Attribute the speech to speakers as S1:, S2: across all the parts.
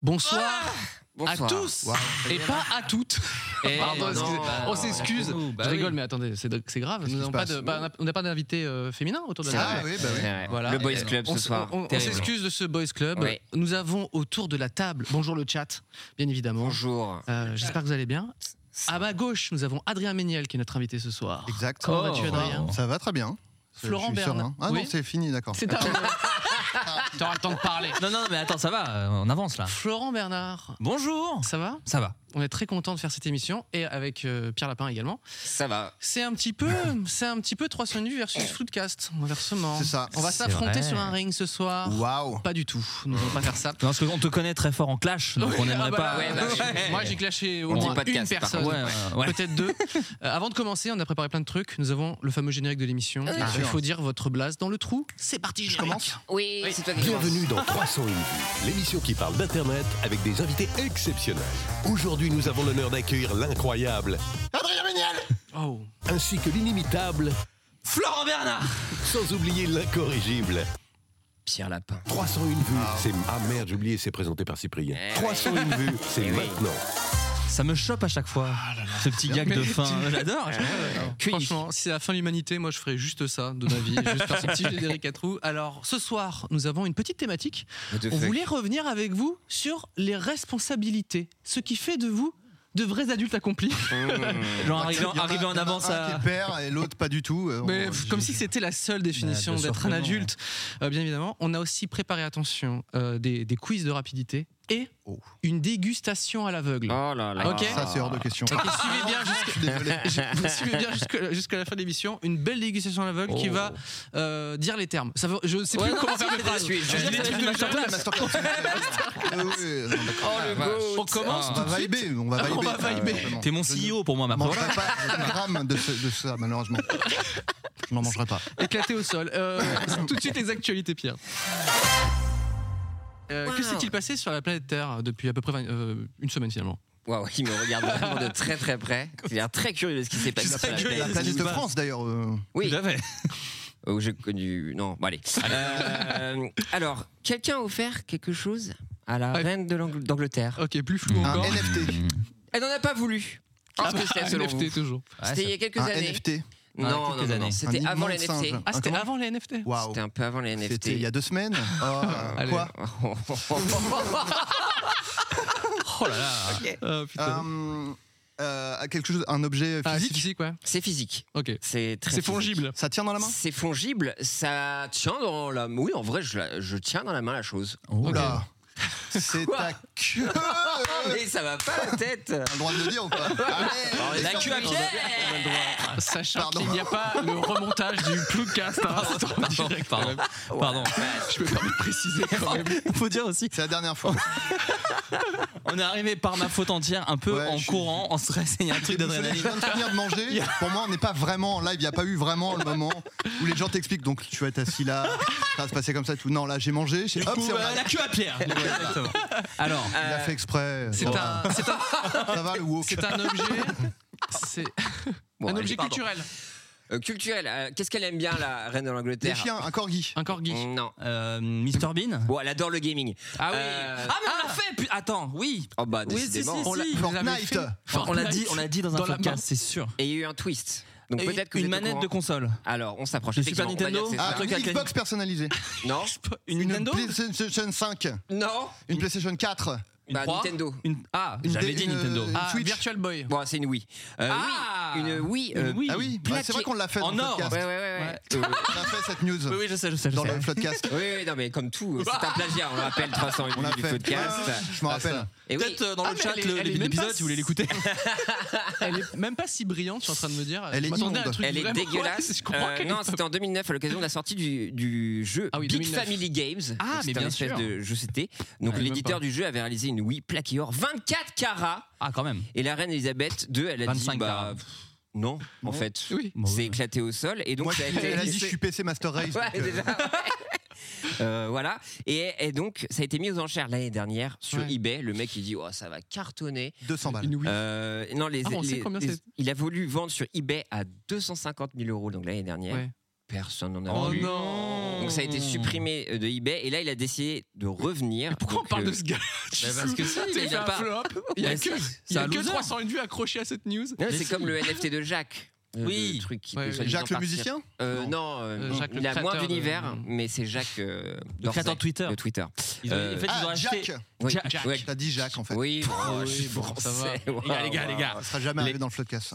S1: Bonsoir
S2: Ah Bonsoir.
S1: à tous
S2: Wow.
S1: et pas à toutes.
S2: Eh,
S1: Pardon,
S2: non,
S1: excusez-
S2: bah,
S1: on s'excuse.
S2: nous, bah
S1: Je
S2: oui.
S1: rigole, mais attendez, c'est c'est grave.
S3: Qu'est-ce
S1: Nous
S3: qui
S1: n'avons
S3: se
S1: pas
S3: passe
S1: de- bah, on a- on n'a pas d'invité euh, féminin autour de la
S3: Ah
S1: table.
S3: oui, bah oui.
S1: Voilà.
S2: Le Boys
S1: Et-
S2: Club
S1: on
S2: ce
S1: s-
S2: soir.
S1: On, on
S2: Terrible.
S1: s'excuse de ce Boys Club.
S2: Ouais.
S1: Nous avons autour de la table, bonjour le chat, bien évidemment.
S2: Bonjour.
S1: Euh, J'espère que vous allez bien. À ma gauche, nous avons Adrien Méniel qui est notre invité ce soir.
S3: Exact.
S1: Comment vas-tu, Adrien
S3: Oh, Ça va très bien.
S1: Florent
S3: Je suis
S1: Bern.
S3: serein. Ah
S1: Oui.
S3: non, c'est fini, d'accord.
S1: C'est terminé. T'auras le temps de parler.
S4: Non, non, non, mais attends, ça va, euh, on avance là.
S1: Florent Bernard,
S4: Bonjour
S1: ça va
S4: Ça va.
S1: On est très content de faire cette émission et avec euh, Pierre Lapin également.
S2: Ça va.
S1: C'est un petit peu, c'est un petit peu 300 vues versus Floodcast, inversement.
S3: C'est ça.
S1: On va
S4: C'est
S1: s'affronter
S4: vrai.
S1: sur un ring ce soir.
S3: Waouh.
S1: Pas du tout. Nous allons pas faire ça.
S4: Non, parce qu'on te connaît très fort en clash, donc on
S1: Ah
S4: n'aimerait
S1: bah
S4: pas.
S1: là,
S2: ouais, bah,
S4: Ouais.
S1: Moi, j'ai clashé au
S2: On dit
S1: moins une
S2: podcast, par
S1: personne.
S4: Ouais, ouais.
S1: Peut-être deux. Euh, avant de commencer, on a préparé plein de trucs. Nous avons le fameux générique de l'émission.
S3: Bien
S1: Il
S3: sûr.
S1: faut dire votre blase dans le trou. C'est parti, je
S3: commence
S2: Oui, c'est toi qui
S5: Bienvenue dans 301 vues, l'émission qui parle d'Internet avec des invités exceptionnels. Aujourd'hui, nous avons l'honneur d'accueillir l'incroyable,
S1: Oh.
S5: ainsi que l'inimitable,
S4: Florent Bernard
S5: sans oublier l'incorrigible.
S2: Pierre Lapin.
S5: 301 vues, c'est... Ah merde, j'ai oublié, c'est présenté par Cyprien.
S2: Eh
S5: 301 vues, c'est
S2: Eh oui.
S5: maintenant.
S4: Ça me chope à chaque fois,
S1: Ah
S4: ce petit gag de fin. hein, J'adore
S2: Que-
S1: Franchement, si c'est la fin de l'humanité, moi je ferais juste ça de ma vie, juste faire ce petit générique à trous. Alors ce soir, nous avons une petite thématique.
S2: What the
S1: On
S2: fuck
S1: voulait revenir avec vous sur les responsabilités, ce qui fait de vous de vrais adultes accomplis.
S2: Mmh.
S1: Ah,
S4: Genre arrivé,
S3: Il y en a-
S4: arrivé en
S3: il y a
S4: avance
S3: Un
S4: à.
S3: qui est père et l'autre pas du tout. euh,
S1: euh. Mais
S3: on-
S1: pff,
S3: j'ai-
S1: comme si c'était la seule définition
S4: Bah, bien sûr
S1: d'être un
S4: que non.
S1: adulte, Euh, bien évidemment. On a aussi préparé, attention, euh, des, des quiz de rapidité et
S3: Oh.
S1: une dégustation à l'aveugle.
S2: Oh là là.
S1: Ok.
S3: Ça, c'est hors de question.
S1: Ok, suivez bien jusque-
S3: Désolé.
S1: Je- vous suivez bien jusque- jusqu'à la fin de l'émission, une belle dégustation à l'aveugle qui
S2: Oh.
S1: va euh, dire les termes. Ça veut- je sais plus comment faire mes phrases.
S2: suite.
S1: Je
S2: Je
S1: dis
S2: l'ai
S1: les trucs de
S3: Ah,
S1: masterclass.
S3: Masterclass. Oui, oui, non, d'accord.
S2: Oh le
S3: Ah,
S2: goat.
S1: On commence
S3: On
S2: Ah.
S3: va viber, on va
S1: Ah,
S3: viber. euh,
S1: on va viber.
S3: vraiment.
S4: T'es mon
S1: E
S3: Je
S4: CEO pour moi, ma
S3: ne
S4: pote.
S3: mangerai pas un gramme de, ce- de ça, malheureusement. Je n'en mangerai pas.
S1: Éclaté au sol. Euh, tout de suite les actualités, Pierre. Euh, Que
S2: Wow.
S1: s'est-il passé sur la planète Terre depuis à peu près vingt- euh, une semaine finalement
S2: Waouh, il me regarde vraiment de très très près. Il a l'air très curieux de ce qui s'est passé.
S4: sais
S2: sur la
S4: que-
S2: planète.
S3: La planète de France, d'ailleurs. euh,
S2: Oui.
S4: Tout à fait.
S2: Oh, j'ai connu. Non, bon, allez. Euh, alors, quelqu'un a offert quelque chose à la
S1: Ouais.
S2: reine de l'Angl- d'Angleterre.
S1: Ok, plus flou
S3: Un
S1: encore. Ah,
S3: NFT.
S2: Elle n'en a pas voulu. Qu'est-ce que c'était selon
S1: NFT
S2: vous
S1: toujours.
S2: C'était il y a quelques
S3: Un
S2: années.
S3: NFT.
S2: Non,
S4: Ah,
S2: non,
S4: quelques
S2: non, non,
S4: années.
S2: c'était
S3: Un
S2: avant les
S3: immense
S2: NFT.
S3: singe.
S1: Ah, c'était
S3: Comment
S1: avant les NFT
S3: Waouh.
S2: C'était un peu avant les NFT.
S3: C'était il y a deux semaines. Oh,
S1: Allez.
S3: quoi
S1: Oh là là Euh, putain.
S3: Euh, euh, à quelque chose, un objet
S1: Ah, c'est
S3: physique.
S1: physique, ouais.
S2: c'est physique.
S1: Ok.
S2: C'est très
S1: C'est
S2: physique.
S1: fongible.
S3: ça tient dans la main
S2: C'est fongible, ça tient dans la Oui, en vrai, je, la- je tiens dans la main la chose.
S1: Euh.
S3: Oula. C'est
S2: Quoi
S3: ta queue
S2: Ah, mais ça va pas la tête
S3: T'as le droit de le dire ou pas Ah, Allez,
S2: La
S3: les
S2: queue à
S3: surprises.
S2: Pierre
S1: Sachant
S3: Pardon.
S1: qu'il n'y a pas le remontage du podcast. hein, c'est en
S4: Pardon,
S1: direct.
S4: pardon. pardon.
S1: Je peux pas me préciser quand même.
S4: Faut dire aussi,
S3: C'est la dernière fois.
S4: on est arrivé par ma faute entière, un peu
S3: Ouais,
S4: en
S3: je suis-
S4: courant, en stress, il y a un truc
S3: Je
S4: d'adrénaline.
S3: viens de finir de manger. Pour moi, on n'est pas vraiment en live. Il n'y a pas eu vraiment le moment où les gens t'expliquent. Donc, tu vas être assis là, ça va se passer comme ça et tout. Non, là, j'ai mangé. j'ai- Hop, c'est en
S4: Euh,
S3: live.
S4: La queue à Pierre Exactement. Alors,
S3: Il l'a fait exprès.
S1: C'est
S3: Oh,
S1: un, c'est un,
S3: Ça va le woke.
S1: c'est un objet. C'est
S2: Bon,
S1: un
S2: allez,
S1: objet
S2: pardon.
S1: culturel.
S2: Euh, culturel, euh, qu'est-ce qu'elle aime bien, la reine de
S3: Des
S2: l'Angleterre
S3: chiens, un corgi.
S1: Un corgi.
S2: Non.
S4: euh, Mr Bean
S2: Bon, elle adore le gaming.
S4: Ah oui.
S2: Euh,
S4: Ah mais on l'a fait. pu- Attends, oui.
S2: Oh bah,
S4: Oui, si,
S2: décidément.
S4: si, si.
S1: On l'a- vous l'avez
S3: Fortnite.
S1: fait-
S4: On l'a dit, on l'a dit dans un
S1: Dans la
S4: podcast, c'est sûr.
S2: Et il y a eu un twist. Donc peut-être que
S4: une
S2: vous êtes au
S4: manette de
S2: courant.
S4: console.
S2: Alors, on s'approche.
S4: Le Super
S2: Effectivement, on va dire
S3: Ah,
S2: que
S3: une
S4: truc à quel-
S3: Xbox personnalisée.
S2: c'est ça.
S3: Une PlayStation 5.
S2: Non. Non.
S3: Une PlayStation 4.
S2: Bah,
S1: Trois
S2: Nintendo.
S4: Une- Ah,
S3: Une
S4: j'avais
S3: dé-
S4: dit
S3: une-
S4: Nintendo.
S3: une-
S1: Ah,
S3: Switch.
S1: Virtual Boy.
S2: Bon, c'est une Wii. Euh,
S1: Ah
S2: oui, une Wii. euh,
S4: Oui.
S3: Ah oui, bah, c'est vrai qu'on l'a fait dans
S1: En
S3: le
S1: or.
S3: podcast.
S2: Ouais, ouais, ouais. ouais. Euh,
S3: On a fait cette news
S4: Oui, oui, je sais, je sais, je
S3: dans
S4: sais.
S3: le podcast.
S2: Oui, oui, non, mais comme tout, euh, c'est un plagiat, on le rappelle, 308
S3: On l'a
S2: minutes du
S3: fait. Ah,
S2: podcast.
S3: Je me rappelle.
S2: Et oui,
S4: Peut-être euh, dans
S1: Ah,
S4: le
S1: mais
S4: chat,
S1: elle est- elle
S4: le
S1: est
S4: début de
S1: même pas
S4: l'épisode, si vous voulez l'écouter.
S1: Elle est même pas si brillante, je suis en train de me dire.
S3: Elle est
S1: Je m'attendais à un
S3: immonde.
S1: truc
S2: elle est
S1: vraiment-
S2: dégueulasse.
S1: Je comprends
S2: Euh,
S1: qu'elle
S2: non,
S1: est-
S2: c'était en 2009 à l'occasion de la sortie du, du jeu
S1: Ah oui,
S2: Big
S1: 2009.
S2: Family Games.
S1: Ah,
S2: Donc,
S1: mais
S2: c'était un
S1: bien
S2: espèce
S1: sûr.
S2: de jeu c'était. Donc
S1: Ah,
S2: l'éditeur
S1: même pas.
S2: du jeu avait réalisé une Wii plaquée or 24 carats
S4: Ah, quand même.
S2: et la reine Elisabeth II, elle a
S4: 25
S2: dit bah,
S4: carats.
S2: pff, non, en fait.
S1: Oui. Bah
S4: Bon,
S2: C'est
S4: ouais.
S2: éclaté au sol et donc
S3: Moi,
S2: ça a
S3: je-
S2: été
S3: elle a dit
S2: laissé-
S3: je suis PC Master Race.
S2: Ouais,
S3: donc, euh,
S2: déjà, ouais. Euh, voilà et, et donc ça a été mis aux enchères l'année dernière sur
S1: Ouais.
S2: eBay le mec il dit oh ça va cartonner
S3: 200 balles.
S1: Une Wii.
S2: Euh, non, les,
S1: Ah, on sait
S2: les-
S1: combien
S2: les-
S1: c'est.
S2: il a voulu vendre sur eBay à 250 000 euros donc l'année dernière.
S1: Ouais.
S2: Personne n'en a
S1: Oh
S2: voulu.
S1: non
S2: Donc ça a
S4: Oh.
S2: été supprimé euh, de eBay et là il a décidé de revenir.
S1: Pourquoi
S2: Donc,
S1: on parle
S2: euh,
S1: de ce gars
S2: bah, parce que si,
S1: T'as
S2: il
S1: fait
S2: a
S1: un
S2: pas-
S1: flop. Il y a
S2: Bah,
S1: que,
S2: c'est-
S1: il y a
S4: c'est un
S1: que
S4: loser.
S1: 301 vues accrochées à cette news.
S2: Non,
S4: Mais
S2: c'est
S4: si.
S2: comme le NFT de Jacques. euh,
S4: Oui.
S2: le truc qui
S1: Ouais,
S2: peut
S1: ouais.
S2: soi-disant
S3: Jacques le
S2: partir.
S3: musicien
S2: Euh,
S3: Non.
S2: Non, euh,
S1: Euh, Jacques le
S2: il a moins
S1: créateur de-
S2: d'univers, mais c'est Jacques. euh,
S4: Le
S2: Dorsey,
S4: créateur de Twitter.
S2: de Twitter.
S4: Ils ont-
S2: Euh,
S4: en fait, ils ont
S3: Ah,
S4: acheté.
S3: Jacques
S2: Oui,
S4: Jack.
S2: Jack.
S3: T'as dit Jacques en fait.
S2: Oui, bon,
S1: Oui,
S2: je suis
S1: bon, ça va.
S2: français.
S4: Les gars, les gars, les
S2: Waouh,
S4: gars.
S3: Ça sera jamais
S2: Les-
S3: arrivé dans le podcast.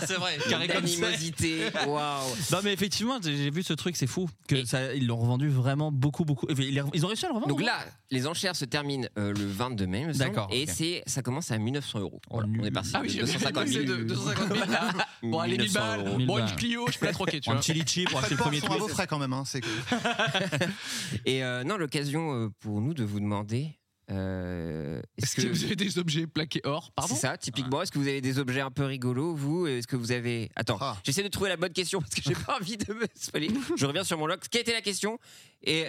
S4: C'est vrai, carré
S2: waouh.
S4: comme ça.
S2: L'animosité, waouh.
S4: Non mais effectivement, j'ai j'ai vu ce truc, c'est fou. Que ça, ils l'ont revendu vraiment beaucoup, beaucoup. Enfin, Ils ils ont réussi à
S1: Oh.
S4: le revendre.
S2: Donc là, les enchères se terminent euh, le 22 mai, il me semble,
S4: D'accord,
S2: Et
S4: ok.
S2: c'est, ça commence à 1900 euros. Voilà,
S4: nul.
S2: on est parti
S1: Ah oui,
S2: de
S1: j'ai pas
S2: 250
S1: vu
S2: 000.
S1: de 250 000. Ah, Bon, allez, 1000
S2: 1900
S1: balles.
S2: euros.
S1: Bon, une
S4: 1000
S1: Clio, je peux la troquer, tu
S4: un
S1: vois.
S4: petit litchi pour acheter le
S3: Faites pas,
S4: premier
S3: ils sont à
S4: tweet.
S3: vos frais quand même. hein, c'est cool.
S2: Et euh, non, l'occasion euh, pour nous de vous demander. euh,
S1: Est-ce que vous avez des objets plaqués or Pardon
S2: C'est ça, typiquement. Est-ce que vous avez des objets un peu rigolos, vous Est-ce que vous avez. Attends,
S3: Ah.
S2: j'essaie de trouver la bonne question parce que j'ai pas envie de me spoiler. Je reviens sur mon log. Quelle était la question Et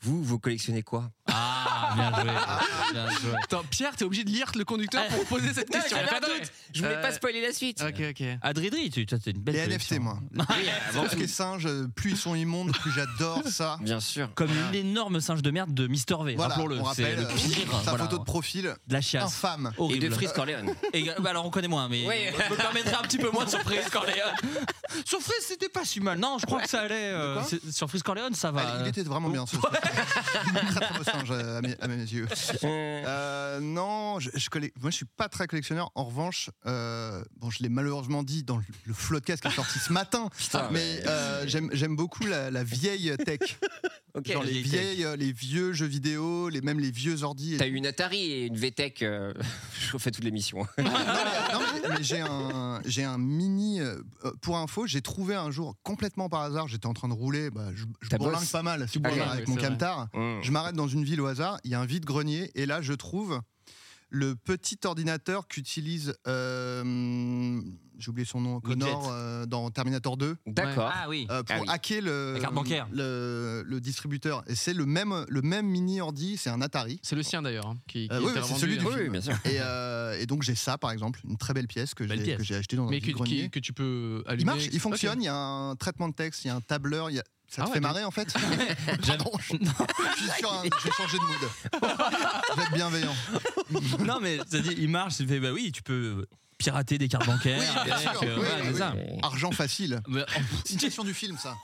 S2: vous, vous collectionnez quoi
S4: Ah, bien joué. Bien joué.
S1: Attends, Pierre, t'es obligé de lire le conducteur pour poser cette
S2: Non,
S1: question.
S2: j'avais un
S1: Attends.
S2: doute. Je voulais
S1: Euh,
S2: pas spoiler la suite.
S1: Ok, ok.
S4: Adridri, tu toi, t'as une belle
S3: Les
S4: collection.
S3: NFT, moi.
S2: Oui, avant
S3: Parce
S2: tout.
S3: que singes, euh, plus ils sont immondes, plus j'adore ça.
S2: Bien sûr.
S4: Comme l'énorme singe de merde de Mister V.
S3: Voilà,
S4: Rappelons-le,
S3: on
S4: c'est
S3: rappelle
S4: le
S3: euh,
S4: pire.
S3: sa
S4: voilà.
S3: photo de profil
S4: de la chiasse.
S3: infâme.
S2: Et
S4: Horrible.
S2: de Freeze Corleone.
S4: Et, euh, bah alors on connaît moins, mais
S2: Oui.
S4: je me permettrai un petit peu moins de surprise Corleone. Surprise, c'était pas si mal. Non, je crois que ça allait. euh,
S3: quoi
S4: c'est- surprise Corleone, ça va.
S3: Elle- il était vraiment bien ce soir. très très beau singe euh, à mes, à mes yeux. Euh, non, je, je collec- moi je suis pas très collectionneur. En revanche, euh, bon, je l'ai malheureusement dit dans le, le floodcast qui est sorti ce matin,
S2: Putain,
S3: mais euh, j'aime j'aime beaucoup la, la vieille tech.
S2: Ok.
S3: Genre les,
S4: vieille tech.
S3: vieilles, euh, les vieux jeux vidéo, les, même les vieux ordi. et
S2: T'as eu une Atari et une VTech. euh, je fais toute l'émission.
S3: Non, mais- mais j'ai un, j'ai un mini. euh, euh, pour info, j'ai trouvé un jour complètement par hasard. J'étais en train de rouler. Bah, je je
S2: Ta bosse.
S3: bourlingue pas mal
S1: Tu
S3: si tu veux,
S2: bourlingues,
S3: avec
S1: oui,
S3: mon
S1: c'est vrai.
S3: camtar.
S4: Hmm.
S2: Mm.
S3: Je m'arrête dans une ville au hasard. Il y a un vide grenier et là, je trouve le petit ordinateur qu'utilise. euh, j'ai oublié son nom.
S4: Le
S3: Connor
S4: Jet.
S3: euh, dans Terminator 2.
S2: D'accord.
S4: Ah oui.
S3: euh, pour
S2: Ah oui.
S3: hacker le,
S4: La carte bancaire.
S3: le, le distributeur. Et c'est le même, le même mini ordi, c'est un Atari.
S1: C'est le sien d'ailleurs, hein, qui, qui
S3: Euh, oui,
S1: était
S3: oui, c'est
S1: revendu,
S3: celui
S1: hein.
S3: du
S2: oui,
S3: film.
S2: bien sûr.
S3: Et, euh, et donc j'ai ça par exemple, une très belle pièce que
S4: Belle
S3: j'ai
S4: pièce.
S3: que j'ai achetée dans un
S1: Mais que,
S3: vide grenier.
S1: qui- que tu peux allumer.
S3: Il marche, il
S1: Ok.
S3: fonctionne, il y a un traitement de texte, il y a un tableur, il y a- ça
S1: Ah
S3: te
S1: ouais,
S3: fait
S1: donc-
S3: marrer en fait Pardon, je je suis sur un- je vais changer de mood. Je vais être bienveillant.
S4: non mais ça dit, il marche, il fait bah oui, tu peux pirater des cartes bancaires. euh,
S3: Oui, bien sûr, oui,
S4: voilà,
S3: oui,
S4: c'est
S3: oui.
S2: Ah.
S4: ça.
S3: Argent facile.
S4: Mais, oh,
S3: Citation du film ça.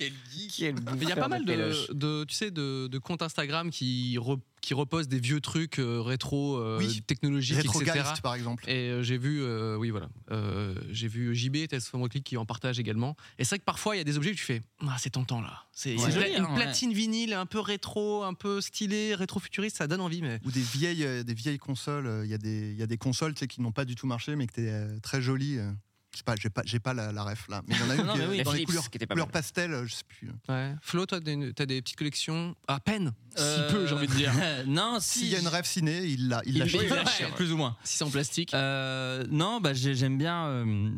S1: Mais Il y a pas mal de, de- tu sais, de, de comptes Instagram qui, re- qui reposent des vieux trucs euh, rétro, euh,
S3: Oui.
S1: technologiques, etc.
S3: Retrogeist par exemple.
S1: Et euh, j'ai vu, euh, oui voilà, Euh, j'ai vu JB, Tess from Click qui en partage également. Et c'est vrai que parfois il y a des objets que tu fais, ah, c'est tentant là. C'est
S4: C'est
S1: une
S4: joli,
S1: pla-
S4: hein,
S1: une
S4: ouais.
S1: platine vinyle un peu rétro, un peu stylé, rétro-futuriste, ça donne envie, mais.
S3: Ou des vieilles, euh, des vieilles consoles. euh, Il y, a des- il y a des consoles tu sais, qui n'ont pas du tout marché mais que t'es euh, très jolies. euh. Je sais pas, j'ai pas, j'ai pas la, la ref là. Mais il y en a une
S4: Non,
S3: qui est
S4: mais
S3: dans
S4: oui.
S2: La
S3: les
S2: Philips,
S3: couleurs,
S2: qui était pas
S3: couleurs
S2: mal.
S3: pastel, euh, je sais plus.
S1: Ouais. Flo, toi, t'as une- t'as des petites collections à peine,
S4: euh,
S1: si peu, j'ai envie de dire.
S4: non, si.
S3: S'il y a une rêve ciné, il l'a, il
S4: il
S3: l'achète.
S4: il l'achète, plus ou moins.
S1: Si c'est en plastique.
S4: Euh, non, bah j'ai- j'aime bien. euh,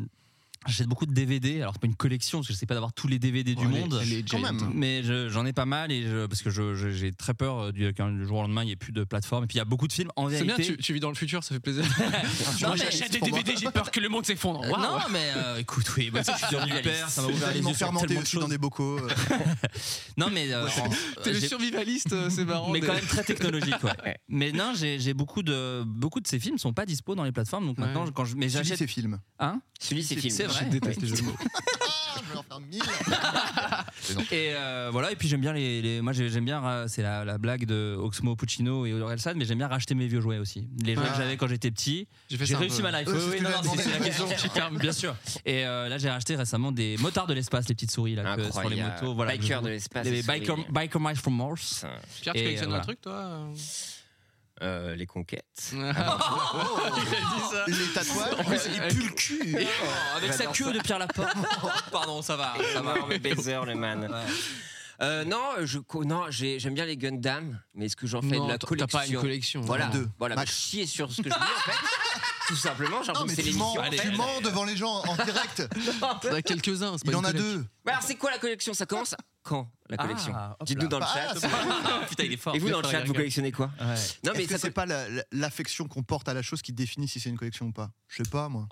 S4: J'achète beaucoup de DVD. Alors c'est pas une collection parce que je sais pas d'avoir tous les DVD du
S1: Ouais, elle est-
S4: monde.
S1: elle est
S3: Quand
S1: giant,
S3: même.
S1: hein.
S4: Mais je- j'en ai pas mal et je- parce que je- je- j'ai très peur euh, du, qu'un jour au lendemain il n'y ait plus de plateforme. Et puis il y a beaucoup de films en
S1: C'est bien,
S4: vérité.
S1: tu, tu vis dans le futur, ça fait plaisir.
S4: Non,
S1: Moi,
S4: mais-
S1: j'achète des DVD, j'ai peur que le monde s'effondre.
S4: Euh,
S1: Waouh.
S4: non, mais euh, écoute, oui, bah, ça, je suis devenu père, ça m'a
S3: Les
S4: ouvert les
S3: aliments
S4: yeux sur
S3: fermentés
S4: tellement de
S3: aussi dans
S4: choses.
S3: des bocaux. euh.
S4: Non, mais euh, en-
S1: T'es le
S4: j'ai-
S1: survivaliste, euh, c'est marrant.
S4: mais
S1: des-
S4: quand même très technologique. Ouais. mais non, j'ai j'ai beaucoup de beaucoup de ces films sont pas dispo dans les plateformes. Donc maintenant,
S1: Ouais.
S4: je- quand je
S3: Tu
S4: mais
S3: lis
S4: j'achète
S3: ces films.
S4: hein
S2: Celui, c'est film.
S4: C'est vrai.
S1: Je déteste les jeux de mots.
S3: Je vais en faire mille.
S4: Et euh, voilà, et puis j'aime bien les, les- moi j'ai- j'aime bien euh, c'est la, la blague de Oxmo Puccino et Orelsan, mais j'aime bien racheter mes vieux jouets aussi. Les jouets
S3: Ah.
S4: que j'avais quand j'étais petit.
S1: J'ai fait
S4: J'ai
S1: ça un
S4: réussi
S1: peu.
S4: ma life.
S3: Ouais,
S4: Oui,
S3: c'est ce
S4: oui,
S3: que
S4: non,
S3: j'avais
S4: non, c'est c'est la
S3: demandé.
S4: question qui termine, bien sûr. Et euh, là j'ai racheté récemment des motards de l'espace, les petites souris là que- sur les
S2: Incroyable.
S4: motos, voilà.
S2: Bikers
S4: que je-
S2: de l'espace,
S4: Les
S2: les souris.
S4: biker, biker mice from Mars.
S2: Putain.
S1: Pierre, tu
S4: Et,
S1: collectionnes un
S4: euh, voilà.
S1: truc, toi
S2: Euh, les conquêtes. Ah.
S3: Les tatouages.
S1: Il pue le cul
S4: avec sa queue de Pierre Lapin. Pardon, ça va.
S2: Ça va, le baiser, le man. Euh, non, je, co- non, j'ai- j'aime bien les Gundam, mais est-ce que j'en fais
S1: Non,
S2: de la
S1: t'as
S2: collection
S1: pas une collection. hein.
S2: Voilà,
S3: Deux,
S2: voilà.
S3: max.
S2: bah, chier sur ce que je dis en fait. Tout simplement, j'ai
S3: Non,
S2: l'impression
S3: mais
S2: que c'est
S3: tu mens,
S2: l'émission. en
S3: tu
S2: fait.
S3: mens devant les gens en direct.
S1: T'en as quelques-uns, c'est pas
S3: Il en
S1: une
S3: a
S1: collection.
S3: deux.
S2: Bah, alors, c'est quoi la collection Ça commence à- quand la collection
S4: Ah, hop
S2: Dites-nous
S4: là.
S2: dans le
S3: Ah,
S2: chat.
S3: c'est-
S4: Putain, il est fort.
S2: Et vous dans le chat, vous collectionnez quoi
S4: Ouais.
S2: Non,
S3: Est-ce que
S2: ça
S3: c'est
S2: peut-
S3: pas la- la- l'affection qu'on porte à la chose qui définit si c'est une collection ou pas Je sais pas, moi.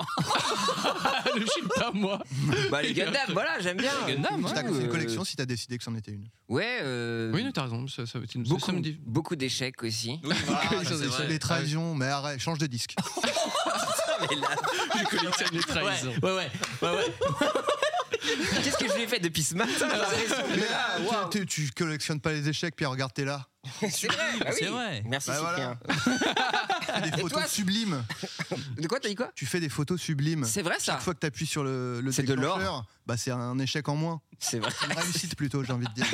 S1: Je sais Ah, pas, moi.
S2: Bah, les Gundam, voilà, j'aime bien.
S3: Tu
S2: ouais,
S3: t'as c'est
S2: euh,
S3: une collection si t'as décidé que c'en était une.
S2: Ouais, euh,
S1: Oui, non, t'as raison. Ça, ça, ça, me-
S2: beaucoup,
S1: ça me dit.
S2: beaucoup d'échecs aussi.
S3: Ah, ça, c'est les trahisons, mais arrête, change de disque.
S2: Mais là,
S1: Je collectionne les trahisons.
S4: Ouais, ouais, ouais, ouais.
S2: Qu'est-ce que je lui ai fait depuis ce matin J'ai l'impression que
S3: Mais
S2: là,
S3: ah, tu-
S2: waouh.
S3: tu, tu collectionnes pas les échecs, Pierre, regarde, t'es là.
S2: C'est vrai, bah oui.
S4: C'est vrai.
S2: Merci
S3: Bah,
S2: Cyprien.
S3: voilà. T'as des photos
S2: toi, c'est-
S3: sublimes.
S2: De quoi t'as dit quoi
S3: Tu fais des photos sublimes.
S2: C'est vrai ça
S3: Chaque fois que t'appuies sur le, le
S2: C'est de l'or.
S3: déclencheur, bah, c'est un échec en moins.
S2: C'est vrai.
S3: Une réussite plutôt, j'ai envie de dire.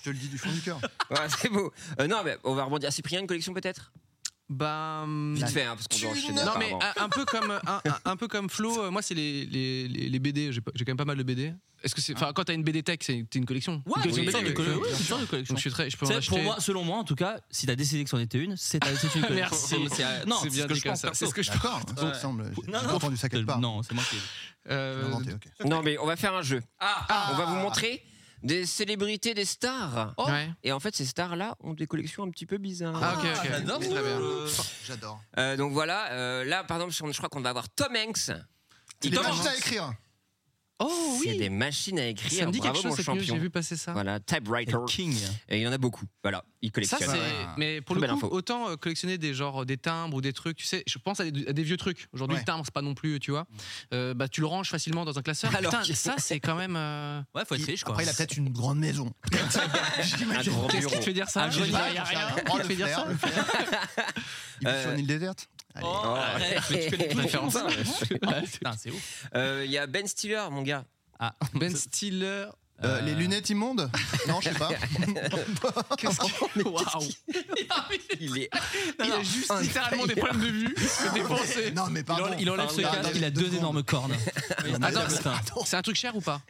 S3: Je te le dis du fond du cœur.
S2: Ouais, c'est beau. Euh, non, mais on va rebondir. Cyprien, une collection peut-être
S1: Bah. hum,
S2: Vite fait, hein, parce qu'on doit enchaîner.
S1: Non mais
S2: apparemment.
S1: un, un peu comme un, un- un peu comme Flo, euh, moi c'est les, les, les, les BD, j'ai pas- j'ai quand même pas mal de BD. Est-ce que c'est enfin quand t'as une BD tech, c'est t'es une collection
S4: Ouais,
S1: Une collection
S4: c'est une
S1: BD,
S4: sorte de
S1: euh,
S4: collection.
S1: donc
S4: c'est une sorte de collection.
S1: je suis très je peux
S4: Tu
S1: en
S4: sais,
S1: acheter.
S4: pour moi, selon moi, en tout cas, si t'as décidé que c'en était une, c'est ta- c'est une collection.
S1: Merci.
S4: C'est- c'est- Non,
S1: C'est bien
S4: ce que
S1: dit
S4: je
S1: comme
S4: pense,
S1: ça.
S4: perso.
S1: C'est ce que je
S3: D'accord, il me
S4: Ouais.
S3: semble. J'ai
S4: Non,
S3: j'ai
S4: non.
S3: entendu ça quelque part.
S4: Non, c'est moi qui.
S3: J'ai
S1: Euh,
S3: inventé, ok.
S2: Non, mais on va faire un jeu.
S4: Ah,
S2: On va vous montrer des célébrités, des stars.
S1: Ouais.
S2: Et en fait, ces stars-là ont des collections un petit peu bizarres.
S1: Ah, ok, ok.
S4: j'adore.
S1: Très bien.
S3: J'adore.
S2: Euh, donc voilà, euh, là par exemple, sur- je crois qu'on va avoir Tom Hanks.
S3: Il
S2: Tom
S3: est
S2: Hanks,
S3: juste à écrire.
S1: Oh
S2: C'est
S1: oui.
S2: des machines à écrire.
S1: Ça me dit
S2: Bravo,
S1: quelque chose
S2: mon
S1: cette news,
S2: champion.
S1: j'ai vu passer ça.
S2: Voilà, typewriter.
S4: le King.
S2: Et il y en a beaucoup. Voilà, il
S1: Ça
S2: collectionne.
S1: c'est mais pour
S2: Très
S1: le
S2: belle
S1: coup
S2: info.
S1: autant euh, collectionner des genres des timbres ou des trucs, tu sais, je pense à des, à des vieux trucs. Aujourd'hui
S3: Ouais.
S1: le timbre c'est pas non plus, tu vois. Euh, bah tu le ranges facilement dans un classeur.
S2: Alors
S1: Putain,
S2: que-
S1: ça c'est quand même euh,
S4: Ouais, faut être riche quoi.
S3: Après, il a peut-être une grande maison.
S2: un grand
S1: Qu'est-ce qui
S2: bureau.
S1: te fait dire ça
S4: Ah, je sais
S1: Il y
S4: pas,
S1: a
S3: j'en sais
S1: rien.
S3: rien.
S1: Qui
S3: Oh,
S1: te
S3: le
S1: fait dire
S3: flair,
S1: ça
S3: le flair. Il vit sur
S2: Euh,
S3: une île déserte. Allez.
S4: Oh, ouais, mais tu connais tout le
S2: Référence.
S4: monde, ça. hein Putain, c'est ouf.
S2: Euh, Il y a Ben Stiller, mon gars.
S4: Ah,
S1: Ben Stiller.
S3: Euh, Les lunettes immondes Non, je sais pas.
S1: Oh, Waouh.
S2: Il est
S1: Il a
S2: Non,
S1: juste
S2: un
S1: littéralement des problèmes de vue. C'est dépensé.
S3: Non, mais pardon.
S4: Il enlève ce
S3: Pardon,
S4: casque, il a
S3: deux
S4: deux
S3: secondes.
S4: énormes cornes. Ah,
S1: Attends,
S4: Attends,
S1: c'est- C'est un truc cher ou pas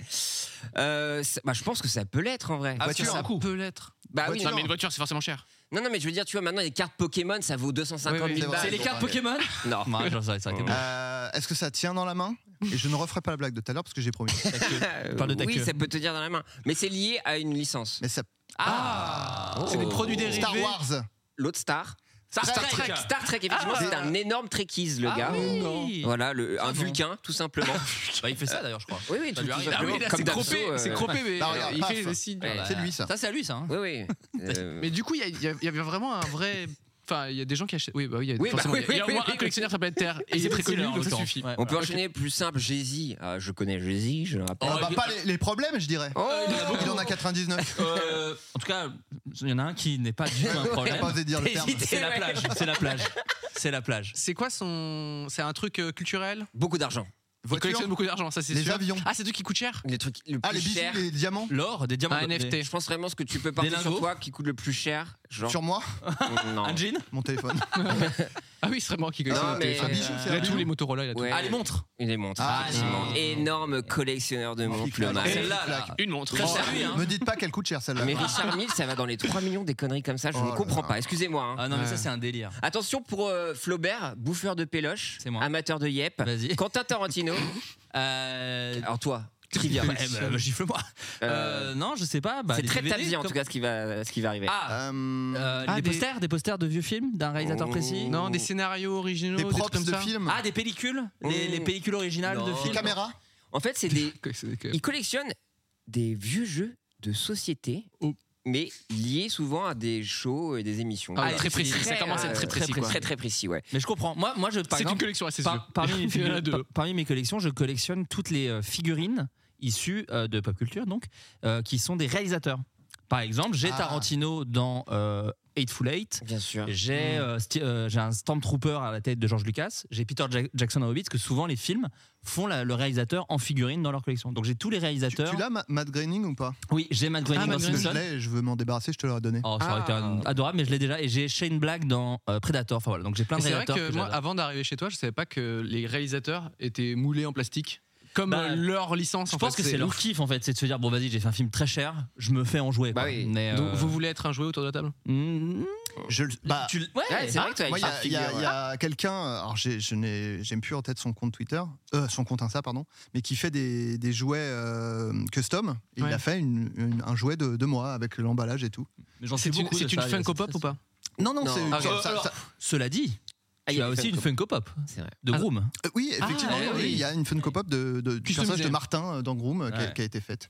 S2: Euh, ça- bah, je pense que ça peut l'être en vrai.
S3: parce que Voiture.
S1: Ça
S3: ça
S1: peut l'être.
S2: bah oui,
S3: voiture.
S2: non
S1: Mais une voiture, c'est forcément cher.
S2: mais, non, non, mais je veux dire, tu vois, maintenant les cartes Pokémon, ça vaut 250
S1: Oui, oui,
S2: 000
S3: c'est
S2: balles.
S3: vrai.
S4: C'est les cartes Pokémon
S2: Non.
S4: Ouais, genre, ça, ça, ça,
S3: Euh, Est-ce que ça tient dans la main Et je ne referai pas la blague de tout à l'heure parce que j'ai promis.
S2: Euh,
S4: Parle de ta
S2: oui,
S4: queue.
S2: ça peut te dire dans la main. Mais c'est lié à une licence.
S3: Mais ça.
S2: Ah
S3: Oh,
S1: C'est des produits dérivés.
S3: Star Wars.
S2: L'autre star. Star,
S3: Trek.
S2: Star Trek, effectivement,
S3: Ah.
S2: c'est un énorme trekkies, le gars.
S4: Ah oui.
S2: Voilà, le, un vulcain, tout simplement.
S4: Bah, il fait ça d'ailleurs, je crois.
S2: oui, oui,
S4: Ça
S2: tout,
S4: lui arrive.
S2: tout
S1: Ah
S2: simplement.
S1: oui, là,
S2: Comme
S1: c'est
S2: Damso,
S1: cropé,
S2: euh, Ah,
S1: c'est cropé, mais
S3: Bah, regarde,
S1: il fait
S3: paf.
S1: des signes.
S2: Ouais.
S3: C'est lui, ça.
S4: Ça, c'est à lui, ça. hein.
S2: Oui, oui. Euh,
S1: Mais du coup, il y, a- il y a- il y avait vraiment un vrai. Enfin, il y a des gens qui achètent. Oui, bah oui, il y a
S2: Oui, bah
S1: forcément,
S2: oui,
S1: il y a au
S2: oui,
S1: moins
S2: oui,
S1: un
S2: oui.
S1: collectionneur sur la planète Terre. Et il est très connu,
S4: alors,
S1: donc ça
S4: autant.
S1: suffit.
S4: Ouais.
S2: on peut enchaîner plus simple, Jay-Z. Ah, je connais Jay-Z, je le rappelle.
S3: On va pas les, les problèmes, je dirais.
S2: Oh,
S3: Il en a 99.
S4: Euh, en tout cas, il y en a un qui n'est pas du tout un
S3: Je
S4: problème.
S3: pas osé dire le terme.
S2: Hésitez,
S4: C'est la
S2: ouais.
S4: plage. C'est la plage. C'est la plage.
S1: C'est quoi son. C'est un truc euh, culturel
S2: Beaucoup d'argent.
S1: Il
S3: Voiture.
S1: collectionne beaucoup d'argent, ça c'est
S3: Les
S1: sûr.
S3: avions.
S1: Ah, c'est un truc qui coûte cher
S2: Les trucs le plus
S3: Ah, les bijoux,
S2: cher.
S3: les diamants
S4: L'or, des diamants.
S1: Un
S4: des-
S1: NFT.
S2: Je pense vraiment ce que tu peux partir sur
S4: lingots.
S2: toi qui coûte le plus cher. Genre,
S3: Sur moi,
S2: non.
S4: Un jean
S3: mon téléphone.
S1: Ah oui, c'est vraiment qui
S2: Non,
S1: collectionne un
S2: mais-
S3: Un
S1: téléphone.
S3: bijou, c'est
S1: Il
S3: un
S1: a tous les
S3: bijou.
S1: Motorola, il a tout.
S2: Ouais.
S4: Ah, les montres.
S2: Il est montre.
S3: Ah,
S2: effectivement.
S3: non.
S2: Énorme collectionneur de montres, le
S3: flamme.
S2: mec.
S3: Et
S4: Celle-là, là.
S3: Flaque.
S1: Une montre.
S4: Très à lui, hein.
S3: Me dites pas qu'elle coûte cher celle-là.
S2: Mais Richard Mille, ça va dans les 3 millions des conneries comme ça, je
S3: Oh
S2: ne
S3: là
S2: comprends
S3: là.
S2: pas. Excusez-moi. hein.
S4: Ah non, mais
S1: Ouais.
S4: ça, c'est un délire.
S2: Attention pour euh, Flaubert, bouffeur de péloche,
S4: C'est moi.
S2: amateur de yep.
S4: Vas-y.
S2: Quentin Tarantino.
S4: Euh.
S2: Alors toi,
S4: Trivia.
S2: trivia.
S4: Bah, bah, Gifle-moi.
S2: Euh,
S4: Euh, non, je sais pas. bah,
S2: c'est
S4: des
S2: très
S4: DVD,
S2: tabzi en
S4: comme-
S2: tout cas ce qui va, ce qui va arriver.
S4: Ah,
S3: Euh,
S4: euh,
S1: Ah,
S4: des,
S1: des-
S4: posters, des posters de vieux films d'un réalisateur
S2: Mmh.
S4: précis.
S1: Non, des scénarios originaux,
S3: des
S1: des trucs
S3: props
S1: comme
S3: de
S1: ça.
S3: films.
S4: Ah, des pellicules, les,
S2: Mmh.
S4: les pellicules originales de
S2: Non.
S4: films.
S3: Caméra.
S2: En fait, c'est des.
S1: Des
S2: Il collectionne des vieux jeux de société, mais liés souvent à des shows et des émissions.
S1: Ah,
S2: Voilà.
S1: très précis,
S2: C'est
S1: ça commence à être très précis,
S2: Très,
S1: quoi.
S2: très, très précis, ouais.
S4: Mais je comprends. Moi, moi, je par
S1: C'est une
S4: exemple,
S1: collection assez
S4: par-
S1: sûre.
S4: parmi, mes
S1: Il y en a
S4: figurines-
S1: deux.
S4: par- parmi mes collections, je collectionne toutes les euh, figurines issus euh, de pop culture, donc, euh, qui sont des réalisateurs. Par exemple, j'ai
S3: Ah.
S4: Tarantino dans euh, Eightful Eight.
S2: Bien sûr.
S4: J'ai
S1: Mm.
S4: euh, Sti- euh, j'ai un Stormtrooper à la tête de George Lucas. J'ai Peter Jack- Jackson à Hobbit, parce que souvent les films font la- le réalisateur en figurine dans leur collection. Donc j'ai tous les
S3: Tu, tu
S4: réalisateurs.
S3: l'as, Ma- Matt Groening ou pas
S4: oui, j'ai Matt Groening
S1: Ah,
S4: dans
S1: Matt
S3: Parce que je
S4: Simpson.
S3: l'ai et je veux m'en débarrasser, je te l'aurais donné.
S4: Oh, ça aurait été
S2: Ah.
S4: un- adorable, mais je l'ai déjà. Et j'ai Shane Black dans euh, Predator. Enfin voilà, donc j'ai plein
S1: Mais
S4: de
S1: C'est vrai
S4: réalisateurs.
S1: que,
S4: que
S1: moi,
S4: j'adore.
S1: avant d'arriver chez toi, je savais pas que les réalisateurs étaient moulés en plastique, comme
S4: Bah,
S1: euh, leur licence.
S4: je
S1: en
S4: pense
S1: fait,
S4: que c'est leur
S1: ouf.
S4: kiff en fait, c'est de se dire bon vas-y j'ai fait un film très cher, je me fais en jouer.
S2: Bah
S4: quoi.
S2: oui.
S4: Mais,
S1: Donc,
S4: euh,
S1: vous voulez être un jouet autour de la table
S4: mm,
S1: Oh.
S3: Je le- bah,
S4: tu l- ouais,
S2: Ouais, c'est
S4: ah,
S2: vrai que tu as
S3: Moi,
S2: une
S3: il y a,
S2: petite
S3: il y a-
S2: figure,
S3: il y a quelqu'un, alors j'ai- je n'ai- j'aime plus en tête son compte Twitter, euh, son compte Insta, pardon, mais qui fait des, des jouets euh, custom. Et
S1: Ouais.
S3: Il a fait une- une- un jouet de, de moi avec l'emballage et tout.
S4: mais j'en sais
S1: C'est une,
S4: beaucoup de
S1: c'est une
S4: ça, il y a
S1: Funko
S4: cette
S1: Pop ou
S4: phrase.
S1: pas
S3: Non, non,
S2: Non.
S3: c'est.
S2: Ah,
S3: ça-
S4: euh,
S3: ça-
S4: alors-
S3: ça-
S4: Cela dit,
S2: Ah, il
S4: tu
S2: y a
S4: as
S2: une
S4: aussi une
S2: Funko.
S4: Funko Pop
S2: C'est vrai.
S4: de
S1: Ah,
S4: Groom.
S3: euh, oui, effectivement,
S1: Ah,
S3: oui,
S1: oui.
S3: oui, il y a une Funko Pop de, de- du personnage de
S1: Customisé.
S3: Martin euh, dans Groom euh, qui a-
S4: Ouais.
S3: qui a été faite.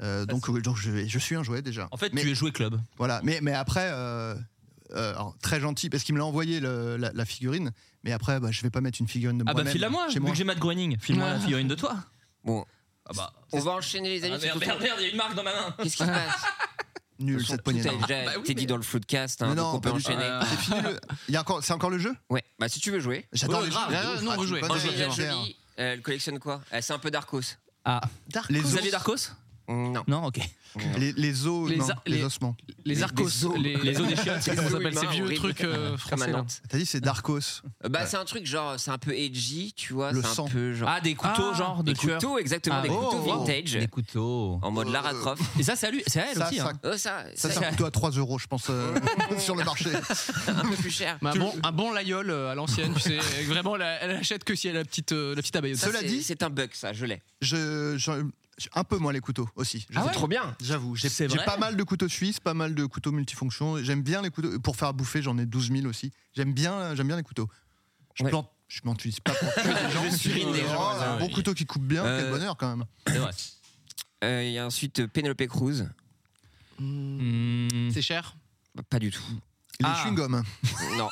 S3: Euh, donc, oui, donc je, je suis un jouet déjà.
S4: En fait,
S3: mais,
S4: tu es joué club.
S3: Voilà, mais, mais après, euh, euh, alors, très gentil, parce qu'il me l'a envoyé le- la, la figurine, mais après, bah, je vais pas mettre une figurine de
S4: Ah bah
S3: moi-même
S4: file-la moi,
S3: chez
S4: vu
S3: moi.
S4: que j'ai Matt Groening, file-moi la figurine de toi.
S2: Bon,
S4: Ah bah.
S2: on va enchaîner les amis. parce que tout-
S4: il y a une marque dans ma main.
S2: Qu'est-ce qui se passe
S3: Nul
S2: Tout
S3: cette poignée
S2: a
S3: de main.
S2: déjà
S1: Bah oui,
S2: été dit
S1: mais-
S2: dans le floodcast, hein,
S3: Mais
S2: donc on peut
S3: pas du tout. Ah.
S2: enchaîner.
S3: C'est fini le- il y a encore, c'est encore le jeu
S2: Ouais, bah si tu veux jouer.
S3: J'adore
S1: Ouais,
S3: les
S1: grave,
S3: jeux.
S1: grave,
S3: de ouf.
S1: non,
S3: Ah, tu
S1: rejouer.
S3: me connais,
S1: Rejouer,
S2: Angelina
S3: Pierre.
S2: Jolie, euh, elle collectionne quoi Elle C'est un peu Darkos.
S4: Ah,
S3: Les os.
S4: Xavier Darcos
S2: Mm, Non.
S4: Non, ok.
S3: Les, les os,
S1: Les
S3: non,
S1: a-
S3: les,
S1: les-
S3: ossements.
S1: Les arcos, les,
S4: Les os des chiottes,
S1: c'est comment ça
S2: Les
S1: s'appelle
S2: os
S1: ces
S2: humains,
S1: vieux
S2: horrible.
S1: trucs euh,
S2: Comme à
S1: français là.
S2: Nantes.
S3: T'as dit c'est Darkos.
S2: Euh, Bah, c'est un truc genre, c'est un peu edgy, tu vois.
S3: Le
S2: c'est
S3: sang.
S2: un peu genre.
S4: Ah, des couteaux,
S1: Ah,
S4: genre de
S2: des
S4: tueur.
S2: couteaux, exactement,
S4: Ah,
S2: des
S4: oh,
S2: couteaux
S3: wow.
S2: vintage.
S4: Des couteaux.
S2: En mode Lara Croft.
S4: Et ça, c'est à, lui, c'est à elle
S3: Ça,
S4: aussi.
S3: ça,
S4: hein.
S2: Oh, ça,
S3: ça,
S2: ça,
S3: c'est plutôt à 3 euros, je pense, euh, sur le marché.
S2: c'est un peu plus cher.
S1: Mais un bon, un bon layol euh, à l'ancienne, tu sais, avec vraiment, la- elle achète que si elle a la petite, euh, la petite abeille.
S2: Ça,
S1: Ça,
S3: Cela
S2: c'est-
S3: dit-
S2: c'est un bug, ça, je l'ai.
S3: Je, je- je- un peu moins les couteaux aussi. Je-
S2: C'est trop bien.
S3: J'avoue, j'ai
S4: C'est
S3: j'ai
S4: vrai
S3: pas mal de couteaux suisses, pas mal de couteaux multifonctions. J'aime bien les couteaux. Pour faire à bouffer, j'en ai 12 000 aussi. J'aime bien, j'aime bien les couteaux. Je
S2: Ouais.
S3: plante. Je m'en utilise pas pour tuer des gens.
S2: Je surine des
S3: Oh,
S2: gens,
S3: un
S2: ouais.
S3: bon couteau qui coupe bien,
S2: Euh,
S3: quel bonheur quand même.
S4: C'est vrai.
S2: Euh, Il y a ensuite euh, Penelope Cruz.
S1: Mm.
S4: Mm.
S1: C'est cher.
S2: Bah, Pas du tout.
S3: Les
S4: ah.
S3: chewing-gums.
S2: Non.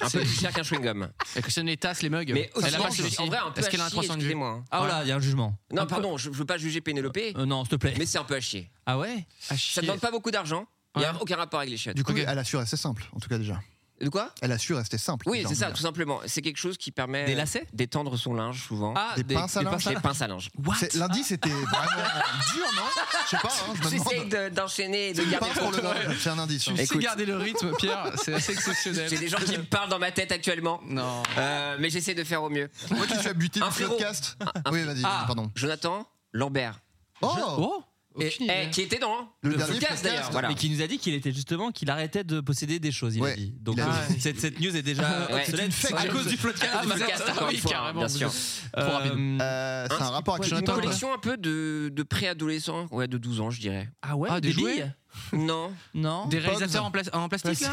S2: Un peu plus cher qu'un chewing-gum.
S1: Elle questionne les tasses, les mugs.
S2: Mais aussi,
S1: elle a pas celui-ci.
S2: en vrai, un peu
S1: Est-ce
S2: à
S1: qu'elle a un
S2: chier,
S1: 300 vues
S2: excusez-moi, hein.
S4: Ah, voilà, il y a un jugement.
S2: Non,
S4: Un peu-
S2: pardon, je je veux pas juger Pénélope,
S4: Euh, non, s'il te plaît.
S2: mais c'est un peu à chier.
S4: Ah ouais
S1: Ah,
S2: Ça
S1: chier.
S2: demande pas beaucoup d'argent. Il n'y a
S1: Ouais.
S2: aucun rapport avec les chiottes.
S3: Du coup,
S1: Ok.
S3: elle a su rester simple, en tout cas déjà.
S2: De quoi
S3: Elle a su rester simple.
S2: Oui,
S3: j'ai
S2: c'est
S3: envie
S2: ça,
S3: de
S2: tout
S3: dire.
S2: simplement. C'est quelque chose qui permet
S4: Des lacets
S2: d'étendre son linge souvent.
S4: Ah,
S3: Des pinces à linge.
S2: Des pinces à linge.
S4: What
S3: C'est- Lundi, c'était vraiment euh, dur, non Je sais pas, hein, je me
S2: J'essaye
S3: demande.
S2: de- d'enchaîner et de
S3: Une
S2: garder
S3: pince pour le
S2: contrôle.
S3: linge, c'est un indice. hein.
S1: Tu sais
S2: Écoute.
S1: garder le rythme, Pierre, c'est assez exceptionnel.
S2: J'ai des gens qui me parlent dans ma tête actuellement.
S1: Non.
S2: Euh, mais j'essaie de faire au mieux.
S3: Moi qui suis habité
S2: Un
S3: du
S2: frérot.
S3: podcast.
S2: un
S3: Oui, vas-y,
S2: Ah,
S3: pardon.
S2: Jonathan Lambert.
S3: Oh
S1: Oh
S2: Et-
S1: aucune
S2: eh,
S1: idée.
S2: qui était dans
S3: Le dernier
S2: podcast,
S3: podcast,
S2: d'ailleurs. Voilà.
S4: Mais qui nous a dit qu'il était justement qu'il arrêtait de posséder des choses, il a
S3: Ouais,
S4: dit. Donc
S3: il a
S4: euh,
S3: dit.
S4: cette, cette news est déjà
S2: Ouais.
S4: obsolète
S3: C'est une fake
S4: à
S3: news.
S4: cause du floodcast.
S1: Ah, bah,
S2: Podcast,
S1: ah,
S2: encore
S1: oui,
S2: une fois, hein,
S1: carrément,
S2: bien
S1: vous
S2: sûr.
S1: êtes trop rapide.
S3: Euh, C'est un rapport avec
S2: Une
S3: Jonathan.
S2: collection un peu de, de préadolescents, ouais, de 12 ans, je dirais.
S4: Ah ouais,
S1: Ah, des
S4: des
S1: jouets
S4: billes
S2: Non.
S4: Non.
S1: Des réalisateurs en, plas- en plastique là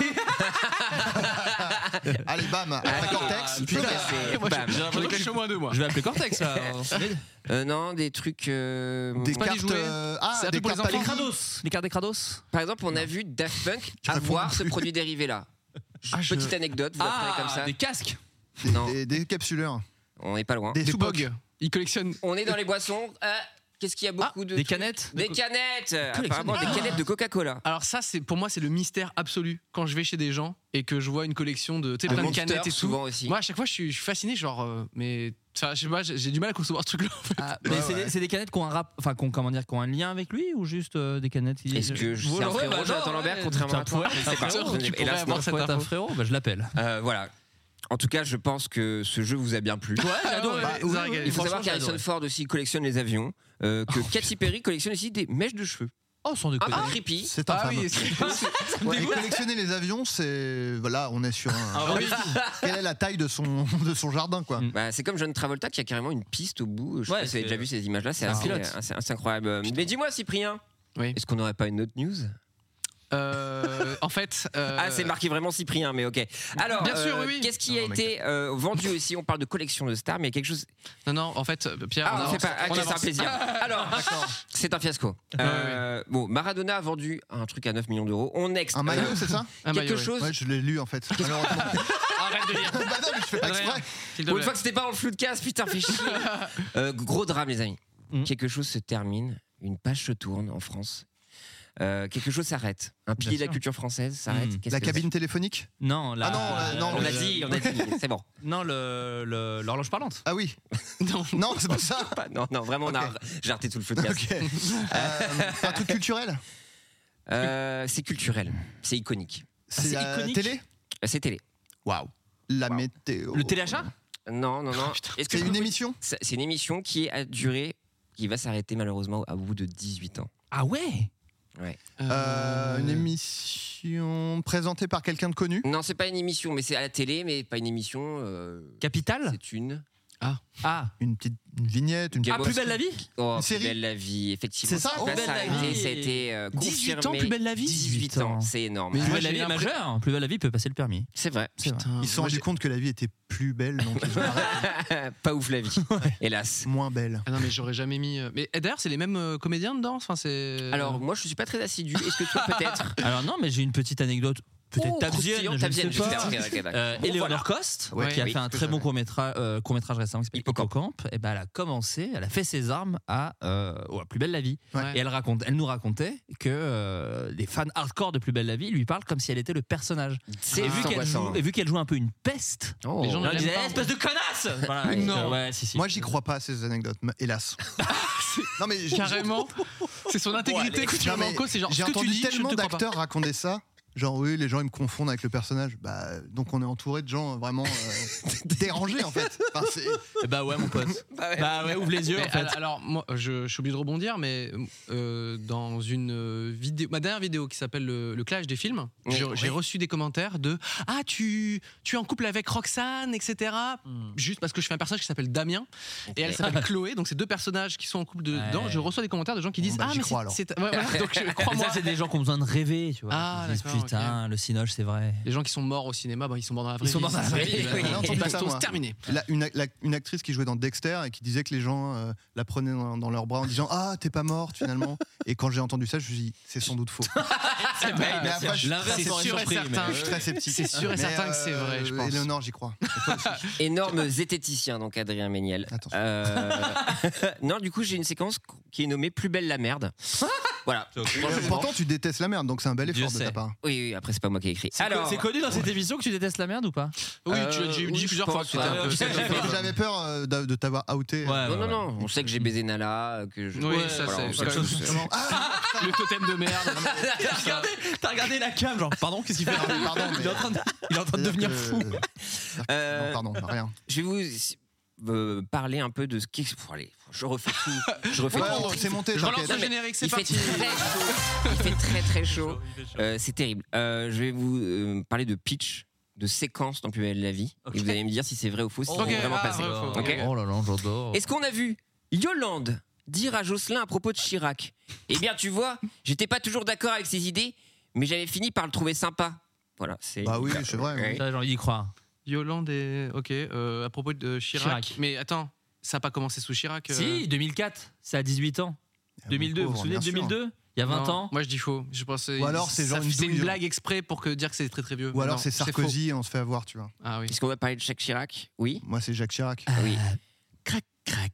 S3: Allez, bam, après Cortex.
S2: putain,
S3: Flaubert.
S2: c'est-
S1: Moi,
S2: bam.
S1: je- J'en ai caché au moins deux, moi.
S4: Je vais appeler Cortex là.
S2: Euh, non, des trucs. euh,
S3: Des
S1: pas des
S3: cartes.
S1: jouets.
S3: euh, Ah,
S1: C'est un
S3: des
S1: truc pour les
S3: cartes
S1: enfants.
S3: à l'écran.
S4: Les cartes des Kratos
S2: Par exemple, on a vu Daft Punk
S3: Je réponds
S2: avoir
S3: plus.
S2: ce produit dérivé là.
S1: Ah, je-
S2: Petite anecdote, vous apprenez comme
S4: Ah,
S2: ça.
S4: des casques
S3: Des-
S2: Non.
S3: Des, des capsuleurs.
S2: On n'est pas loin.
S3: Des
S1: Des
S3: sous-bocs.
S1: sous-bogs. Ils collectionnent.
S2: On est dans les boissons. Euh, Qu'est-ce qu'il y a beaucoup de.
S4: Des
S2: trucs
S4: canettes
S2: Des canettes Apparemment,
S4: Ah.
S2: des canettes de Coca-Cola.
S1: Alors ça, c'est pour moi, c'est le mystère absolu. Quand je vais chez des gens et que je vois une collection de, tu sais,
S2: De
S1: plein de
S2: Ah, Monster,
S1: canettes et tout.
S2: souvent aussi.
S1: Moi, à chaque fois, je suis, je suis fasciné, genre, euh, mais enfin, je sais pas, j'ai j'ai du mal à concevoir ce truc-là. en fait.
S4: Ah, mais
S3: Ouais,
S4: c'est
S3: ouais.
S4: des- c'est des canettes qui ont un rap, enfin, qui ont, comment dire, qui ont un lien avec lui ou juste euh, des canettes qui-
S2: Est-ce que je- c'est un
S4: Ouais,
S2: frérot
S4: bah non,
S2: Jonathan Lambert,
S4: ouais,
S2: contrairement
S4: c'est un
S2: à toi
S4: frérot,
S2: Je sais pas.
S4: frérot,
S2: Je-
S4: tu pourrais
S2: hélas, non,
S4: avoir
S1: cette
S4: cette
S1: info.
S4: frérot, bah, je l'appelle.
S2: Euh, voilà. En tout cas, je pense que ce jeu vous a bien plu.
S4: Ouais, j'adore.
S1: ouais,
S4: Bah,
S1: ils ont
S4: oui,
S1: régalé.
S4: oui,
S2: Il faut
S4: franchement, Oh,
S2: savoir qu'Harrison
S4: j'adore.
S2: Ford aussi collectionne les avions, euh, que Katy Perry collectionne aussi des mèches de cheveux.
S4: Oh, sans
S2: Un
S4: déconner.
S2: peu creepy.
S3: C'est
S1: Ah
S3: infâme.
S1: oui,
S3: Et collectionner les avions, c'est. Voilà, on est sur un.
S4: Ah oui.
S3: Quelle est la taille de son, de son jardin, quoi
S4: Mm.
S2: Bah, c'est comme John Travolta qui a carrément une piste au bout. Je
S4: Ouais,
S2: sais pas si vous avez
S4: c'est-
S2: déjà vu ces images-là, c'est
S4: un
S2: assez,
S4: pilote.
S2: assez- assez incroyable. Mais dis-moi, Cyprien,
S1: Oui.
S2: est-ce qu'on n'aurait pas une autre news
S1: Euh, en fait, euh,
S2: Ah, c'est marqué vraiment Cyprien, mais ok. Alors,
S1: Bien sûr,
S2: euh,
S1: oui, oui.
S2: qu'est-ce qui
S3: Non,
S2: a
S3: mais-
S2: été euh, vendu aussi On parle de collection de stars, mais il y a quelque chose.
S1: non, non, en fait, Pierre,
S2: Ah,
S1: on
S2: on fait
S1: avance,
S2: pas.
S1: on
S2: ok, c'est un
S1: avance. Ah.
S2: plaisir. Alors, c'est un fiasco. Euh, Bon, Maradona a vendu un truc à 9 millions d'euros. On next.
S3: Un
S2: Euh,
S3: maillot, c'est ça
S1: Un
S2: quelque
S1: maillot, ouais.
S2: chose.
S3: Ouais, je l'ai lu en fait. Malheureusement.
S1: Arrête de lire.
S3: bah non, mais je fais pas
S1: Adrien,
S3: exprès.
S1: s'il te
S2: Pour
S1: plaît.
S2: une fois que c'était pas dans le flou de casse, putain, fais chier. Euh, gros drame, les amis.
S3: Hum.
S4: Mhm.
S2: quelque chose se termine, une page se tourne en France, euh, quelque chose s'arrête, un pilier de la
S4: sûr.
S2: culture française s'arrête.
S4: Mhm.
S2: Qu'est-ce
S3: Hum. La
S2: que c'est
S3: cabine téléphonique
S4: Non, la-
S3: Ah non, euh, non,
S2: On
S3: le-
S2: a dit, on a dit, c'est bon.
S4: Non, le- le- l'horloge parlante.
S3: Ah oui
S1: Non.
S3: Non, c'est pas ça
S2: Pas- Non, non, vraiment, on a-
S3: Ok.
S2: j'ai raté tout le feu de
S3: Ok. Euh, un truc culturel
S2: Euh, c'est culturel, c'est iconique.
S3: C'est la
S4: iconique.
S3: télé
S2: Euh, C'est télé.
S3: Waouh La
S2: Waouh.
S3: météo.
S4: Le téléachat
S2: Non, non, non. Est-ce que
S3: Oh, C'est
S2: je
S3: une
S2: peux-
S3: émission
S2: C'est c'est une émission qui a duré, qui va s'arrêter malheureusement à bout de 18 ans.
S4: Ah ouais
S3: Euh, Une émission présentée par quelqu'un de connu
S2: Non, c'est pas une émission, mais c'est à la télé, mais pas une émission. euh,
S4: Capital
S2: c'est une.
S4: Ah,
S3: Une petite une vignette une
S2: Game
S4: ah
S2: of
S4: plus belle la vie
S2: Oh,
S3: Une
S2: plus
S3: série
S2: belle la vie, effectivement. Bah,
S3: C'est ça,
S2: Ça
S3: oh,
S2: va
S4: Belle la
S2: s'arrêter,
S4: vie.
S2: ça a été euh,
S4: 18 ans,
S2: confirmé.
S4: Plus belle la vie
S2: 18 ans, c'est énorme. Ah,
S1: Mais
S4: Plus
S1: moi,
S4: belle la
S1: j'ai
S4: vie est
S1: l'impre-
S4: majeure. Plus belle la vie peut passer le permis.
S2: C'est vrai.
S4: C'est vrai.
S1: Putain,
S3: Ils se sont
S1: moi,
S3: rendus
S1: j'ai-
S3: compte que la vie était plus belle, donc ils ont arrêté.
S2: pas ouf la vie, hélas.
S3: moins belle.
S1: Ah non, mais j'aurais jamais mis. euh, Mais eh, d'ailleurs, c'est les mêmes euh, comédiens dedans enfin,
S4: Euh.
S1: c'est...
S2: Alors, moi, je suis pas très assidu. Est-ce que toi, peut-être
S4: Alors non, mais j'ai une petite anecdote. Peut-être
S2: Oh, croustillant,
S4: tabzienne, je ne
S2: Tabzienne,
S4: sais pas.
S2: j'espère. Ok, ok, d'accord.
S4: Euh,
S2: Bon,
S4: Eleanor
S2: voilà.
S4: Cost,
S1: Ouais,
S4: qui a
S2: oui,
S4: fait un
S3: que
S4: très
S3: je
S4: bon
S3: savais.
S4: court métrage, court métrage récemment, qui s'appelle
S2: Hippocampe.
S4: Hippocampe. Et ben, elle a commencé, elle a fait ses armes à, euh, au- à Plus belle la vie.
S1: Ouais.
S4: Et elle raconte, elle nous racontait que euh, les fans hardcore de Plus belle la vie lui parlent comme si elle était le personnage.
S2: C'est
S4: et Ah, vu qu'elle
S2: angoissant.
S4: joue, et vu qu'elle joue un peu une peste,
S2: Oh.
S1: Les gens- On
S4: elle
S1: l'aime
S4: disait
S1: pas.
S4: Eh, espèce de connasse. Voilà,
S2: Non.
S4: donc, euh, ouais, si, si.
S3: Moi, j'y crois pas à ces anecdotes, mais- hélas. non, mais j'ai-
S1: Carrément. c'est son intégrité que tu
S3: Non,
S1: remets
S3: mais
S1: en cause. C'est genre,
S3: j'ai
S1: ce que tu
S3: entendu
S1: dis, je
S3: tellement
S1: ne te crois pas.
S3: d'acteurs raconter ça. Genre, oui, les gens, ils me confondent avec le personnage. Bah, donc, on est entouré de gens vraiment euh, dérangés, en fait. Enfin, c'est-
S4: Eh bah ouais, mon pote.
S2: Bah ouais.
S4: bah ouais, ouvre les yeux.
S1: Mais
S4: en fait.
S1: al- Alors, moi, je, je suis obligé de rebondir, mais euh, dans une euh, vidéo, ma dernière vidéo qui s'appelle le, le clash des films,
S2: Oui,
S1: j'ai
S2: oui.
S1: j'ai reçu des commentaires de ah tu tu es en couple avec Roxane, etc.
S4: Hmm.
S1: Juste parce que je fais un personnage qui s'appelle Damien et elle s'appelle Chloé, donc c'est deux personnages qui sont en couple de-
S4: Ouais.
S1: dedans. Je reçois des commentaires de gens qui
S3: Bon,
S1: disent
S3: bah,
S1: ah
S3: j'y
S1: mais
S3: crois,
S1: c'est- c'est ouais, voilà. donc je-
S4: Mais
S1: crois-moi.
S4: ça, c'est des gens qui ont besoin de rêver, tu vois.
S1: Ah,
S4: Ils se disent,
S1: d'accord, ok.
S4: putain, le cinoche, c'est vrai.
S1: Les gens qui sont morts au cinéma, bah, ils sont morts dans la vraie
S4: sont
S1: vie.
S4: morts dans la vraie vie,
S1: Oui,
S3: j'ai entendu ça,
S1: Bastos,
S3: moi.
S1: terminé.
S3: La- une, la- une actrice qui jouait dans Dexter et qui disait que les gens euh, la prenaient dans, dans leurs bras en disant Ah, t'es pas morte, finalement. Et quand j'ai entendu ça, je me suis dit C'est sans doute faux.
S1: Ah
S4: Bah,
S3: mais après, je suis
S4: L'inverse
S3: très-
S1: C'est
S4: aurait
S1: sûr et
S4: surpris, mais-
S1: certain.
S3: Je suis très sceptique.
S1: C'est sûr et
S3: Mais,
S1: certain que c'est vrai, je
S3: euh,
S1: pense.
S3: Eleanor, j'y crois.
S2: Énorme zététicien, donc Adrien Méniel.
S3: Attention.
S2: Euh, non, du coup, j'ai une séquence qui est nommée Plus belle la merde. voilà.
S3: Euh, Pourtant, tu détestes la merde, donc c'est un bel
S4: Dieu
S3: effort de
S4: sait.
S3: ta part.
S2: Oui, oui, après, c'est pas moi qui ai écrit.
S4: Alors,
S2: Alors,
S4: c'est connu dans cette émission que tu détestes la merde ou pas
S1: Oui, tu
S2: Euh,
S1: l'as
S2: oui,
S1: dit
S2: je
S1: plusieurs
S2: pense,
S1: fois que c'était un
S2: ouais.
S1: peu.
S3: J'avais peur euh, de de t'avoir outé.
S4: Ah,
S2: non, non,
S4: bah,
S2: non, on sait que j'ai baisé Nala, que je.
S1: Oui, ça, c'est-
S2: on sait
S1: voilà.
S2: tous.
S3: Ah,
S1: Le totem de merde.
S4: T'as regardé, t'as regardé la cam, genre, pardon, qu'est-ce qu'il fait là
S3: pardon, mais-
S4: Il est en train de, il est en train de
S3: c'est-à-dire
S4: devenir
S3: que-
S4: fou.
S2: Euh,
S3: Non, pardon, rien.
S2: Je vais vous euh, parler un peu de ce qui. Pff, allez, je refais tout. Je refais
S3: Ouais,
S2: tout.
S3: on- c'est monté,
S1: Je relance
S3: t'inquiète.
S1: le générique, c'est
S2: Il fait
S1: parti.
S2: très chaud. Il fait très très chaud. Euh, c'est terrible. Euh, je vais vous euh, parler de pitch, de séquence dans Plus belle la vie.
S4: Ok.
S2: Et vous allez me dire si c'est vrai ou faux, si
S1: Ok,
S2: c'est vraiment
S1: ah,
S2: passé.
S1: vrai ou faux.
S2: Ok.
S4: Oh là là, j'adore.
S2: Est-ce qu'on a vu Yolande dire à Jocelyn à propos de Chirac Eh bien, tu vois, j'étais pas toujours d'accord avec ses idées, mais j'avais fini par le trouver sympa. Voilà, c'est.
S3: Bah oui, c'est vrai,
S2: Ouais.
S4: Ça, j'ai envie d'y croire.
S1: Yolande et. Ok, euh, à propos de Chirac.
S4: Chirac.
S1: Mais attends, ça n'a pas commencé sous Chirac euh,
S4: Si, 2004, c'est à 18 ans.
S2: Ah,
S4: 2002, vous vous souvenez de 2002 Il y a 20
S1: non.
S4: ans
S1: Moi je dis faux. Je pense que
S3: Ou alors, c'est
S1: ça-
S3: genre une
S1: c'est une
S3: douille.
S1: blague exprès pour que dire que c'est très très vieux.
S3: Ou alors
S1: Non,
S3: c'est
S1: faux.
S3: Sarkozy et on se fait avoir, tu vois.
S1: Ah oui.
S2: Est-ce qu'on va parler de Jacques Chirac Oui.
S3: Moi, c'est Jacques Chirac.
S2: Oui. Ah, Crac, crac.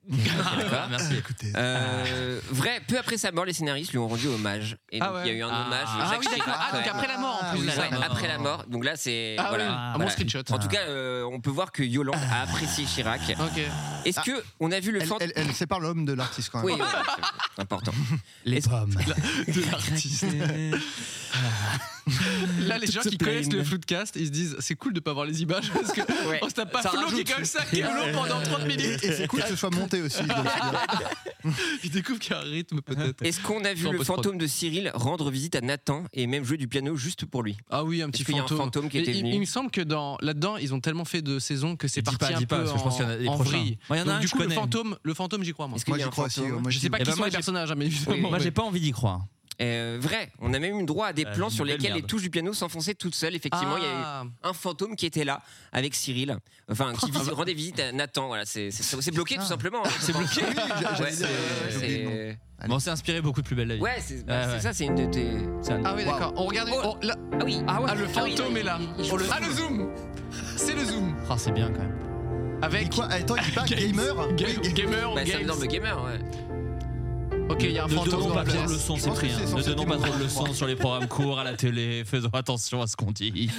S4: Ah, Merci.
S3: Écoutez,
S2: Euh, vrai, peu après sa mort, les scénaristes lui ont rendu hommage. Et
S1: Ah
S2: donc, il y a
S1: ouais.
S2: eu un
S4: Ah.
S2: hommage. de
S1: Ah
S2: Jacques
S1: oui, d'accord.
S2: Chirac,
S1: Ah,
S2: quand
S1: donc
S2: même.
S1: après la mort en
S3: Ah,
S1: plus.
S3: oui,
S2: Ouais,
S3: d'accord.
S2: après la mort. Donc là, c'est.
S1: Ah
S2: voilà.
S1: oui, à mon
S2: Voilà.
S1: screenshot.
S2: En tout cas, euh, on peut voir que Yolande a apprécié Chirac.
S1: Ok. Ah.
S2: Est-ce que on a vu le
S3: elle,
S2: fantôme
S3: elle- elle sépare l'homme de l'artiste quand même.
S2: Oui, oui, c'est important.
S4: Les
S2: Est-ce-
S4: pommes.
S1: Là, les gens qui connaissent le Floodcast, ils se disent c'est cool de pas voir les images parce que
S2: Ouais.
S1: on se tape pas
S4: Ça
S1: Flo qui est
S4: rajoute. Euh.
S1: comme ça, qui est au long pendant 30 minutes.
S3: Et c'est cool que ce soit monté aussi. je dois le dire.
S1: Je découvre qu'il y a un rythme peut-être.
S2: Est-ce qu'on a vu
S1: Sans
S2: le
S1: post-prod.
S2: fantôme de Cyril rendre visite à Nathan et même jouer du piano juste pour lui
S1: Ah oui, un petit
S2: qu'il y a un
S1: fantôme.
S2: fantôme qui
S1: Et
S2: était
S1: il,
S2: venu
S1: il me semble que dans là-dedans, ils ont tellement fait de saisons que c'est
S4: Dis
S1: parti
S4: pas,
S1: un
S4: dis pas,
S1: peu
S4: parce que je pense
S1: en-
S4: qu'il y en a des
S1: en
S4: prochains.
S1: vrille.
S4: Moi, il y en a
S1: Donc,
S4: un
S1: du
S4: que
S1: coup,
S4: je
S1: le
S4: connais.
S1: fantôme, le fantôme, j'y crois moi.
S2: Est-ce qu'il
S3: Moi,
S2: y a
S3: j'y
S2: un
S3: crois aussi.
S2: fantôme
S3: Moi,
S1: Je
S3: j'y
S1: sais pas qui
S3: crois.
S4: ben,
S1: sont
S4: moi,
S1: les
S4: j'ai-
S1: personnages, hein, mais évidemment.
S4: Moi, j'ai pas envie d'y croire.
S2: Euh, Vrai, on a même eu droit à des
S1: Bah,
S4: Euh,
S2: plans sur
S4: belle
S2: lesquels les
S4: merde.
S2: touches du piano s'enfonçaient toutes seules. Effectivement, il y a eu
S1: Ah.
S2: un fantôme qui était là avec Cyril, enfin qui visi-
S1: bah.
S2: rendait visite à Nathan. Voilà, c'est c'est- c'est bloqué tout simplement. hein. C'est bloqué.
S3: j'allais dire,
S1: euh,
S3: j'ai oublié le nom.
S2: Ouais,
S3: Allez.
S4: Bon, c'est inspiré beaucoup de plus belle la vie.
S2: c'est
S4: Ouais,
S2: bah, c'est
S4: ouais.
S2: ça, c'est une de tes.
S4: C'est un-
S1: Ah oui, d'accord. Ah On regarde.
S2: Oh.
S1: on- là-
S2: Ah oui,
S1: Ah,
S2: ouais.
S1: le
S2: oui,
S1: fantôme
S2: oui,
S1: est là.
S2: il- il-
S1: On le- Ah, le zoom C'est le zoom
S4: Oh, c'est bien quand même.
S3: Et
S1: Avec.
S3: quoi Attends, il dit pas gamer
S1: Ga- gamer, Ah,
S2: Bah, c'est un
S1: games.
S2: énorme gamer, ouais.
S1: Ok, il y a un
S4: Ne donnons
S1: fantôme
S4: pas
S1: dans
S4: trop
S1: la
S4: de
S1: pièce.
S4: leçons,
S3: Je pense que
S4: Cyprien.
S3: c'est
S4: Ne
S3: censé
S4: donnons pas
S3: être
S4: trop de
S3: une
S4: leçons sur les programmes courts à la télé. Faisons attention à ce qu'on dit.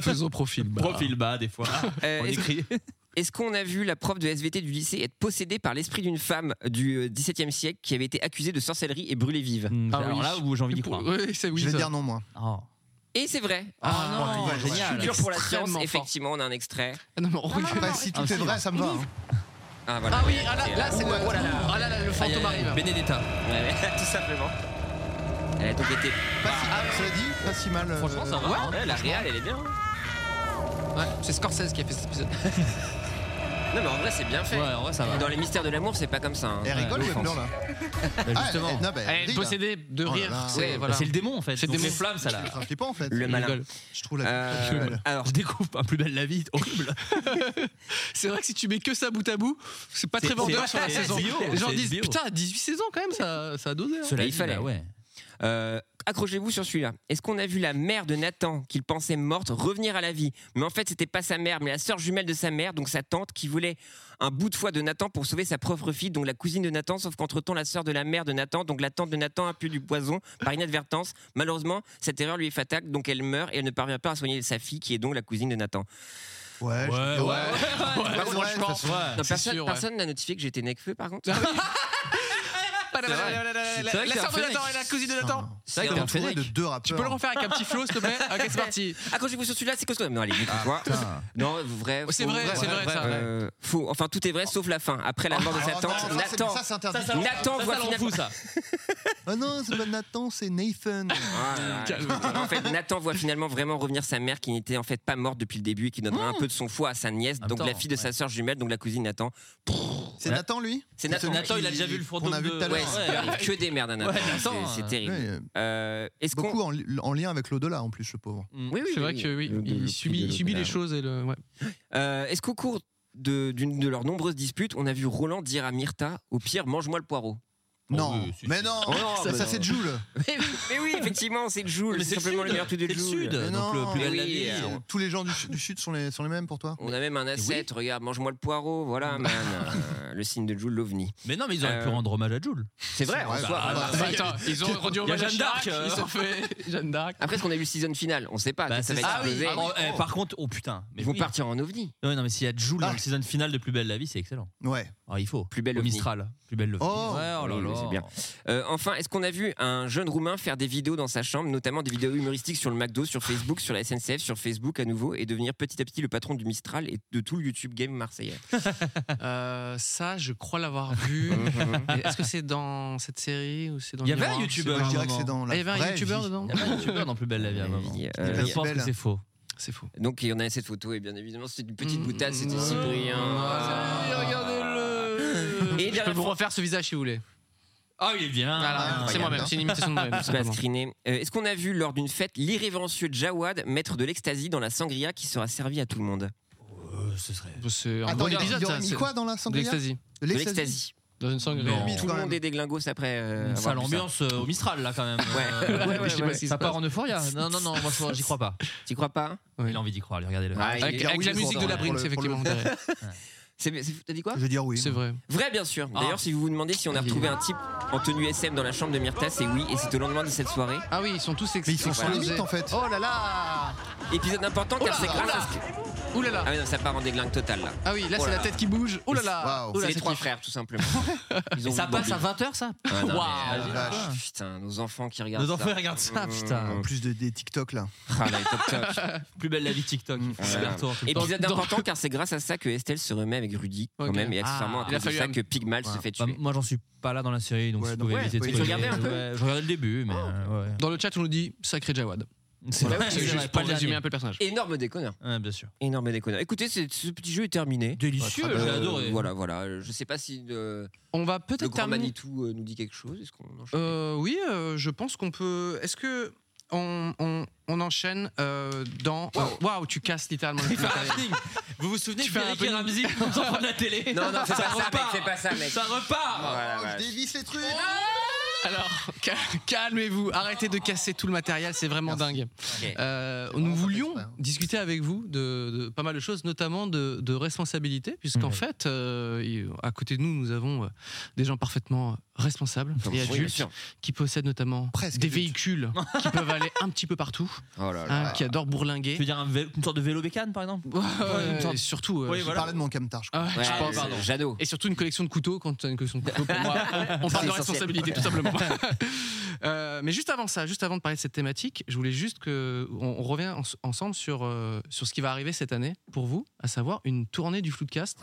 S1: Faisons profil bas. Ah,
S4: Profil bas, des fois.
S2: Euh,
S4: On
S2: est-ce-
S4: écrit.
S2: Est-ce qu'on a vu la prof de SVT du lycée être possédée par l'esprit d'une femme du XVIIe siècle qui avait été accusée de sorcellerie et brûlée vive
S1: Ah
S4: Hmm, Alors
S1: oui.
S4: là où j'ai envie d'y croire.
S1: Oui, c'est oui.
S3: je vais
S1: ça.
S3: dire non, moi.
S4: Oh.
S2: Et c'est vrai.
S1: Ah,
S3: non,
S2: Je suis
S3: génial.
S2: dur pour la science.
S1: Extrêmement fort.
S2: Effectivement, on a un extrait.
S1: Ah Non, mais on regarde.
S3: Bah, si tout est vrai, ça me va. hein.
S2: Ah, voilà.
S1: Ah oui, ah là, là, c'est le.
S2: Oh là là.
S1: Ah là là, le
S2: Aïe, aïe,
S1: fantôme
S2: aïe.
S1: arrive.
S2: Benedetta. Ouais, ouais, tout simplement. Elle a donc été.
S3: Pas si mal, cela dit, pas si mal. euh,
S4: Franchement, ça va. hein.
S2: Ouais, la réal, elle est bien.
S1: Ah
S2: hein.
S1: Ouais, c'est Scorsese qui a fait cet épisode.
S2: Non, mais en vrai, c'est bien fait.
S4: Ouais, en vrai, ça va.
S2: Dans les mystères de l'amour, c'est pas comme ça. hein.
S3: Elle rigole ou
S2: Ouais,
S3: elle pleure là
S4: Bah, justement.
S3: Ah, elle- non, bah, elle
S1: Elle est
S3: rit, là.
S1: possédée de
S3: Oh là
S1: rire.
S3: là.
S1: c'est
S2: Ouais,
S4: Bah,
S1: voilà.
S4: C'est le démon en fait.
S1: C'est le
S4: Donc,
S1: démon.
S4: les flammes, ça là.
S3: C'est flippant en fait.
S2: Le malin.
S1: rigole.
S3: Je trouve la
S2: Euh,
S3: photo belle.
S2: alors,
S4: Je découpe un plus belle la vie, horrible.
S1: C'est vrai que si tu mets que ça bout à bout, c'est pas
S4: C'est-
S1: très vendeur
S4: c'est-
S1: sur la
S4: c'est
S1: saison.
S4: HBO,
S1: Les gens
S4: c'est
S1: disent
S4: HBO.
S1: putain, à 18 saisons quand même, ça, ça a dosé. hein.
S2: il
S4: dit,
S2: fallait.
S4: bah, ouais.
S2: euh, accrochez-vous sur celui-là. Est-ce qu'on a vu la mère de Nathan, qu'il pensait morte, revenir à la vie Mais en fait, c'était pas sa mère, mais la sœur jumelle de sa mère, donc sa tante, qui voulait un bout de foie de Nathan pour sauver sa propre fille, donc la cousine de Nathan, sauf qu'entre-temps, la sœur de la mère de Nathan, donc la tante de Nathan, a pu du poison par inadvertance. Malheureusement, cette erreur lui est fatale, donc elle meurt et elle ne parvient pas à soigner sa fille, qui est donc la cousine de Nathan.
S3: Ouais, je- ouais,
S4: ouais,
S1: Ouais,
S3: ouais,
S1: franchement.
S3: ça se-
S4: Ouais.
S2: Non,
S1: Ah, C'est
S2: personne
S1: sûr, ouais.
S2: personne n'a notifié que j'étais Nekfeu, par contre.
S1: Ah, la-
S2: C'est
S1: la-
S2: vrai.
S1: la- la- la-
S2: C'est
S1: La
S2: vrai que
S1: la
S2: c'est un
S1: sœur de
S2: phénomène.
S1: Nathan et la cousine de Nathan.
S2: C'est
S3: T'es
S2: un
S3: entouré de
S2: truc.
S3: deux rappeurs.
S1: Tu peux le refaire avec un petit flow, s'il te plaît Ok, c'est parti.
S2: Accrochez-vous sur celui-là, c'est costaud. Non, allez, vite, quoi.
S3: Putain.
S2: Non, vrai.
S1: C'est
S2: faux,
S1: vrai, c'est vrai, c'est vrai.
S2: Euh, faux. Enfin, tout est vrai sauf la fin. Après la mort de
S3: Ah,
S2: sa
S3: non,
S2: tante,
S3: ça, c'est-
S2: Nathan.
S3: Ça, c'est interdit.
S2: ça, Nathan
S4: ça,
S2: voit
S4: ça, l'en
S2: finalement.
S4: fout, ça.
S3: Ah non, c'est pas Nathan, c'est Nathan.
S2: Ah, là, là.
S1: Calme-toi.
S2: en fait, Nathan voit finalement vraiment revenir sa mère qui n'était en fait pas morte depuis le début et qui donnera un peu de son foie à sa nièce,
S4: En
S2: donc
S4: même
S2: la
S4: temps,
S2: fille de sa sœur jumelle, donc la cousine Nathan.
S3: C'est Nathan, lui
S2: C'est Nathan.
S3: celui
S4: Nathan, il a déjà vu le
S3: qu'on
S4: fantôme
S3: a vu
S4: de-
S3: tout à
S2: Ouais,
S3: l'heure.
S2: c'est- il arrive que des merdes à Nathan.
S4: Ouais,
S2: C'est-
S4: Nathan,
S2: c'est
S4: euh,
S2: terrible.
S3: Ouais,
S2: Euh, Est-ce qu'on.
S3: Beaucoup en, li- en lien avec l'au-delà, en plus, le pauvre.
S2: Oui, oui,
S1: C'est vrai
S2: oui.
S1: que oui,
S2: Le- le- le-
S1: il subit,
S2: le-
S1: il subit
S2: le-
S1: les choses et le. ouais.
S2: Euh, Est-ce qu'au cours de, d'une- de leurs nombreuses disputes, on a vu Roland dire à Myrta Au pire, mange-moi le poireau
S4: Oh,
S3: non,
S4: oui, si,
S3: mais
S4: si.
S3: non,
S2: Oh, non,
S3: ça,
S2: bah
S3: ça,
S2: non.
S3: c'est Joule.
S2: Mais oui, mais oui, effectivement, c'est Jules.
S4: Mais
S2: C'est
S4: c'est
S2: simplement
S4: le
S2: le meilleur tout de
S4: C'est le
S2: Jules.
S4: sud. Donc le
S3: non,
S4: plus belle
S2: mais
S4: la
S2: oui,
S4: vie.
S2: euh,
S4: on-
S3: Tous les gens du, ch- du Sud sont les, sont les mêmes pour toi
S2: On a même un asset, regarde, mange-moi le poireau,
S4: Bah.
S2: voilà, man. euh, le signe de Jules, l'ovni.
S4: Mais non, mais ils auraient pu
S2: Euh,
S4: rendre hommage à Jules.
S2: C'est vrai,
S3: C'est
S2: en
S3: vrai,
S2: soi.
S3: bah,
S2: Ah,
S3: bah,
S2: bah.
S1: Bah, attends, ils ont rendu
S4: y a
S1: hommage à
S4: Jeanne
S1: Chirac,
S4: d'Arc, euh.
S1: Ils ont fait Jeanne d'arc.
S2: Après, est-ce qu'on a eu le season final On sait pas.
S4: Bah,
S2: qu'est-ce que
S4: c'est
S2: ça va
S4: ça.
S2: exploser.
S4: Ah, eh, Par contre, oh putain. Mais
S2: Ils vont
S4: oui.
S2: partir en ovni.
S4: Ouais, non, mais s'il y a Jules
S3: Ah.
S4: dans la saison finale de Plus belle la vie, c'est excellent.
S3: Ouais.
S4: Alors, il faut.
S2: Plus belle
S4: Au
S2: ovni.
S4: Mistral. Plus belle le
S3: Oh.
S4: ouais, oh là
S2: Oui,
S4: là.
S2: mais c'est bien. Euh, enfin, est-ce qu'on a vu un jeune roumain faire des vidéos dans sa chambre, notamment des vidéos humoristiques sur le McDo, sur Facebook, sur la SNCF, sur Facebook à nouveau, et devenir petit à petit le patron du Mistral et de tout le YouTube game marseillais
S1: Euh, ça, je crois l'avoir vu. Mais Est-ce que c'est dans cette série ou c'est dans
S4: Il y
S1: le
S4: avait un
S1: miroir
S4: youtubeur.
S3: Moi,
S4: à
S3: je
S4: un
S3: dirais que
S4: moment.
S3: c'est dans la
S1: Ah, Il y avait un
S3: vraie
S1: youtubeur
S3: vie.
S1: dedans
S4: Il y avait un youtubeur dans Plus belle la vie à un moment.
S2: Euh,
S3: Belle
S4: Je pense
S3: Belle.
S4: que c'est faux.
S1: C'est faux.
S2: Donc il y en a cette photo et bien évidemment c'est une petite boutade, c'est de
S1: Mmh.
S2: Cyprien.
S1: Ah,
S2: Ah.
S1: Regardez-le.
S2: Et
S1: Je peux
S2: dernière
S1: vous
S2: fois-
S1: refaire ce visage si vous voulez.
S4: Ah, il est bien.
S1: Voilà,
S3: incroyable,
S1: c'est moi-même,
S3: hein.
S1: c'est une imitation de moi-même.
S2: Je vais la screener. Euh, Est-ce qu'on a vu lors d'une fête l'irrévérencieux Jawad mettre de l'extasie dans la sangria qui sera servie à tout le monde
S4: Euh, Ce serait.
S1: C'est un
S3: Attends,
S1: bon
S3: il y a- il y
S1: épisode,
S3: aurait
S1: ça.
S3: mis
S1: c'est-
S3: quoi dans la
S1: De
S3: sangria
S1: l'extasie.
S3: De
S2: De l'extasie.
S1: Dans une sangle.
S4: Non.
S3: Mais
S2: Tout le
S3: quand
S2: monde
S3: même.
S2: est déglingos après. euh,
S4: Une
S2: avoir
S4: sale
S2: vu ça.
S4: ambiance euh, au Mistral là quand même.
S2: Ouais.
S4: Euh,
S2: Ouais, ouais,
S4: je sais
S2: ouais.
S4: pas si ça part en euphoria. Non non non, moi je- j'y crois pas.
S2: T'y crois pas hein
S4: Il a envie d'y croire, allez, regardez-le.
S2: Ah, il
S1: Avec,
S2: est-
S1: avec la
S3: oui,
S1: musique de
S3: pour
S1: la
S3: le-
S1: Brinks,
S3: pour le-
S1: effectivement. derrière.
S2: C'est- c'est- T'as dit quoi
S3: Ah, Je veux dire oui.
S1: C'est vrai.
S2: Vrai, bien sûr.
S4: Ah.
S2: D'ailleurs, si vous vous demandez si on a retrouvé un type en tenue SM dans la chambre de Myrta, c'est oui, et c'est au lendemain de cette soirée.
S1: Ah oui, ils sont tous ex-
S3: Mais ils sont sans
S1: explosés.
S3: limite en fait.
S1: Oh là là
S2: Épisode important car
S1: Oula,
S2: c'est grâce
S1: oula.
S2: à ce que-
S1: Ouh là là
S2: Ah, mais non, ça part en déglingue total là.
S1: Ah oui, là
S2: Oh
S1: c'est
S2: là
S1: la tête qui bouge. Oh là là
S3: Waouh.
S1: Oh là,
S2: c'est les
S1: ça
S2: trois
S1: kiffe.
S2: frères, tout simplement. Ils ont
S4: Ça
S2: vu
S4: passe
S2: Bambi.
S4: à 20h ça
S2: Ah, non, mais,
S4: Waouh.
S3: la
S2: ah,
S3: vache.
S2: Putain, nos enfants qui regardent
S4: Nos
S2: ça. Mmh,
S4: enfants ils regardent ça,
S3: En
S4: putain.
S3: plus de, des TikTok là.
S2: Ah, là, les toc toc.
S4: Plus belle la vie TikTok.
S3: Mm.
S4: C'est
S2: Ouais.
S4: bientôt, en tout cas.
S2: Épisode
S1: Dans-
S2: important car c'est grâce à ça que Estelle se remet avec Rudy quand
S1: Ok.
S2: même et
S4: Ah.
S2: accessoirement à
S4: Il
S1: a
S2: cause de
S1: fallu
S2: ça
S1: un-
S2: que Pigman se
S3: Voilà.
S2: fait
S4: Bah,
S2: tuer.
S4: moi j'en suis pas là dans la série donc
S3: Ouais,
S4: si vous
S3: donc,
S4: pouvez
S3: ouais,
S4: éviter de
S3: mais
S2: tu
S4: spoiler.
S2: regardais un peu
S4: Ouais, je regardais le début mais euh, ouais.
S1: Dans le chat, on nous dit sacré Jawad.
S4: C'est
S2: Bah
S4: vrai,
S2: oui,
S1: C'est
S4: c'est
S1: juste
S4: vrai,
S1: pour
S4: pas le
S1: résumer
S4: dernier.
S1: un peu le personnage.
S2: Énorme déconneur.
S4: Ouais, bien sûr.
S2: Énorme déconneur. Écoutez, c'est- ce petit jeu est terminé.
S4: Délicieux,
S3: Euh,
S4: j'ai
S2: Euh,
S4: adoré.
S2: Voilà, voilà. Je sais pas si euh,
S1: On va
S2: le
S1: peut-être
S2: grand
S1: terminer.
S2: Manitou euh, nous dit quelque chose. Est-ce qu'on enchaîne
S1: Euh, oui, euh, je pense qu'on peut. Est-ce que on, on- on enchaîne euh, dans. euh, Waouh, tu casses littéralement. le
S4: Enfin,
S1: matériel.
S4: happening. Vous vous souvenez
S1: Tu
S4: de
S1: fais un
S4: Eric et Ramsey dans les enfants de la télé
S2: Non, non, fais pas ça, mec.
S4: repart.
S2: Fais pas ça, mec.
S4: Ça repart.
S2: Voilà,
S3: Oh,
S2: voilà.
S3: je dévisse les trucs
S1: Alors, cal- calmez-vous, arrêtez de casser tout le matériel, c'est vraiment
S3: Merci.
S1: dingue.
S2: Ok.
S1: Euh,
S3: C'est
S1: nous
S3: vraiment pas
S1: voulions
S3: fait exprès, hein.
S1: discuter avec vous de, de pas mal de choses, notamment de, de responsabilité, puisqu'en
S4: Mhm.
S1: fait, euh, il- à côté de nous, nous avons euh, des gens parfaitement responsables
S2: Oui,
S1: et
S2: bien
S1: adultes
S2: sûr.
S1: qui possèdent notamment
S3: Presque
S1: des
S3: adultes.
S1: véhicules qui peuvent aller un petit peu partout,
S2: Oh là
S1: hein, qui adorent bourlinguer.
S4: Tu veux dire un vé- une sorte de vélo bécane, par exemple
S1: Ouais,
S4: une sorte-
S1: et surtout, euh,
S4: Oui,
S1: je-
S3: Je
S4: voilà.
S3: parlais de mon camtar, je crois.
S1: Ah, je pense-
S2: J'adore.
S1: Et surtout une collection de couteaux quand euh, tu as une collection de couteaux. Pour moi, on parle de responsabilité tout simplement. Euh, mais juste avant ça, juste avant de parler de cette thématique, je voulais juste que on, on revienne en- ensemble sur euh, sur ce qui va arriver cette année pour vous, à savoir une tournée du Floodcast.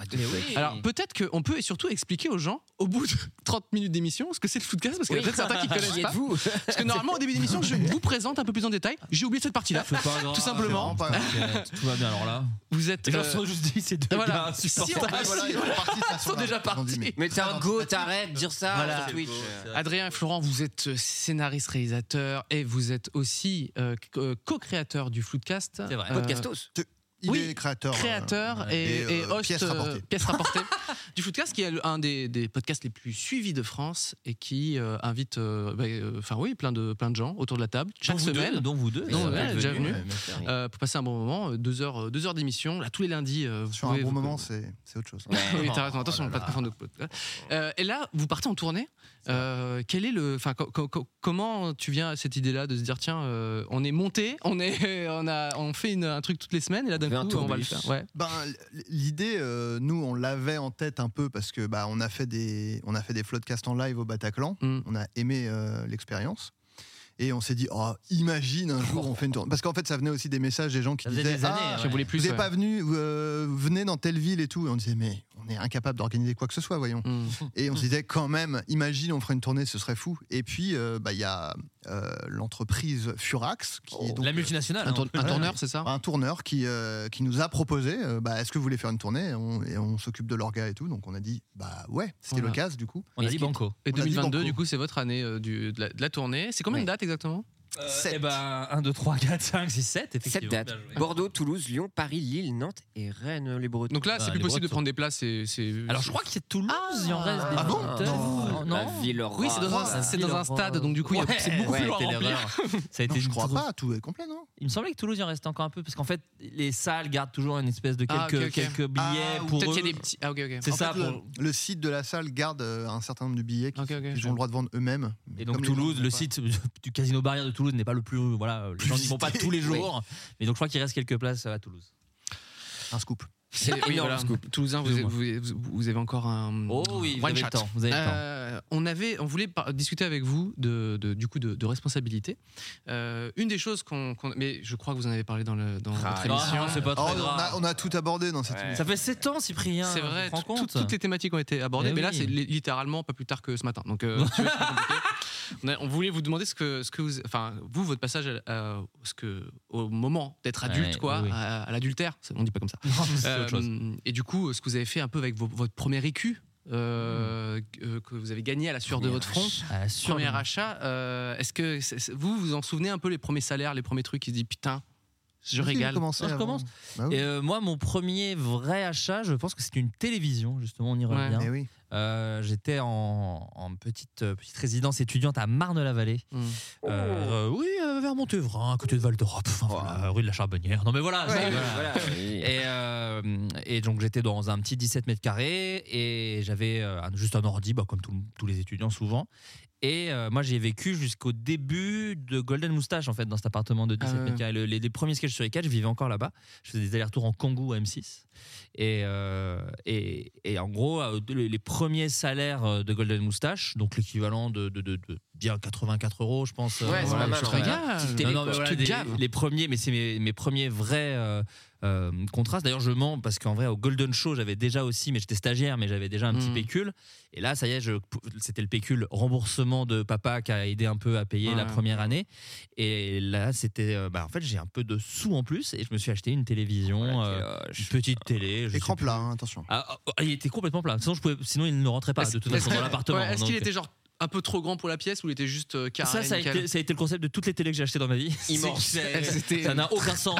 S1: Alors peut-être qu'on peut et surtout expliquer aux gens au bout de 30 minutes d'émission ce que c'est le Floodcast parce qu'il y a peut-être certains qui connaissent pas.
S2: vous
S1: Parce que normalement au début d'émission je vous présente un peu plus en détail. J'ai oublié cette partie-là.
S4: C'est pas grave,
S1: Bah, Tout simplement.
S3: C'est vraiment pas grave.
S4: euh, Tout va bien alors là.
S1: Vous êtes
S4: Les gens
S1: euh,
S4: se sont juste dit, c'est deux
S1: voilà.
S4: gars
S1: Si,
S4: insupportables.
S1: on- Ah, si,
S3: Et voilà, ils sont partis, de façon,
S1: sont déjà
S3: là. Ils ont dit,
S1: partis.
S2: Mais t'es un go, t'arrêtes de dire ça
S1: Voilà.
S2: sur Twitch.
S1: Adrien et Florent, vous êtes euh, scénariste, réalisateur et vous êtes aussi euh, c- euh, co-créateur du Floodcast.
S4: C'est vrai.
S1: Euh,
S2: Podcastos.
S3: Il
S1: Oui,
S3: est créateur. euh,
S1: Créateur
S3: ouais.
S1: et, et
S3: euh,
S1: host.
S3: Pièce
S1: euh,
S3: rapportée.
S1: pièce rapportée du Floodcast, qui est le- un des, des podcasts les plus suivis de France et qui euh, invite, euh, bah, euh, enfin oui, plein de, plein de gens autour de la table chaque
S4: Dont vous
S1: semaine.
S4: deux, dont vous deux.
S1: Non,
S4: Et,
S1: ouais,
S4: euh,
S1: déjà
S4: bienvenue.
S1: venu. euh, pour passer un bon moment, euh, deux heures, euh, deux heures d'émission, là tous les lundis. euh, vous
S3: Sur un
S1: pouvez-
S3: bon
S1: vous-
S3: moment, c'est c'est autre chose.
S1: Ah Oui, t'as raison.
S4: Oh
S1: Attention, pas de confondre de Euh, et là, vous partez en tournée. Euh, quel est le, enfin, co- co- co- comment tu viens à cette idée-là de se dire tiens, euh, on est monté, on est, on a, on fait une- un truc toutes les semaines et là d'un
S2: On fait un
S1: coup on va le
S2: tourbus.
S1: faire. Ouais.
S3: Ben, l- l'idée, euh, nous, on l'avait en tête un peu parce que bah, on a fait des, on a fait des floodcasts en live au Bataclan.
S1: Mm.
S3: On a aimé euh, l'expérience. Et on s'est dit, oh, imagine un jour on fait une tournée. Parce qu'en fait, ça venait aussi des messages des gens qui
S4: Ça faisait
S3: disaient,
S4: des années,
S3: ah,
S4: ouais.
S1: J'en voulais plus.
S3: vous n'êtes
S1: ouais.
S3: pas venu, euh, venez dans telle ville et tout. Et on disait, mais on est incapable d'organiser quoi que ce soit, voyons.
S1: Mm.
S3: Et on se disait, quand même, imagine on ferait une tournée, ce serait fou. Et puis, euh, bah, il y a euh, l'entreprise Furax, qui est donc
S4: La multinationale.
S1: Un,
S4: hein.
S1: tour- un
S3: Ouais.
S1: tourneur, c'est ça
S3: un tourneur qui, euh, qui nous a proposé euh, bah, est-ce que vous voulez faire une tournée Et on, et on s'occupe de l'orga et tout. Donc on a dit bah ouais, c'était
S1: Voilà.
S3: l'occasion du coup.
S4: On a dit banco.
S1: Et
S3: on a dit
S1: 2022,
S3: Banco.
S1: du coup, c'est votre année euh, du, de, la, de la tournée. C'est combien
S2: Ouais.
S1: de dates exactement
S3: Sept.
S4: Eh ben, 1, 2, 3, 4, 5, 6, 7,
S2: Cette
S4: effectivement.
S2: date.
S4: Bien joué.
S2: Bordeaux, Toulouse, Lyon, Paris, Lille, Nantes et Rennes, les Bretons.
S1: Donc là, c'est
S4: Bah,
S1: plus
S4: les
S1: possible de
S4: Bretons.
S1: prendre des places. C'est, c'est-
S4: Alors, je crois qu'il y a Toulouse, il en reste des
S3: Ah bon
S4: hôtels.
S3: Non.
S2: La ville
S1: Oui, c'est dans
S4: Ah,
S1: un, c'est dans un stade, donc du coup, il y a-
S4: Ouais,
S1: c'est beaucoup
S4: ouais,
S1: plus loin à
S4: t'es
S1: remplir.
S4: l'erreur. Ça a été
S3: Non, je
S4: une
S3: crois
S4: catastrophe.
S3: pas, tout est complet, non
S4: Il me semblait que Toulouse, il en restait encore un peu, parce qu'en fait, les salles gardent toujours une espèce de
S1: Ah,
S4: quelques,
S1: ok, ok.
S4: quelques billets
S3: Ah, ou
S4: pour
S1: Peut-être
S4: eux.
S1: qu'il y a des petits. Ah ok ok.
S4: C'est
S3: En
S4: ça.
S3: fait, le,
S4: pour-
S3: le site de la salle garde euh, un certain nombre de billets qui-
S1: Ok, ok,
S3: qu'ils
S1: je-
S3: ont le droit de vendre eux-mêmes. Mais
S4: Et donc
S3: comme les gens
S4: Toulouse,
S3: n'ont
S4: le
S3: pas-
S4: site du casino barrière de Toulouse n'est pas le plus voilà, les gens n'y vont pas
S3: visité.
S4: tous les jours, mais donc je crois qu'il reste quelques places euh, à Toulouse.
S3: Un scoop.
S1: C'est
S2: énorme, ce coup.
S1: Toulousain, vous, vous- vous avez encore un.
S4: Oh vous
S1: one
S4: avez
S1: shot.
S4: le temps, vous avez le temps.
S1: Euh, on avait, on voulait par- discuter avec vous de, de- du coup de, de responsabilité. Euh, une des choses qu'on, qu'on- mais je crois que vous en avez parlé dans, le, dans
S2: Ah,
S1: votre
S2: non,
S1: émission.
S4: Ah, c'est pas
S3: Oh,
S4: très
S3: on, a,
S4: grave.
S3: on a tout abordé dans cette
S2: Ouais.
S3: émission.
S4: Ça fait 7 ans Cyprien.
S1: C'est
S4: tu
S1: vrai,
S4: te rends
S1: tout- tout-
S4: compte
S1: toutes les thématiques ont été abordées,
S4: Eh
S1: mais là
S4: oui.
S1: c'est li- littéralement pas plus tard que ce matin. Donc, euh, si tu veux, c'est compliqué. on, a- on voulait vous demander ce que, ce que vous, enfin vous votre passage à- à- ce que au moment d'être adulte
S4: Ouais,
S1: quoi,
S4: oui.
S1: à, à l'adultère, Ça, on dit pas comme ça.
S4: Non, mais c'est autre chose.
S1: Euh, et du coup, ce que vous avez fait un peu avec vo- votre premier IQ euh,
S4: Hmm.
S1: euh, que vous avez gagné à la sueur de
S2: Premier
S1: votre front.
S4: Ah, sûr,
S1: Premier
S4: mais-
S1: achat, euh, est-ce que c'est- c'est- vous vous en souvenez un peu les premiers salaires, les premiers trucs qui se dit putain, je
S3: Vas-y,
S1: régale.
S3: commencez
S4: Ah, je
S3: avant.
S4: commence
S3: Bah oui.
S4: Et euh, moi, mon premier vrai achat, je pense que c'est une télévision, justement, on y revient.
S3: Eh oui.
S4: Euh, J'étais en, en petite, euh, petite résidence étudiante à Marne-la-Vallée.
S1: Hmm.
S4: Euh,
S3: Oh.
S4: oui, euh, vers Montévrain, à côté de Val d'Europe, enfin, voilà, rue de la Charbonnière. Non mais voilà. c'est- voilà.
S2: Et
S4: Et, euh, et donc j'étais dans un petit 17 mètres carrés et j'avais euh, un- juste un ordi, bah, comme tout- tous les étudiants souvent. Et euh, moi j'ai vécu jusqu'au début de Golden Moustache en fait dans cet appartement de 17
S1: Ah ouais.
S4: mètres carrés. Le- les, les premiers sketchs sur les 4, je vivais encore là-bas. Je faisais des allers-retours en Kangoo à M6. Et, euh, et, et en gros, euh, les, les premiers salaires euh, de Golden Moustache, donc l'équivalent de, de- de- de bien 84 euros, je pense. euh,
S2: Ouais, c'est
S4: voilà,
S2: pas mal,
S4: je
S2: ouais.
S4: regarde.
S1: Régale.
S2: Petite télé,
S4: Non, non, mais
S2: quoi.
S4: voilà,
S1: Tu te
S4: des-
S1: gaves.
S4: les premiers, mais c'est mes, mes premiers vrais euh, euh, contrastes. D'ailleurs, je mens parce qu'en vrai, au Golden Show, j'avais déjà aussi, mais j'étais stagiaire, mais j'avais déjà un petit
S1: Mm.
S4: pécule. Et là, ça y est, je- c'était le pécule remboursement de papa qui a aidé un peu à payer
S1: Ouais.
S4: la première année. Et là, c'était, euh, bah, en fait, j'ai un peu de sous en plus et je me suis acheté une télévision,
S1: Oh
S4: euh, une petite télé. je
S3: Écran
S4: sais plus. oh,
S3: plat, hein, attention.
S4: Ah, ah, ah, il était complètement plat. Sinon, je pouvais, sinon il ne rentrait pas
S1: Est-ce-
S4: de toute façon
S1: est-ce
S4: dans
S1: que-
S4: l'appartement.
S1: ouais, Est-ce qu'il
S4: donc- euh.
S1: était genre un peu trop grand pour la pièce ou il était juste euh, carré
S4: ça, ça a,
S1: nickel
S4: été, ça a été le concept de toutes les télés que j'ai achetées dans ma vie.
S2: Immense.
S4: C'est- c'est-
S1: C'était-
S4: Ça n'a aucun sens.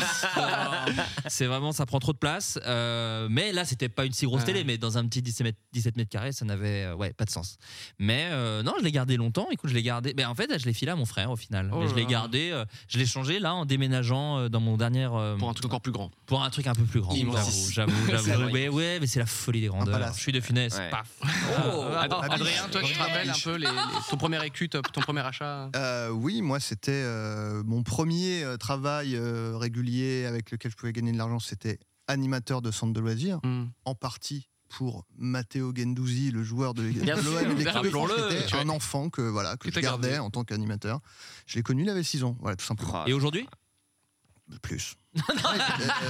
S4: c'est vraiment, ça prend trop de place. Euh, mais là, c'était pas une si grosse
S1: Ouais.
S4: télé, mais dans un petit 17 mètres, 17 mètres carrés, ça n'avait euh, ouais, pas de sens. Mais euh, non, je l'ai gardé longtemps. Écoute, je l'ai gardé. Ben, en fait, je l'ai filé à mon frère au final.
S1: Oh
S4: Mais je
S1: là
S4: l'ai
S1: là.
S4: gardé, euh, je l'ai changé là en déménageant euh, dans mon dernier. euh,
S1: pour un truc encore plus grand.
S4: pour un truc un peu plus grand.
S1: Immense.
S4: J'avoue, j'avoue,
S1: C'est
S4: j'avoue.
S1: vrai.
S4: Mais ouais, mais c'est la folie des grandeurs.
S3: palace.
S4: Je suis de finesse.
S2: Ouais.
S4: Paf.
S2: Oh,
S4: Ah,
S1: Ad-
S4: ah,
S3: biche.
S1: Adrien, toi, tu te
S3: Ah,
S1: rappelles un
S3: biche.
S1: peu les, les- ton premier écu, ton ton premier achat
S3: Euh, oui, moi, c'était euh, mon premier euh, travail euh, régulier avec lequel je pouvais gagner de l'argent. C'était animateur de centre de loisirs,
S1: Hmm.
S3: en partie pour Matteo Gendouzi, le joueur de
S2: Bien
S3: de
S2: sûr,
S3: l'OM. de France.
S4: rappelons-le.
S3: C'était un enfant que, voilà, que
S1: Que
S3: je
S1: t'as gardé.
S3: gardais en tant qu'animateur. Je l'ai connu, il avait 6 ans, voilà, tout simplement.
S4: Et aujourd'hui
S3: Plus. euh,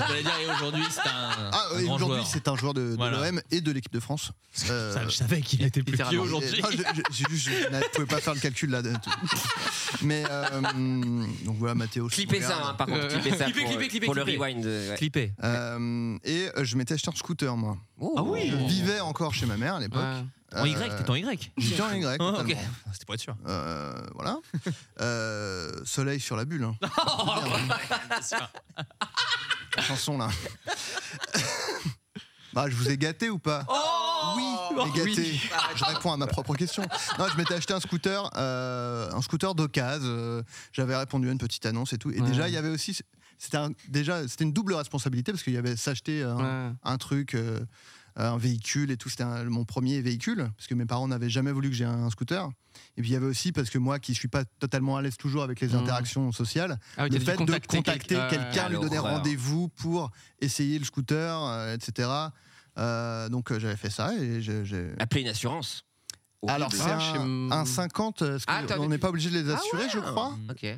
S4: J'allais dire, et aujourd'hui, c'est un.
S3: Ah,
S4: un
S3: et
S4: grand
S3: aujourd'hui,
S4: joueur.
S3: c'est un joueur de, de
S4: Voilà.
S3: l'OM et de l'équipe de France. Euh,
S4: Ça, je savais qu'il était plus vieux
S1: littéralement.
S4: aujourd'hui.
S3: Non, je, je- je- je- je ne pouvais pas faire le calcul là. de- Mais euh, donc voilà, Mathéo. si tu
S2: Clipper ça,
S3: regardes.
S2: hein, par contre.
S1: Euh,
S2: Clipper ça
S4: clipper,
S2: pour,
S4: clipper, clipper,
S2: pour le
S4: clipper.
S2: rewind. euh, ouais.
S4: Clippé.
S3: Euh, et euh, je m'étais acheté un scooter, moi.
S4: Ah oui.
S3: Je vivais encore chez ma mère à l'époque.
S1: Ouais.
S4: En Y,
S3: Euh,
S4: t'étais en Y.
S3: J'étais en Y.
S4: Ah, ok.
S3: totalement.
S4: C'était pour être sûr.
S3: Euh, voilà. Euh, soleil sur la bulle. hein. La chanson là. bah, je vous ai gâté ou pas Oui,
S4: Oh,
S3: mais gâté.
S4: oui.
S3: Je réponds à ma propre question. Non, je m'étais acheté un scooter, euh, un scooter d'occasion. euh, J'avais répondu à une petite annonce et tout. Et
S1: Ouais.
S3: déjà, il y avait aussi. C'était un- déjà, c'était une double responsabilité parce qu'il y avait s'acheter un,
S1: Ouais.
S3: un truc, euh, un véhicule et tout. C'était un- mon premier véhicule, parce que mes parents n'avaient jamais voulu que j'ai un scooter. Et puis il y avait aussi, parce que moi qui suis pas totalement à l'aise toujours avec les
S2: Mmh.
S1: Mhm.
S3: interactions sociales,
S1: Ah oui,
S3: le
S1: t'as dû
S3: fait
S1: contacter euh,
S3: de contacter
S1: quelqu'un.
S3: quelqu'un, lui
S2: alors,
S3: donner
S2: horreur.
S3: rendez-vous pour essayer le scooter, euh, etc. Euh, donc euh, j'avais fait ça et j'ai- j'ai.
S2: Appeler une assurance. Horrible.
S3: Alors c'est
S1: Ah,
S3: un,
S1: chez-
S3: un 50, parce que
S2: Ah, t'en
S3: on
S2: as
S3: n'est
S2: plus.
S3: pas obligé de les
S2: Ah
S3: assurer,
S2: ouais.
S3: je crois.
S2: Ok.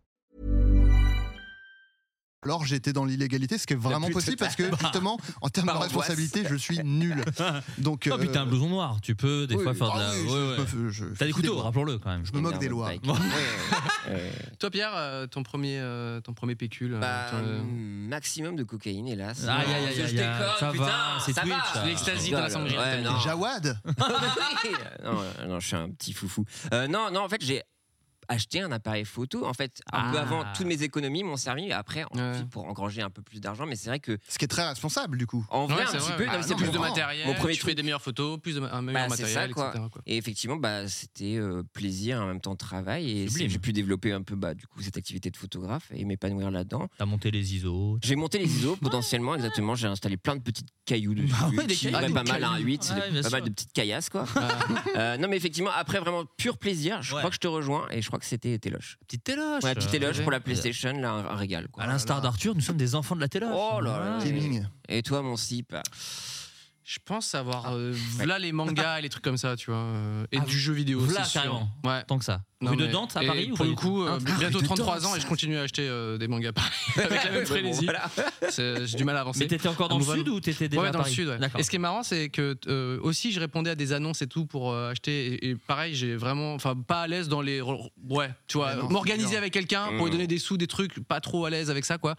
S3: Alors j'étais dans l'illégalité, ce qui est vraiment
S2: plus
S3: possible parce que
S2: totale.
S3: justement, en termes de
S2: Par Bah, angoisse.
S3: responsabilité, je suis nul. Donc, euh,
S4: Oh putain, un blouson noir. Tu peux des
S3: Ah
S4: fois faire de la. ouais, ouais. T'as des couteaux, rappelons-le quand même.
S3: Je me moque des lois.
S2: Énorme bike. Ouais, ouais, ouais.
S1: Toi, Pierre, euh, ton premier, euh, ton premier pécule. euh,
S2: Bah,
S1: ton- euh,
S2: maximum de cocaïne, hélas.
S4: Aïe,
S2: Non,
S4: aïe, aïe,
S2: je
S4: aïe,
S2: déconne,
S4: aïe, ça
S2: putain,
S4: va, c'est
S2: ça
S4: Twitch,
S2: va.
S4: ça.
S1: L'ecstasy dans la
S2: Je rigole,
S1: sangria,
S2: ouais,
S1: t'as
S2: non.
S3: Jawad
S2: non, euh, non, je suis un petit foufou. Euh, non, non, en fait, j'ai acheté un appareil photo. En fait, un peu
S4: Ah.
S2: avant, toutes mes économies m'ont servi après
S1: Ouais.
S2: pour engranger un peu plus d'argent. Mais c'est vrai que,
S3: Ce qui est très responsable du coup.
S2: en vrai,
S1: ouais,
S2: un
S1: c'est
S2: petit
S1: vrai,
S2: peu, ah,
S1: ouais.
S2: non, mais c'est
S3: non,
S1: plus
S3: mais
S1: de
S3: vraiment,
S1: matériel,
S2: mon premier
S1: tu fais
S2: truc-
S1: des meilleures photos, plus de, ma- un meilleur
S2: Bah, c'est
S1: matériel,
S2: ça, quoi.
S1: etc. quoi.
S2: Et effectivement, bah, c'était euh, plaisir en même temps travail. Et
S4: Sublime.
S2: j'ai pu développer un peu, bah, du coup, cette activité de photographe et m'épanouir là-dedans.
S4: T'as monté les ISO.
S2: J'ai monté les ISO potentiellement, exactement. J'ai installé plein de petites cailloux dessus.
S1: Ah
S4: Bah ouais, des
S2: qui
S4: cailloux,
S2: valent pas
S4: des
S2: mal à un
S4: cailloux.
S2: 8,
S4: Ouais,
S2: c'est
S4: bien
S2: pas mal
S4: sûr.
S2: de petites caillasses, quoi.
S1: Ouais.
S2: Euh, non, mais effectivement, après vraiment pur plaisir, je
S4: Ouais.
S2: crois que je te rejoins et je crois que c'était Téloche.
S1: Ah,
S4: Petite téloche.
S2: Ouais, petite Téloche
S4: Euh,
S2: pour la PlayStation, là, un, un régal, quoi.
S4: À l'instar d'Arthur, nous sommes des enfants de la téloche.
S2: Oh là là.
S4: Voilà.
S3: Gaming.
S2: Et toi, mon sip
S1: Je pense avoir euh, là les mangas et les trucs comme ça, tu vois, euh, et du jeu vidéo.
S4: v'là,
S1: c'est sûr.
S4: carrément.
S1: Ouais.
S4: Tant que ça.
S1: Non,
S4: Rue de
S1: mais-
S4: Dante à
S1: et
S4: Paris ou
S1: Pour
S4: pas
S1: le
S4: du tout
S1: coup, euh,
S2: Ah,
S1: bientôt
S2: rue de
S1: 33 ans
S2: Dante.
S1: et je continue à acheter euh, des mangas pareil, avec la même frénésie. C'est- euh, J'ai du mal à avancer.
S4: Mais t'étais encore dans le
S1: Nouvelle-
S4: sud ou t'étais déjà
S1: Ouais,
S4: à
S1: dans le
S4: Paris
S1: sud. ouais.
S4: D'accord.
S1: Et ce qui est marrant, c'est que euh, aussi, je répondais à des annonces et tout pour euh, acheter. Et, et pareil, j'ai vraiment, enfin, pas à l'aise dans les, re- ouais, tu vois,
S3: Mais non, c'est
S1: m'organiser
S3: dur.
S1: avec quelqu'un pour lui
S2: Mm.
S1: donner des sous, des trucs, pas trop à l'aise avec ça, quoi.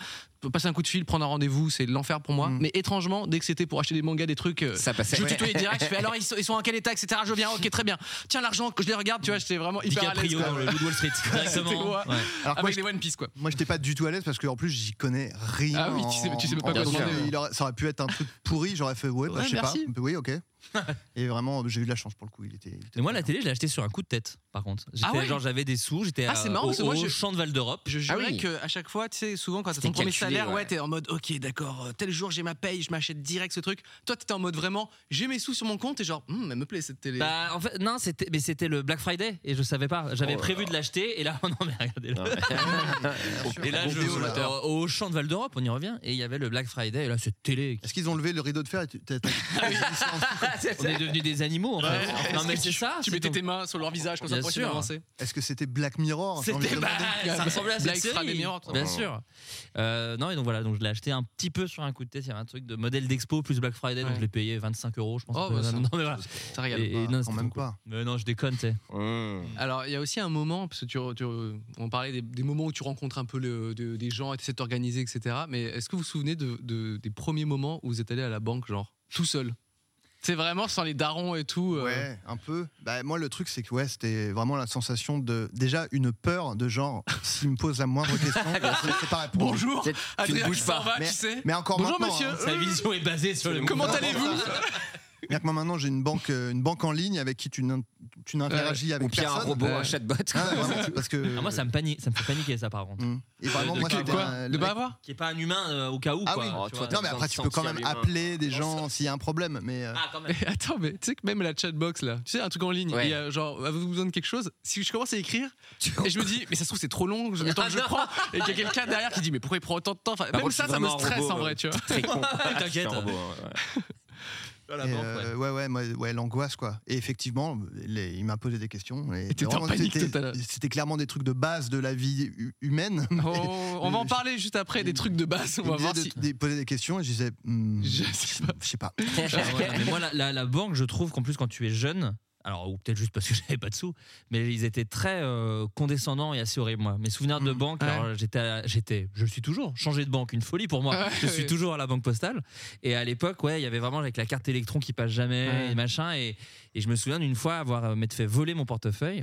S1: Passer un coup de fil, prendre un rendez-vous, c'est l'enfer pour moi.
S3: Mm.
S1: Mais étrangement, dès que c'était pour acheter des mangas, des trucs, euh,
S2: Ça passait.
S1: je tutoyais direct. Je fais alors ils sont, ils sont en quel état, etc. Je viens, ok, très bien. Tiens l'argent, que je les regarde, tu vois, j'étais vraiment hyper à l'aise.
S4: DiCaprio
S1: quoi.
S4: dans le Loup de Wall Street.
S1: C'était
S4: Directement.
S1: moi.
S4: Ouais.
S3: Alors que moi,
S1: Avec
S3: je-
S1: des One Piece, quoi.
S3: moi, j'étais pas du tout à l'aise parce qu'en plus, j'y connais rien.
S1: Ah oui, tu sais-
S3: en-
S1: tu sais pas
S2: quoi
S3: en- donc,
S2: demander,
S3: euh,
S1: ouais.
S3: il aurait- Ça aurait pu être un truc pourri, j'aurais fait ouais, bah,
S1: Ouais,
S3: je sais
S1: merci.
S3: pas. Oui, ok. Et vraiment, j'ai eu de la chance pour le coup. Il était. il était
S4: Et moi, la
S3: très
S4: télé, je l'ai acheté sur un coup de tête, par contre. J'étais,
S1: Ah ouais
S4: genre, j'avais des sous, j'étais
S1: Ah, c'est
S4: euh,
S1: marrant,
S4: au,
S1: parce que moi,
S4: au
S1: je-
S4: champ de Val d'Europe.
S1: Je jurais
S2: Ah oui.
S1: que à chaque fois, tu sais, souvent quand t'as
S2: C'était
S1: ton premier
S2: calculé,
S1: salaire, ouais,
S2: ouais.
S1: t'es en mode, ok, d'accord, euh, tel jour j'ai ma paye, je m'achète direct ce truc. Toi, t'étais en mode vraiment, j'ai mes sous sur mon compte et genre, hum, elle me plaît cette télé.
S4: Bah, en fait, non, c'était, mais c'était le Black Friday et je savais pas. J'avais
S2: Oh là
S4: prévu de l'acheter et là, oh non, mais regardez. là.
S3: bien sûr.
S4: Et là,
S3: Bon
S4: je
S3: vidéo, là.
S4: au, au champ de Val d'Europe, on y revient, et il y avait le Black Friday et là, cette télé.
S3: Est-ce qu'ils ont levé le rideau de fer et tu- t'as- t'as- ils sont en dessous comme
S4: on est devenus des animaux en fait.
S1: Ah, Ouais.
S4: Non mais
S1: Est-ce que
S4: c'est ça.
S1: Tu
S4: c'est
S1: mettais
S4: comme-
S1: tes mains sur leur visage comme ça
S4: Bien
S1: pour
S4: sûr.
S1: avancer.
S3: Est-ce que c'était Black Mirror j'ai envie de
S4: C'était
S3: demander.
S4: bah, ça ressemblait à cette
S1: Black Friday
S4: série.
S1: Mirror, toi.
S4: bien sûr. Euh, non et donc voilà, donc je l'ai acheté un petit peu sur un coup de tête. Il y avait un truc de modèle d'expo plus Black Friday, donc
S1: Ouais.
S4: je l'ai payé 25 euros, je pense.
S1: Oh,
S4: que-
S1: bah, ça-
S4: non mais voilà.
S1: Ça régale.
S4: Et- et
S3: Ah,
S4: non,
S3: quand
S4: c'était
S3: même
S4: trop cool.
S3: pas.
S4: Mais non, je déconne, tu sais.
S2: Hmm.
S1: Alors, il y a aussi un moment, parce que tu, tu- on parlait des, des moments où tu rencontres un peu le- de- des gens et tu essaies de t'organiser, etc. Mais est-ce que vous vous souvenez de, de- des premiers moments où vous êtes allé à la banque, genre, tout seul C'est vraiment sans les darons et tout. euh,
S3: Ouais, un peu. Bah, moi, le truc, c'est que ouais, c'était vraiment la sensation de. Déjà, une peur de genre, s'il me pose la moindre question, je ne sais pas répondre.
S1: Bonjour
S2: C'est- tu
S1: Adrien
S2: ne bouges pas.
S1: Samba, tu sais
S3: Mais encore
S1: Bonjour
S3: maintenant,
S1: monsieur
S3: hein.
S4: Sa
S1: Euh,
S4: vision est basée sur le.
S1: Comment
S3: Non,
S1: allez-vous
S3: Bien que moi, maintenant, j'ai une banque, euh, une banque en ligne avec qui tu n'in- tu n'interagis
S2: Ou
S3: avec
S2: bien un
S3: personne.
S2: robot, un
S1: Ouais.
S2: chatbot.
S3: Ah, ouais, vraiment, c'est parce que.
S4: Ah, moi ça me panique, ça me fait paniquer ça par contre.
S3: Mm. Et vraiment,
S4: De- de
S3: moi,
S4: pas
S3: c'était
S4: avoir-
S3: un-
S1: De pas avoir
S4: Qui est pas un humain euh, au cas où
S3: Ah
S4: quoi.
S3: oui.
S4: tu
S3: Oh,
S2: toi,
S4: vois.
S2: t'as
S3: Non, mais après,
S2: besoin
S3: tu
S2: de
S3: peux quand
S2: sentir
S3: même
S2: l'humain.
S3: appeler des gens s'il y a un problème. Mais euh,
S4: Ah quand même.
S1: Mais attends, mais tu sais que même la chatbox là, tu sais, un truc en ligne,
S2: Ouais.
S1: il y a genre, avez-vous besoin de quelque chose Si je commence à écrire, et je me dis, mais ça se trouve, c'est trop long, je- le temps que je
S4: Ah, non.
S1: prends, et qu'il y a quelqu'un derrière qui dit, mais pourquoi il prend autant de temps Enfin,
S2: Par
S1: Même
S2: contre, je
S1: ça,
S2: suis
S1: ça me
S2: vraiment un
S1: stresse
S2: robot,
S1: en vrai,
S2: ouais.
S1: tu vois.
S2: Très con. Je suis
S4: T'inquiète.
S2: un robot, ouais, ouais.
S4: À la
S3: et,
S4: banque, ouais.
S3: euh, ouais, ouais, moi, ouais, l'angoisse, quoi. Et effectivement, les- il m'a posé des questions. Et,
S1: t'étais en
S3: vraiment,
S1: panique
S3: c'était-
S1: totale.
S3: C'était clairement des trucs de base de la vie hu- humaine. mais-
S1: Oh, on va en
S3: je-
S1: parler juste après, des trucs de base, on
S3: Il
S1: va
S3: me disait
S1: voir
S3: de,
S1: si.
S3: de poser des questions et je disais, hmm,
S1: Je sais pas.
S3: je sais pas.
S4: Ah ouais, non, mais moi, la, la- la banque, je trouve qu'en plus, quand tu es jeune, alors, ou peut-être juste parce que j'avais pas de sous, mais ils étaient très euh, condescendants et assez horribles, moi. Mes souvenirs de
S3: Mm,
S4: banque,
S1: ouais.
S4: alors, j'étais, à- j'étais, je le suis toujours, changer de banque, une folie pour moi.
S1: Ouais,
S4: je suis
S1: ouais.
S4: toujours à la banque postale. Et à l'époque, ouais, il y avait vraiment avec la carte électron qui passe jamais
S1: Ouais.
S4: et machin. Et, et je me souviens d'une fois avoir euh, m'être fait voler mon portefeuille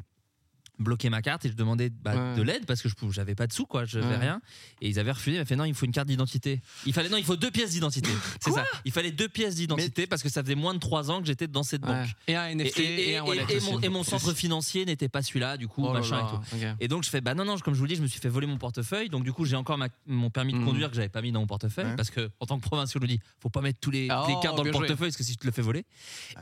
S4: bloquer ma carte et je demandais bah,
S1: Ouais.
S4: de l'aide parce que je pou- j'avais pas de sous quoi je n'avais
S1: Ouais.
S4: rien et ils avaient refusé ils m'avaient fait non il faut une carte d'identité il fallait non il faut deux pièces d'identité c'est ça il fallait deux pièces d'identité parce que ça faisait moins de trois ans que j'étais dans cette banque
S1: Et un
S4: et,
S1: NFT,
S4: et-
S1: et, un wallet.
S4: et- et
S1: aussi.
S4: mon, et mon centre financier n'était pas celui-là du coup
S1: Oh là
S4: machin
S1: là,
S4: et tout
S1: ok.
S4: et donc je fais bah non non je- comme je vous le dis je me suis fait voler mon portefeuille donc du coup j'ai encore ma- mon permis de
S1: Mm.
S4: conduire que j'avais pas mis dans mon portefeuille
S3: Ouais.
S4: parce que en tant que provincial je me dis faut pas mettre tous les,
S1: Ah,
S4: les
S1: oh,
S4: cartes dans le
S1: bien joué. Ah
S4: portefeuille parce que si tu te le fais voler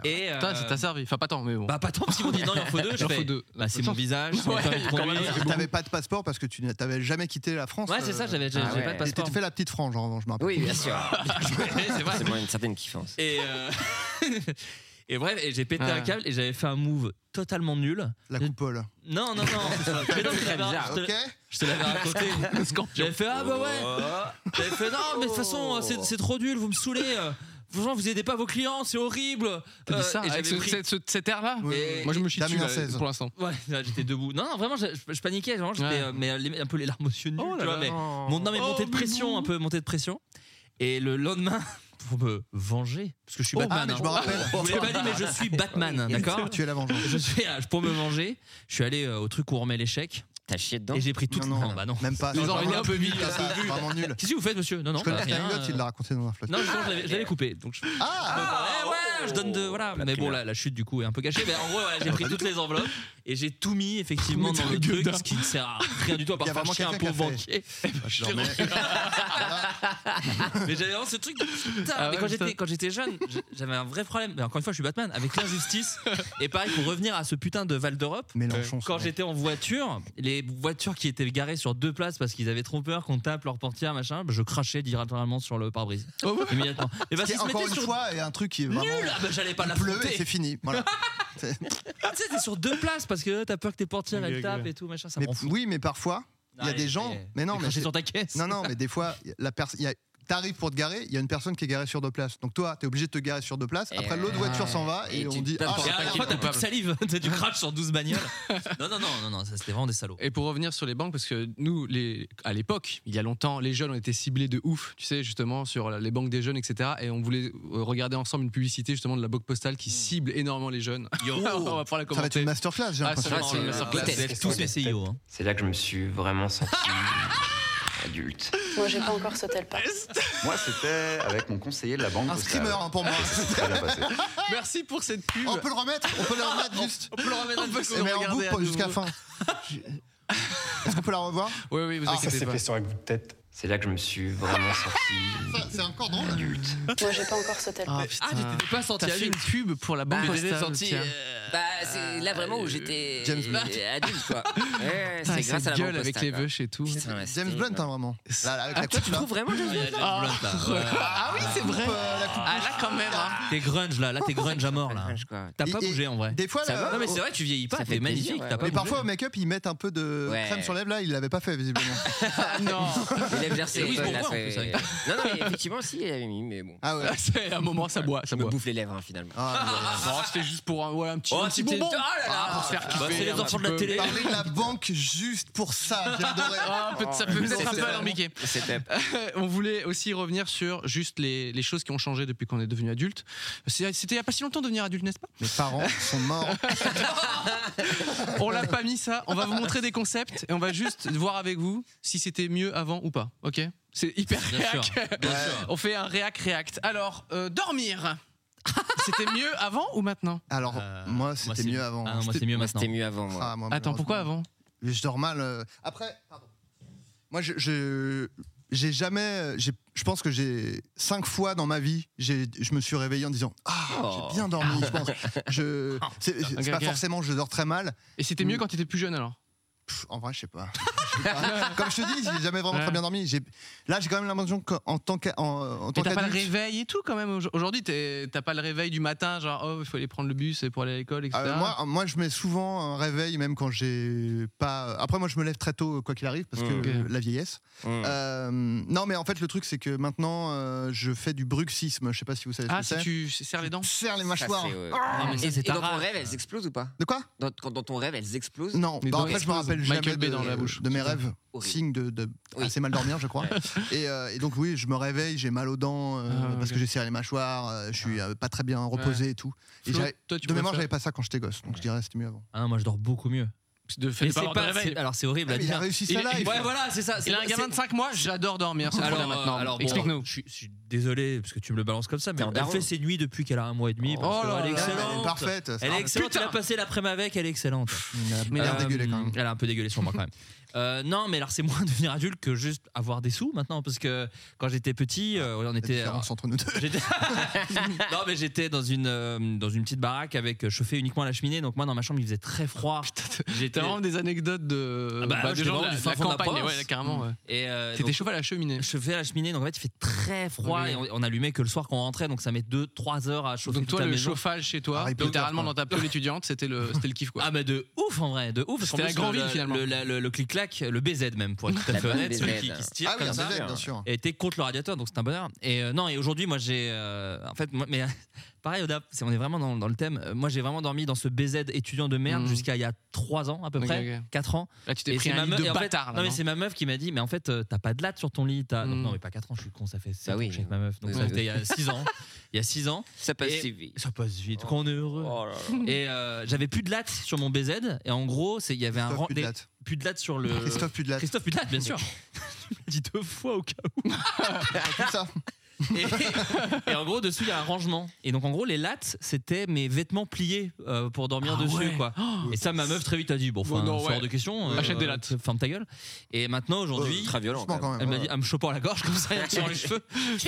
S4: et
S1: Putain, ça
S4: euh,
S1: t'a servi. Enfin, pas tant, mais bon.
S4: bah pas tant parce qu'ils m'ont dit non il en faut deux
S1: Il
S4: je
S1: en
S4: fais,
S1: faut deux.
S4: bah c'est mon visage Ah, c'est mon
S1: Ouais,
S4: permis de
S1: quand même,
S4: conduire
S3: Et T'avais pas de passeport parce que tu n'avais jamais quitté la France.
S4: ouais c'est
S1: euh,
S4: ça j'avais j'avais
S2: Ah
S4: j'avais
S2: ouais.
S4: pas de
S3: Tu
S4: passeport
S3: fait la petite frange en revanche, je me rappelle.
S2: Oui, bien sûr.
S4: c'est vrai
S2: C'est moins une certaine kiffance.
S4: et euh, et bref et j'ai pété
S1: Ouais.
S4: un câble et j'avais fait un move totalement nul
S3: La coupole.
S4: non non non Mais non, je te l'avais-
S2: bizarre.
S4: je te-
S3: Ok
S4: je te l'avais raconté
S1: Le scorpion. Oh.
S4: J'avais fait ah bah ouais. J'avais fait non mais de toute façon euh, c'est, c'est trop nul, vous me saoulez. euh, Franchement vous aidez pas vos clients, c'est horrible.
S1: T'as
S4: Euh,
S1: dit ça hein.
S4: et
S1: avec
S4: j'avais
S1: ce-
S4: pris-
S1: cette- ce- cet air-là
S3: Ouais.
S1: Moi, je me suis
S3: Damien
S1: tué là,
S3: 16.
S1: pour l'instant.
S4: Ouais, là, j'étais debout. Non, non vraiment je, je- je paniquais, vraiment, j'étais,
S1: Ouais.
S4: euh, mais euh, les- un peu les larmes aux yeux
S3: Oh
S4: nuls, tu vois, mais mon,
S1: Mon
S4: non mais montée de pression, un peu montée de pression. Et le lendemain pour me venger parce que je suis
S1: Oh,
S3: Ah,
S4: Batman.
S3: mais
S4: hein.
S3: je me rappelle.
S4: Vous l'avez pas dit mais je suis Batman, d'accord
S3: Tu es la vengeance.
S4: je suis, euh, Pour me venger, je suis allé euh, au truc où on remet l'échec
S2: T'as chié dedans
S4: et j'ai pris toute
S3: Non, non,
S4: bah non.
S3: Même pas.
S1: Ils
S3: C'est
S1: ont
S3: vraiment
S1: un peu mis,
S3: nul,
S1: un
S3: ça, Vraiment nul.
S4: Qu'est-ce que vous faites monsieur Non non,
S3: Je connais
S4: bah,
S3: cette
S4: rien,
S3: anecdote,
S4: euh.
S3: il l'a raconté dans un flash.
S4: Non, justement, je l'avais- je l'avais coupé. Donc je-
S3: Ah oh,
S4: Eh ouais, je donne de voilà. mais bon,
S2: primaire.
S4: la, la chute du coup est un peu cachée. Mais en gros,
S3: Ah,
S4: voilà, j'ai pris toutes les enveloppes et j'ai tout mis effectivement
S1: Tout
S4: dans
S1: mis
S4: le
S1: dans le
S4: truc,
S1: gueudin.
S4: ce qui ne sert à rien du tout à part
S3: Il y a
S4: faire
S3: vraiment
S4: chier un
S3: quelqu'un
S4: pauvre
S3: qui
S4: banquier.
S3: je dormais.
S4: Mais j'avais vraiment ce truc. de Putain,
S1: Ah ouais,
S4: mais quand
S1: putain.
S4: j'étais quand j'étais jeune, je- j'avais un vrai problème. Mais encore une fois, je suis Batman avec l'injustice. et pareil, pour revenir à ce putain de Val d'Europe.
S3: Mélenchon.
S4: Quand
S3: c'est
S4: j'étais en voiture, les voitures qui étaient garées sur deux places parce qu'ils avaient trop peur qu'on tape leur portière, machin, bah, je crachais littéralement sur le pare-brise.
S3: Ah
S4: Immédiatement. Et bah,
S3: vrai. Qui,
S4: s'ils se
S3: encore
S4: mettaient
S3: une
S4: sur
S3: fois, est un truc qui est vraiment.
S4: nul, ah bah, j'allais pas
S3: Il
S4: la
S3: pleut et c'est fini. Voilà.
S4: Tu sais, t'es sur deux places parce que t'as peur que tes portières elles tapent et tout, machin, ça
S3: Mais
S4: m'en fout.
S3: oui, mais parfois, il y a
S4: Ah,
S3: des
S4: et-
S3: gens.
S4: et-
S3: Mais non,
S4: et
S3: mais
S4: cracher
S3: c'est-
S4: sur ta caisse.
S3: Non, non, mais des fois, la personne. T'arrives pour te garer, il y a une personne qui est garée sur deux places. Donc toi, t'es obligé de te garer sur deux places. Après,
S2: Et-
S3: l'autre voiture s'en va
S2: Et
S3: et,
S2: tu
S3: on dit
S2: tapes
S3: Ah,
S2: sur
S4: Et
S3: c'est
S2: la
S3: pas
S4: à la
S3: grave.
S4: fin, t'as plus de
S1: coupable.
S4: salive, t'as du crash sur 12 bagnoles. Non, non, non, non, non, ça c'était vraiment des salauds.
S1: Et pour revenir sur les banques, parce que nous, les, à l'époque, il y a longtemps, les jeunes ont été ciblés de ouf, tu sais, justement, sur la- les banques des jeunes, etc. Et on voulait euh, regarder ensemble une publicité, justement, de la banque postale qui cible énormément les jeunes.
S4: Yo.
S1: on va pouvoir la
S3: Ça va être une
S1: commenter.
S3: masterclass, j'ai
S1: Hmm. Ah,
S3: l'impression.
S1: ça va,
S2: Ah,
S1: c'est une
S2: c'est-
S1: masterclass.
S2: peut-être.
S4: Vous êtes tous mes CIO. hein.
S6: C'est là que je me suis vraiment senti adulte.
S7: Moi, j'ai pas encore sauté le pas.
S6: Moi, c'était avec mon conseiller de la banque.
S3: Un
S6: postale.
S3: streamer hein, pour moi.
S6: Très bien passé.
S1: Merci pour cette pub.
S3: On peut le remettre On peut le remettre juste.
S1: peut le remettre
S3: On peut- Mais en boucle jusqu'à fin. Est-ce qu'on peut la revoir
S1: Oui, oui, vous
S3: Ah,
S1: inquiétez pas.
S6: C'est là que je me suis vraiment senti
S3: C'est encore drôle.
S6: adulte.
S7: Moi, j'ai pas encore sauté le pas.
S1: Ah,
S4: Ah,
S1: putain.
S4: j'étais pas senti
S1: T'as Bah,
S4: à
S1: fait une
S4: l'une.
S1: pub pour la banque
S2: Ah,
S1: postale.
S2: j'étais sorti,
S1: tiens.
S2: euh, Bah, c'est là vraiment où
S1: euh,
S2: j'étais
S3: James Blunt.
S2: euh, adulte, quoi. Ouais,
S1: Putain,
S2: c'est
S1: cette
S2: grâce à la
S1: gueule
S2: banque
S1: avec
S2: postale,
S1: les
S2: quoi.
S1: veuches et tout.
S2: Putain, ouais,
S3: James
S2: c'était-
S3: Blunt, hein, vraiment. Là, là, avec la
S2: Ah, toi,
S3: coupe,
S2: tu
S3: là.
S2: trouves vraiment James Blunt
S1: Ah.
S4: Ah oui,
S1: C'est vrai.
S3: Euh, la coupe-
S1: Ah là quand même. hein.
S4: T'es grunge là, là t'es grunge à mort là.
S2: Grunge, quoi.
S4: T'as pas
S3: Et- et-
S4: bougé en vrai.
S3: Des fois,
S2: Ça
S3: là,
S2: va
S4: Non mais
S3: au-
S4: c'est vrai, tu vieillis pas,
S2: Ça
S4: t'es
S2: fait plaisir,
S4: magnifique,
S2: ouais,
S4: t'as
S2: ouais.
S4: pas
S3: mais parfois au
S4: bougé.
S3: make-up, ils mettent un peu de
S2: Ouais.
S3: crème sur les lèvres. Là, il l'avait pas fait visiblement.
S1: Ah non.
S2: Les lèvres gercées,
S4: Louise
S2: ouais,
S4: Bourgoin,
S2: là,
S4: en plus,
S2: c'est-
S4: avec-
S2: Non, non, mais effectivement, si, elle avait mis, mais bon.
S3: Ah ouais.
S1: C'est un moment ça boit, ça
S2: Je me
S1: boit.
S2: bouffe les lèvres, hein, finalement.
S3: Ah,
S1: Non, c'était juste pour un, ouais, un petit,
S2: Oh,
S1: un petit
S2: c'était-
S1: bonbon.
S2: Ah là là.
S1: pour se faire
S2: Bah,
S1: kiffer.
S4: c'est les
S1: un
S4: enfants
S1: petit
S4: de la
S1: peu.
S4: télé.
S3: Parler de la banque juste pour ça, j'adorais.
S1: Ah, un peu- ça peut peut-être un peu alambiqué.
S2: C'était
S1: On voulait aussi revenir sur juste les, les choses qui ont changé depuis qu'on est devenu adulte. C'est- C'était il n'y a pas si longtemps de devenir adulte, n'est-ce pas
S3: Mes parents sont morts.
S1: On l'a pas mis ça. On va vous montrer des concepts et on va juste voir avec vous si c'était mieux avant ou pas. Ok C'est hyper
S4: Bien
S1: réac.
S4: sûr,
S3: Ouais.
S1: On fait un réac réact. Alors euh, dormir. C'était mieux avant ou maintenant
S3: Alors,
S4: Euh,
S3: moi,
S4: moi,
S3: c'était
S4: c'est-
S3: mieux avant.
S4: Ah, non, moi c'est mieux maintenant.
S2: c'était mieux avant, moi.
S3: Ah, moi,
S1: Attends, pourquoi
S3: malheureusement.
S1: avant
S3: Mais Je dors mal. euh. Après, pardon. Moi, je. je- J'ai jamais. j'ai- Je pense que j'ai. Cinq fois dans ma vie, j'ai- je me suis réveillé en disant Ah,
S2: Oh.
S3: j'ai bien dormi, je pense. Je- C'est c'est
S1: Ok,
S3: pas
S1: ok.
S3: forcément, je dors très mal.
S1: Et c'était mieux quand tu étais plus jeune alors
S3: Pff, en vrai, je sais pas. Je sais pas. Comme je te dis, j'ai jamais vraiment
S1: Ouais.
S3: très bien dormi. J'ai- Là, j'ai quand même l'impression qu'en tant qu'adulte. En, en
S1: Et
S3: tant
S1: t'as pas le
S3: qu'adulte,
S1: réveil et tout quand même. Au- Aujourd'hui, t'es- t'as pas le réveil du matin, genre oh, il faut aller prendre le bus et pour aller à l'école, etc.
S3: Euh, moi, moi, je mets souvent un réveil, même quand j'ai pas. Après, moi, je me lève très tôt, quoi qu'il arrive, parce que
S2: Mm.
S3: euh, la vieillesse.
S2: Mm.
S3: Euh, non, mais en fait, le truc, c'est que maintenant, euh, je fais du bruxisme. Je sais pas si vous savez
S1: ah,
S3: ce
S1: si
S3: que c'est.
S1: tu serres les dents
S3: Serre les
S2: Ça,
S3: mâchoires.
S2: c'est, ouais.
S1: Non, mais ça,
S2: Et
S1: c'est
S2: et dans
S1: ta
S2: ton
S1: rate.
S2: rêve, elles explosent ou pas
S3: De quoi
S2: dans, quand dans ton rêve, elles explosent
S3: Non,
S1: Mais
S3: bah,
S1: dans
S3: en fait, je me
S1: l'explose.
S3: rappelle
S1: Michael
S3: jamais
S1: Bay
S3: de,
S1: dans la bouche.
S3: de mes rêves.
S2: Horrible.
S3: Signe de, de
S2: Oui.
S3: assez mal dormir, je crois. et, euh, et donc, oui, je me réveille, j'ai mal aux dents euh,
S1: Ah,
S3: parce
S1: ok. Ah.
S3: que j'ai serré les mâchoires, euh, je suis euh, pas très bien reposé et tout. Et
S1: Flo,
S3: j'avais-
S1: toi, tu
S3: de mémoire,
S1: préfères-
S3: j'avais pas ça quand j'étais gosse, donc je dirais c'était mieux avant.
S4: Ah non, moi je dors beaucoup mieux.
S1: de
S4: Mais
S1: fait
S4: c'est pas- c'est- alors c'est horrible à
S3: Ah, Mais il a
S4: dire.
S3: réussi
S1: Il
S3: ça
S1: est-
S3: là.
S1: il-
S4: Ouais voilà, c'est ça. c'est-
S1: Il a un gamin de 5 mois, j'adore dormir.
S4: c'est-
S1: cette
S4: alors,
S1: fois-là,
S4: euh,
S1: maintenant.
S4: alors, bon,
S1: Explique-nous.
S4: je, suis- je suis désolé parce que tu me le balances comme ça, mais
S2: T'es en
S4: elle
S2: daron.
S4: fait ses nuits depuis qu'elle a un mois et demi. parce
S1: Oh
S4: que
S1: là
S4: elle est
S1: là,
S3: Ah, mais Elle est
S4: excellente.
S3: parfaite.
S4: Elle est
S3: Ah,
S4: excellente.
S2: putain.
S4: Elle a passé l'après-midi avec, elle est excellente.
S3: Mais elle a
S4: Euh,
S3: dégueulé quand même.
S4: Elle a un peu dégueulé sur moi quand même. Euh, non, mais alors c'est moins devenir adulte que juste avoir des sous maintenant, parce que quand j'étais petit, euh, on
S3: La
S4: était. euh,
S3: différence entre nous deux.
S4: J'étais- non mais j'étais dans une euh, dans une petite baraque avec chauffé uniquement à la cheminée donc moi dans ma chambre il faisait très froid j'étais
S1: T'as vraiment des anecdotes de.
S4: Ah bah,
S1: des
S4: j'étais
S1: gens
S4: vraiment
S1: de la,
S4: du
S1: de
S4: fin
S1: la
S4: fond de la
S1: campagne,
S4: province.
S1: ouais, carrément. ouais.
S4: et euh,
S1: T'étais
S4: donc,
S1: chauffé à la cheminée.
S4: chauffé à la cheminée donc en fait il fait très froid
S1: Oui.
S4: et on, on allumait que le soir quand on rentrait donc ça met 2 3 heures à chauffer
S1: Donc,
S4: toute
S1: toi,
S4: la
S1: le
S4: maison
S1: chauffage chez toi,
S3: Harry Potter,
S1: littéralement
S3: quoi.
S1: dans ta peau étudiante, c'était le, c'était le kiff quoi.
S4: ah mais de ouf en vrai de ouf parce qu'en
S1: C'était la
S4: plus,
S1: grand
S4: le-
S1: ville,
S4: le-
S1: finalement.
S4: le, la- le- le clic clac le BZ même pour être tout à
S2: La
S4: fait
S2: bonne
S4: honnête celui
S2: BZ,
S4: qui, qui se tire
S3: Ah oui,
S4: comme
S3: un
S4: ça
S3: bébé, bien sûr.
S4: et était contre le radiateur, donc c'est un bonheur. Et euh, non, et aujourd'hui, moi j'ai. euh, en fait, moi- mais pareil, Oda, c'est- on est vraiment dans, dans le thème. Euh, Moi j'ai vraiment dormi dans ce BZ étudiant de merde
S1: Mhm.
S4: jusqu'à il y a 3 ans à peu
S1: Ok,
S4: près,
S1: ok.
S4: 4 ans.
S1: Là, tu t'es
S4: Et
S1: pris
S4: c'est
S1: un
S4: ma
S1: lit
S4: meuf- et
S1: de
S4: en fait-
S1: bâtard. là,
S4: non, mais
S1: non
S4: c'est ma meuf qui m'a dit, mais en fait, euh, t'as pas de latte sur ton lit. t'as-
S1: Mm.
S4: Non, mais pas 4 ans, je suis con, ça fait 7
S2: oui.
S4: ans que j'ai avec ma meuf. Donc
S2: Oui,
S4: ça
S2: oui.
S4: c'était il y a 6 ans. Il y a 6 ans.
S2: Ça passe
S4: Et-
S2: si vite.
S4: Ça passe vite, quand on est heureux.
S2: Oh là là.
S4: Et euh, j'avais plus de latte sur mon BZ. Et en gros, c'est- il y avait un euh,
S3: Christophe
S4: rang. des-
S3: Pudelat.
S4: Plus de latte sur le.
S3: Christophe Pudelat.
S4: Christophe Pudelat, bien sûr. Tu me l'as dit deux fois au cas
S3: Tout ça.
S4: Et, et en gros, dessus, il y a un rangement. Et donc, en gros, les lattes, c'était mes vêtements pliés euh, pour dormir
S1: Ah
S4: dessus.
S1: ouais.
S4: Quoi. Et ça, ma meuf, très vite, a dit Bon, enfin,
S1: Bon, non,
S4: c'est hors
S1: ouais.
S4: de question. euh,
S1: Achète des lattes.
S4: Ferme ta gueule. Et maintenant, aujourd'hui,
S2: Ultra violent.
S3: Franchement,
S2: quand même.
S3: quand
S4: elle me
S3: même.
S4: l'a dit, en me chopant à la gorge, comme ça, elle me tire les cheveux.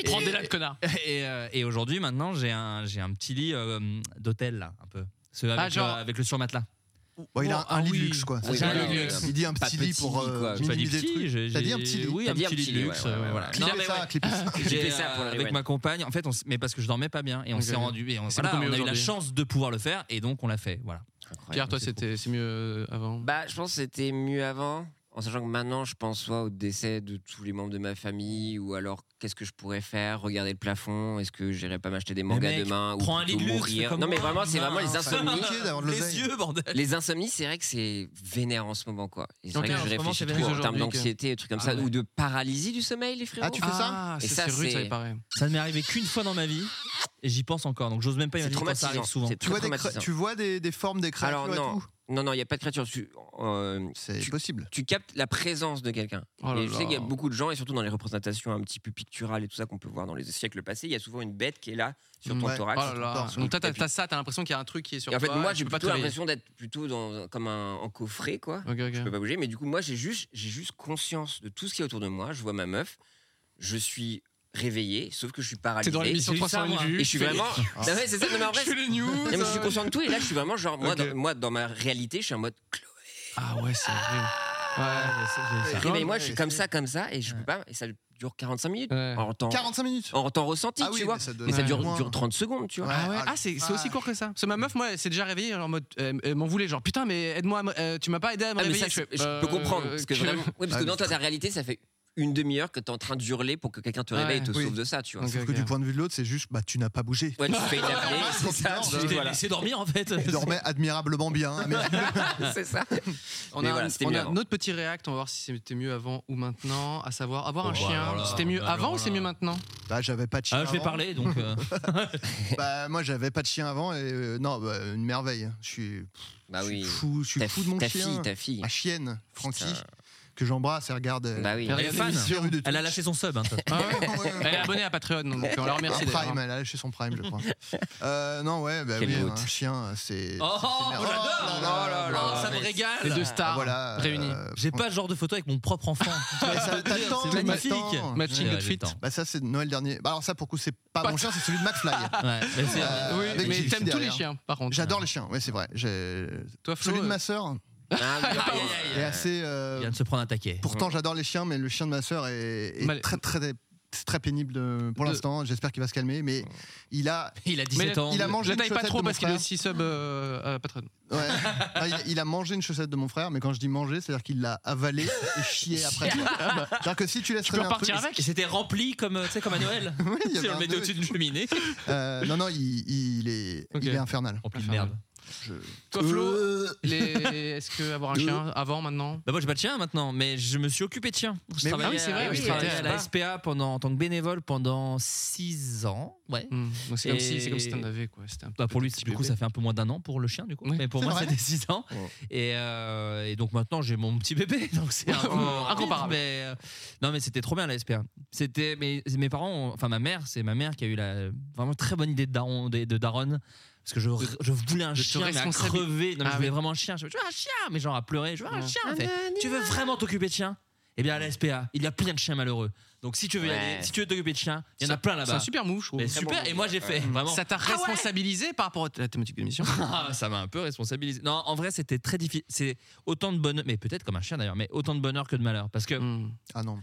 S1: Prends des là de connard.
S4: Et, euh, et aujourd'hui, maintenant, j'ai un, j'ai un petit lit euh, d'hôtel, là, un peu. Celui avec,
S1: Ah, genre-
S4: le, avec le surmatelas.
S3: Bon, il a un,
S1: Ah
S3: un lit de
S1: oui.
S3: luxe, quoi.
S2: Oui,
S3: C'est
S4: voilà,
S3: ça.
S4: oui,
S2: oui.
S3: Il dit un
S2: Pas
S3: petit lit
S2: petit
S3: pour
S2: lit,
S3: euh,
S2: quoi.
S4: J'ai pas dit
S3: minimiser le
S4: petit,
S3: truc.
S4: j'ai-
S3: T'as dit
S4: j'ai-
S3: un petit lit.
S4: Oui,
S2: T'as
S4: un
S2: dit
S4: petit lit de
S2: ouais,
S4: luxe.
S2: ouais,
S4: euh,
S2: ouais.
S4: voilà. Non,
S3: Clipez
S4: mais
S3: ça, clipez ça.
S4: J'ai,
S2: Clipez ça pour le
S4: avec
S2: rewind.
S4: ma compagne, en fait, on s- mais parce que je dormais pas bien, et on
S1: Ok.
S4: s'est rendu, et on,
S1: C'est
S4: voilà,
S1: beaucoup mieux
S4: on a eu la
S1: aujourd'hui.
S4: chance de pouvoir le faire, et donc on l'a fait, voilà.
S2: Incroyable.
S1: Pierre, toi,
S4: c'est
S1: c'était c'est mieux euh, avant.
S2: Bah, je pense que c'était mieux avant, en sachant que maintenant, je pense soit au décès de tous les membres de ma famille, ou alors qu'est-ce que je pourrais faire, regarder le plafond, est-ce que j'irais pas m'acheter des mangas
S4: mec,
S2: demain,
S4: prends
S2: ou
S4: un lit
S2: plutôt
S4: de luxe,
S2: mourir.
S4: comme
S2: Non, mais
S4: moi,
S2: vraiment, c'est
S4: humain.
S2: vraiment les insomnies.
S3: compliqué d'avoir de
S4: les
S3: l'oseille.
S4: yeux, bordel.
S2: Les insomnies, c'est vrai que c'est vénère en ce moment, quoi. Et C'est
S4: Donc
S2: vrai que
S4: là, en
S2: je
S4: ce moment, c'est
S2: réfléchis
S4: vénère
S2: trop en termes
S1: aujourd'hui, ok.
S2: d'anxiété, des trucs comme
S4: Ah
S2: ça,
S4: ouais.
S2: ou de paralysie du sommeil, les frérots.
S3: Ah, tu fais ça
S1: Ah,
S2: Et
S1: ça,
S2: ça,
S1: c'est rude, ça
S2: c'est-
S1: il paraît.
S4: Ça ne m'est arrivé qu'une fois dans ma vie, et j'y pense encore, donc j'ose même pas
S2: C'est
S4: imaginer quand ça
S2: traumatisant.
S4: arrive souvent.
S2: C'est
S3: Tu vois,
S2: très
S3: des, cra-
S2: traumatisant.
S3: tu vois des, des formes, des créatures
S2: Alors,
S3: et
S2: non.
S3: tout
S2: Non, non, il n'y a pas de créature. Tu, euh,
S3: C'est
S2: tu-
S3: possible.
S2: tu captes la présence de quelqu'un.
S1: Oh là
S2: et je sais
S1: là.
S2: qu'il y a beaucoup de gens, et surtout dans les représentations un petit peu picturales et tout ça qu'on peut voir dans les siècles passés, il y a souvent une bête qui est là sur ton
S3: Ouais.
S2: thorax.
S1: Oh là là.
S3: torse,
S1: Donc, toi, t'as
S2: et puis-
S1: t'as ça, t'as l'impression qu'il y a un truc qui est sur
S2: et en fait,
S1: toi.
S2: moi,
S1: tu
S2: j'ai
S1: peux pas te
S2: plutôt
S1: réveiller.
S2: l'impression d'être plutôt dans, comme un, en coffret, quoi.
S1: Ok, ok.
S2: Je peux pas bouger, mais du coup, moi, j'ai juste, j'ai juste conscience de tout ce qui est autour de moi. Je vois ma meuf, je suis réveillé, sauf que je suis paralysé.
S1: C'est dans l'émission
S4: j'ai eu
S1: 300
S4: ça,
S1: 000
S4: moi.
S1: vues.
S2: Et je suis vraiment. Ah ouais, c'est ça, non, mais en vrai,
S1: Je fais les news.
S2: non, mais je suis
S1: euh.
S2: conscient de tout. Et là, je suis vraiment genre. Moi,
S1: Ok.
S2: dans, moi, dans ma réalité, je suis en mode.
S1: Ah ouais, c'est horrible.
S2: Ah.
S1: Ouais.
S2: Réveille-moi,
S3: ouais,
S2: je suis
S3: ouais,
S2: comme
S3: c'est-
S2: ça, comme ça, et je peux pas. Et ça dure 45 minutes.
S1: Ouais.
S2: En temps,
S3: 45 minutes.
S2: en temps ressenti,
S3: Ah oui,
S2: Oh, tu vois.
S3: mais ça doit
S2: Mais ça
S1: être
S2: dure,
S3: moins.
S2: dure 30 secondes, tu vois.
S3: Ouais.
S1: Ah ouais,
S3: ah,
S1: ah, c'est c'est aussi
S3: ah.
S1: court que ça. Parce que ma meuf, moi, elle s'est déjà réveillée en mode. Elle, elle m'en voulait, genre putain, mais aide-moi, à me- euh, tu m'as pas aidé à me
S2: Ah, mais
S1: réveiller.
S2: ça,
S1: Je
S2: je,
S1: fais,
S2: je
S1: euh,
S2: peux comprendre. Parce que,
S1: que-
S2: vraiment. Oui, parce que
S3: Ah,
S2: dans
S3: mais
S2: toi, ta réalité, ça fait une demi-heure que t'es en train de hurler pour que quelqu'un te
S1: Ouais.
S2: réveille et te
S3: Oui.
S2: sauve de ça, tu vois.
S1: Ok,
S3: Sauf
S1: ok.
S3: que du point de vue de l'autre, c'est juste, bah, tu n'as pas bougé.
S2: Ouais, tu fais une apnée, c'est ça.
S3: Non,
S2: tu-
S4: Je t'ai
S2: voilà.
S4: laissé dormir en fait.
S3: Tu dormais admirablement bien. Mais...
S2: C'est ça.
S1: On
S2: Mais
S1: a,
S2: voilà,
S1: un,
S2: c'était
S1: on
S2: mieux
S1: a
S2: avant.
S1: un autre petit réact, on va voir si c'était mieux avant ou maintenant. À savoir, avoir un
S2: bah
S4: Oh,
S1: chien,
S4: alors là,
S1: c'était mieux
S4: alors
S1: avant ou
S4: là.
S1: c'est mieux maintenant
S3: Bah, j'avais pas de chien.
S4: Ah, je vais
S3: avant.
S4: parler donc. euh,
S3: Bah, moi, j'avais pas de chien avant. Et euh, non, bah, une merveille. Je suis,
S2: Bah
S3: je suis
S2: oui.
S3: fou, je suis
S2: Ta,
S3: fou de mon
S2: ta
S3: chien.
S2: fille, ta fille.
S3: Ma chienne, Francky,
S2: Putain.
S3: que j'embrasse, elle regarde. euh,
S2: Bah oui.
S4: Elle est fan.
S3: les rues de
S4: Elle a
S3: Twitch.
S4: lâché son sub. hein, t'as-
S1: Ah ouais
S3: Ouais, ouais, ouais.
S1: Elle est abonnée à Patreon, donc on la remercie
S3: Un
S1: d'ailleurs.
S4: hein.
S3: prime, elle a lâché son prime, je crois. Euh, non, ouais, bah,
S2: Quelle
S3: oui,
S2: brute.
S3: un chien, c'est. Ah,
S4: Oh,
S3: c'est- c'est merveilleux.
S4: j'adore.
S3: Oh là là
S2: Oh là
S3: là.
S2: là.
S4: ça me
S2: mais-
S4: régale.
S1: Les deux
S3: Ah,
S1: stars
S3: voilà,
S1: réunies.
S3: euh,
S4: J'ai pas ce genre de photo avec mon propre enfant.
S3: Mais ça t'attend,
S4: C'est
S3: mais
S4: magnifique.
S3: t'attends.
S1: Matching
S4: Ouais,
S1: outfit.
S4: j'ai le temps.
S3: Bah ça c'est Noël dernier. Bah alors ça pour le coup c'est pas,
S1: Pas
S3: mon chien, c'est celui de McFly.
S4: Ouais, mais c'est-
S3: Euh,
S1: Oui,
S3: avec
S1: mais
S3: Jiffy
S1: t'aimes tous les
S3: derrière.
S1: chiens, par contre.
S3: J'adore les chiens, ouais c'est vrai. J'ai-
S1: Toi, Flo,
S3: Celui de
S1: euh,
S3: ma sœur
S2: Ah, oui, oui, oui.
S3: est assez. euh,
S4: Il vient de se prendre un taquet.
S3: Pourtant j'adore les chiens, mais le chien de ma sœur est, est
S1: Mal-
S3: très très c'est très pénible de- pour
S1: De-
S3: l'instant. J'espère qu'il va se calmer, mais il a
S4: Il a
S1: Mais
S4: 17 ans.
S3: il a
S1: Je
S3: mangé
S1: la
S3: une
S1: taille pas
S3: chaussette
S1: trop
S3: de mon
S1: parce qu'il est
S3: frère.
S1: aussi sub euh, à Patreon.
S3: Ouais. Non, il, il a mangé une chaussette de mon frère, mais quand je dis manger, c'est-à-dire qu'il l'a avalé et chié après. C'est-à-dire que si tu laisses
S1: Tu peux
S3: traîner un truc-
S1: repartir avec
S4: Et c'était rempli comme, euh, tu sais, comme à Noël.
S3: Oui, il y
S4: Tu sais,
S3: avait
S4: on
S3: un
S4: le mettait
S3: nœud.
S4: au-dessus d'une cheminée.
S3: Euh, non, non, il, il est,
S1: Ok.
S3: il est infernal.
S4: Rempli de merde.
S1: Toi, Flo,
S3: Euh,
S1: les- est-ce que avoir un chien avant, maintenant
S4: Bah moi j'ai pas de chien maintenant, mais je me suis occupé de chien. Je
S3: Mais oui.
S1: Ah oui,
S4: travaillais
S1: c'est vrai,
S4: à,
S1: oui,
S4: je
S1: oui,
S4: travaillais
S1: oui,
S4: à
S1: je
S4: la
S1: sais
S4: SPA pendant, en tant que bénévole pendant 6 ans. Ouais.
S1: Hum, donc C'est comme
S4: Et-
S1: si- c'est comme si t'en avais, quoi. C'était un
S4: Bah pour lui,
S1: petit
S4: du coup,
S1: bébé.
S4: ça fait un peu moins d'un an pour le chien, du coup.
S1: Oui.
S4: Mais pour
S3: C'est
S4: moi,
S3: vrai
S4: c'était 6 ans.
S3: Ouais.
S4: Et, euh, et donc maintenant, j'ai mon petit bébé. Donc c'est un peu
S1: Incomparable.
S4: Mais, euh, non, mais c'était trop bien la SPA. C'était mes, mes parents, ont- enfin ma mère, c'est ma mère qui a eu la vraiment très bonne idée de daron, de, de daronne. Parce que je, je voulais un
S1: te
S4: chien, mais à
S1: responsabiliser.
S4: crever. Non, mais
S1: Ah
S4: je voulais
S1: oui.
S4: vraiment un chien. Je, veux un chien, mais genre à pleurer. Je veux un
S1: Ouais.
S4: chien. Elle fait, tu veux vraiment t'occuper de chien Eh bien, à la SPA, il y a plein de chiens malheureux. Donc si tu veux y
S2: Ouais.
S4: aller, si tu veux t'occuper de chiens, il y en a
S1: Ça-
S4: plein
S1: C'est un
S4: là-bas.
S1: super move, je trouve. Ah
S4: Mais
S1: Très bon
S4: super.
S1: move.
S4: Et moi, j'ai fait vraiment.
S1: Ça t'a responsabilisé par rapport à la thématique de l'émission
S4: Ah, ça m'a un peu responsabilisé. Non, en vrai, c'était très difficile. C'est autant de bonheur, mais peut-être comme un chien d'ailleurs, mais autant de bonheur que de malheur. Parce que.
S1: Hum.
S3: Ah non,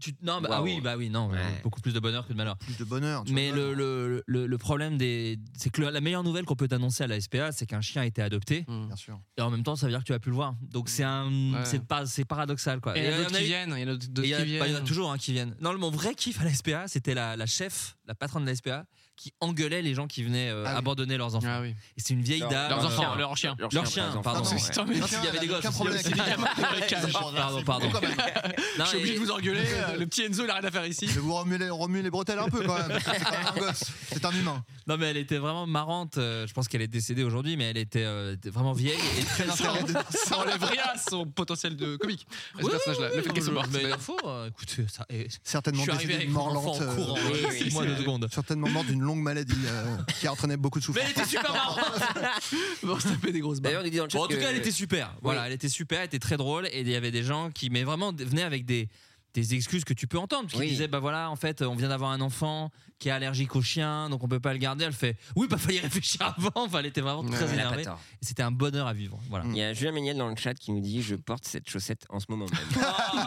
S4: Tu... Non, bah, ah
S2: Waouh.
S4: oui, bah oui, non,
S2: Ouais.
S4: euh, beaucoup plus de bonheur que de malheur.
S3: plus de bonheur. tu
S4: Mais
S3: vois.
S4: le, le, le, le problème, des... c'est que le- la meilleure nouvelle qu'on peut t'annoncer à la SPA, c'est qu'un chien a été adopté.
S1: Hum.
S3: Bien sûr.
S4: Et en même temps, ça veut dire que tu vas plus le voir. Donc c'est un...
S1: Ouais.
S4: c'est pas... c'est paradoxal, quoi.
S1: Et il y en a
S4: il y
S1: d'autres
S4: en a
S1: qui
S4: eu-
S1: viennent. Il y en a d'autres
S4: et il y, a-
S1: qui
S4: bah, il y en a
S1: viennent.
S4: toujours hein, qui viennent. Non, le- mon vrai kiff à la SPA, c'était la, la chef, la patronne de la SPA, qui engueulait les gens qui venaient euh,
S3: Ah oui.
S4: abandonner leurs enfants.
S1: Ah oui.
S4: Et c'est une vieille
S2: Leurs-
S4: dame.
S1: Leurs
S4: euh,
S1: enfants, leurs chiens.
S4: Leur chien,
S2: par
S4: pardon.
S2: exemple.
S3: Ah
S2: Ouais.
S4: Non, s'il y avait des gosses,
S3: Aucun
S4: s'il y
S3: problème
S4: avait
S3: avec les gamins.
S4: des gamins. Pardon, pardon.
S3: Quand même.
S1: Je
S4: Non,
S1: suis obligé
S4: et-
S1: de vous engueuler. euh, Le petit Enzo, il a rien à faire ici.
S3: Je vais vous remuer les, remuer les bretelles un peu quand même. C'est pas un gosse, c'est un humain.
S4: Non, mais elle était vraiment marrante. euh, Je pense qu'elle est décédée aujourd'hui, mais elle était euh, était vraiment vieille et très
S3: intérêt de-
S1: Ça enlève rien à son potentiel de comique. à Ce
S4: Oui,
S1: personnage-là, le fait qu'elle soit morte.
S4: Mais il faut. euh, Écoutez, ça. et- Je
S3: Certainement
S4: suis
S3: décédé
S4: arrivé avec
S3: d'une
S4: mon
S3: mort
S4: enfant
S3: lente.
S4: en
S3: euh,
S4: courant.
S1: oui, oui,
S4: Six mois,
S1: c'est-
S4: deux secondes.
S3: certainement mort d'une longue maladie euh, qui a entraîné beaucoup de
S4: Mais
S3: souffrance.
S4: elle était super marrante.
S1: Bon, on se tapait des grosses
S2: D'ailleurs,
S1: balles.
S2: on dit dans le chat
S4: Bon, en tout
S2: que-
S4: cas, elle était super. Voilà, elle était super, elle était très drôle. Et il y avait des gens qui, mais vraiment, d- venaient avec des, des excuses que tu peux entendre. Qui
S2: Oui.
S4: disaient, bah voilà, en fait, on vient d'avoir un enfant qui est allergique aux chiens, donc on peut pas le garder. Elle fait, oui, bah fallait y réfléchir avant. Enfin, elle était vraiment
S1: Ouais,
S4: très
S2: Elle a pas
S4: énervée.
S2: tort.
S4: Et C'était un bonheur à vivre. Voilà.
S2: Il y a Julien Méniel dans le chat qui nous dit Je porte cette chaussette en ce moment même.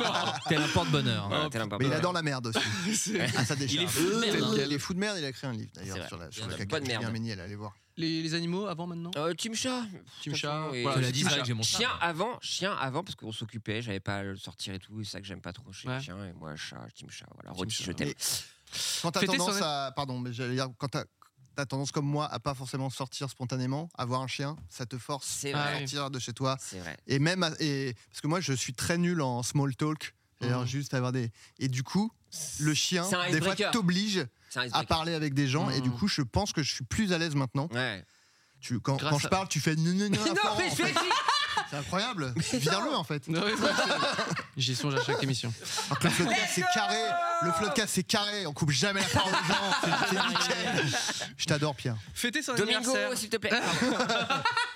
S4: T'es un porte-bonheur.
S2: Voilà, t'es l'important.
S3: Mais il adore la merde aussi. Ah, ça déchire.
S4: Il est fou de merde, hein.
S3: Il est fou de merde, il a écrit un livre
S2: C'est
S3: d'ailleurs
S2: vrai.
S3: sur la,
S2: Il
S3: sur
S2: y en
S3: le
S2: a
S3: caca
S2: pas de
S3: de Julien
S2: merde.
S3: Méniel, allez voir.
S1: Les, les animaux avant maintenant
S2: Euh, Team Chat.
S1: Team Chat,
S2: Et-
S1: voilà,
S4: Tu l'as dit,
S2: Team
S4: c'est vrai
S2: Chat.
S4: que j'ai mon
S2: Chien avant, chien avant, parce qu'on s'occupait, j'avais pas à le sortir et tout, c'est ça que j'aime pas trop chez
S1: Ouais.
S2: les chiens, et moi, chat, team chat, voilà, Rôti,
S1: Chat.
S2: je t'aime.
S3: Mais- Quand t'as
S1: Fêter son
S3: tendance
S1: an-
S3: à. Pardon, mais j'allais dire, quand t'as t'as tendance comme moi à pas forcément sortir spontanément, avoir un chien, ça te force
S2: C'est
S3: à
S1: vrai.
S3: sortir de chez toi.
S2: C'est vrai.
S3: Et même. à- Et, parce que moi, je suis très nul en small talk. C'est-à-dire
S1: Mhm.
S3: juste avoir des. Et du coup, le chien,
S2: C'est un
S3: des fois,
S2: icebreaker.
S3: t'oblige
S2: C'est un
S3: à
S2: icebreaker.
S3: parler avec des gens. Et du
S1: Mhm.
S3: coup, je pense que je suis plus à l'aise maintenant.
S2: Ouais.
S3: Tu, quand,
S1: Grâce
S3: quand je
S1: à-
S3: parle, tu fais. Non, non, non,
S2: Non,
S3: Florent,
S2: mais
S3: en
S2: je
S3: fait.
S2: l'ai dit
S3: C'est incroyable. Viens-le, en fait.
S1: Non, mais- J'y songe à chaque émission.
S3: Alors que le floodcast, c'est carré. Le floodcast, c'est carré. On coupe jamais la parole aux gens. C'est- C'est nickel. Je t'adore, Pierre.
S1: Fêter son anniversaire.
S2: Domingo, s'il te plaît.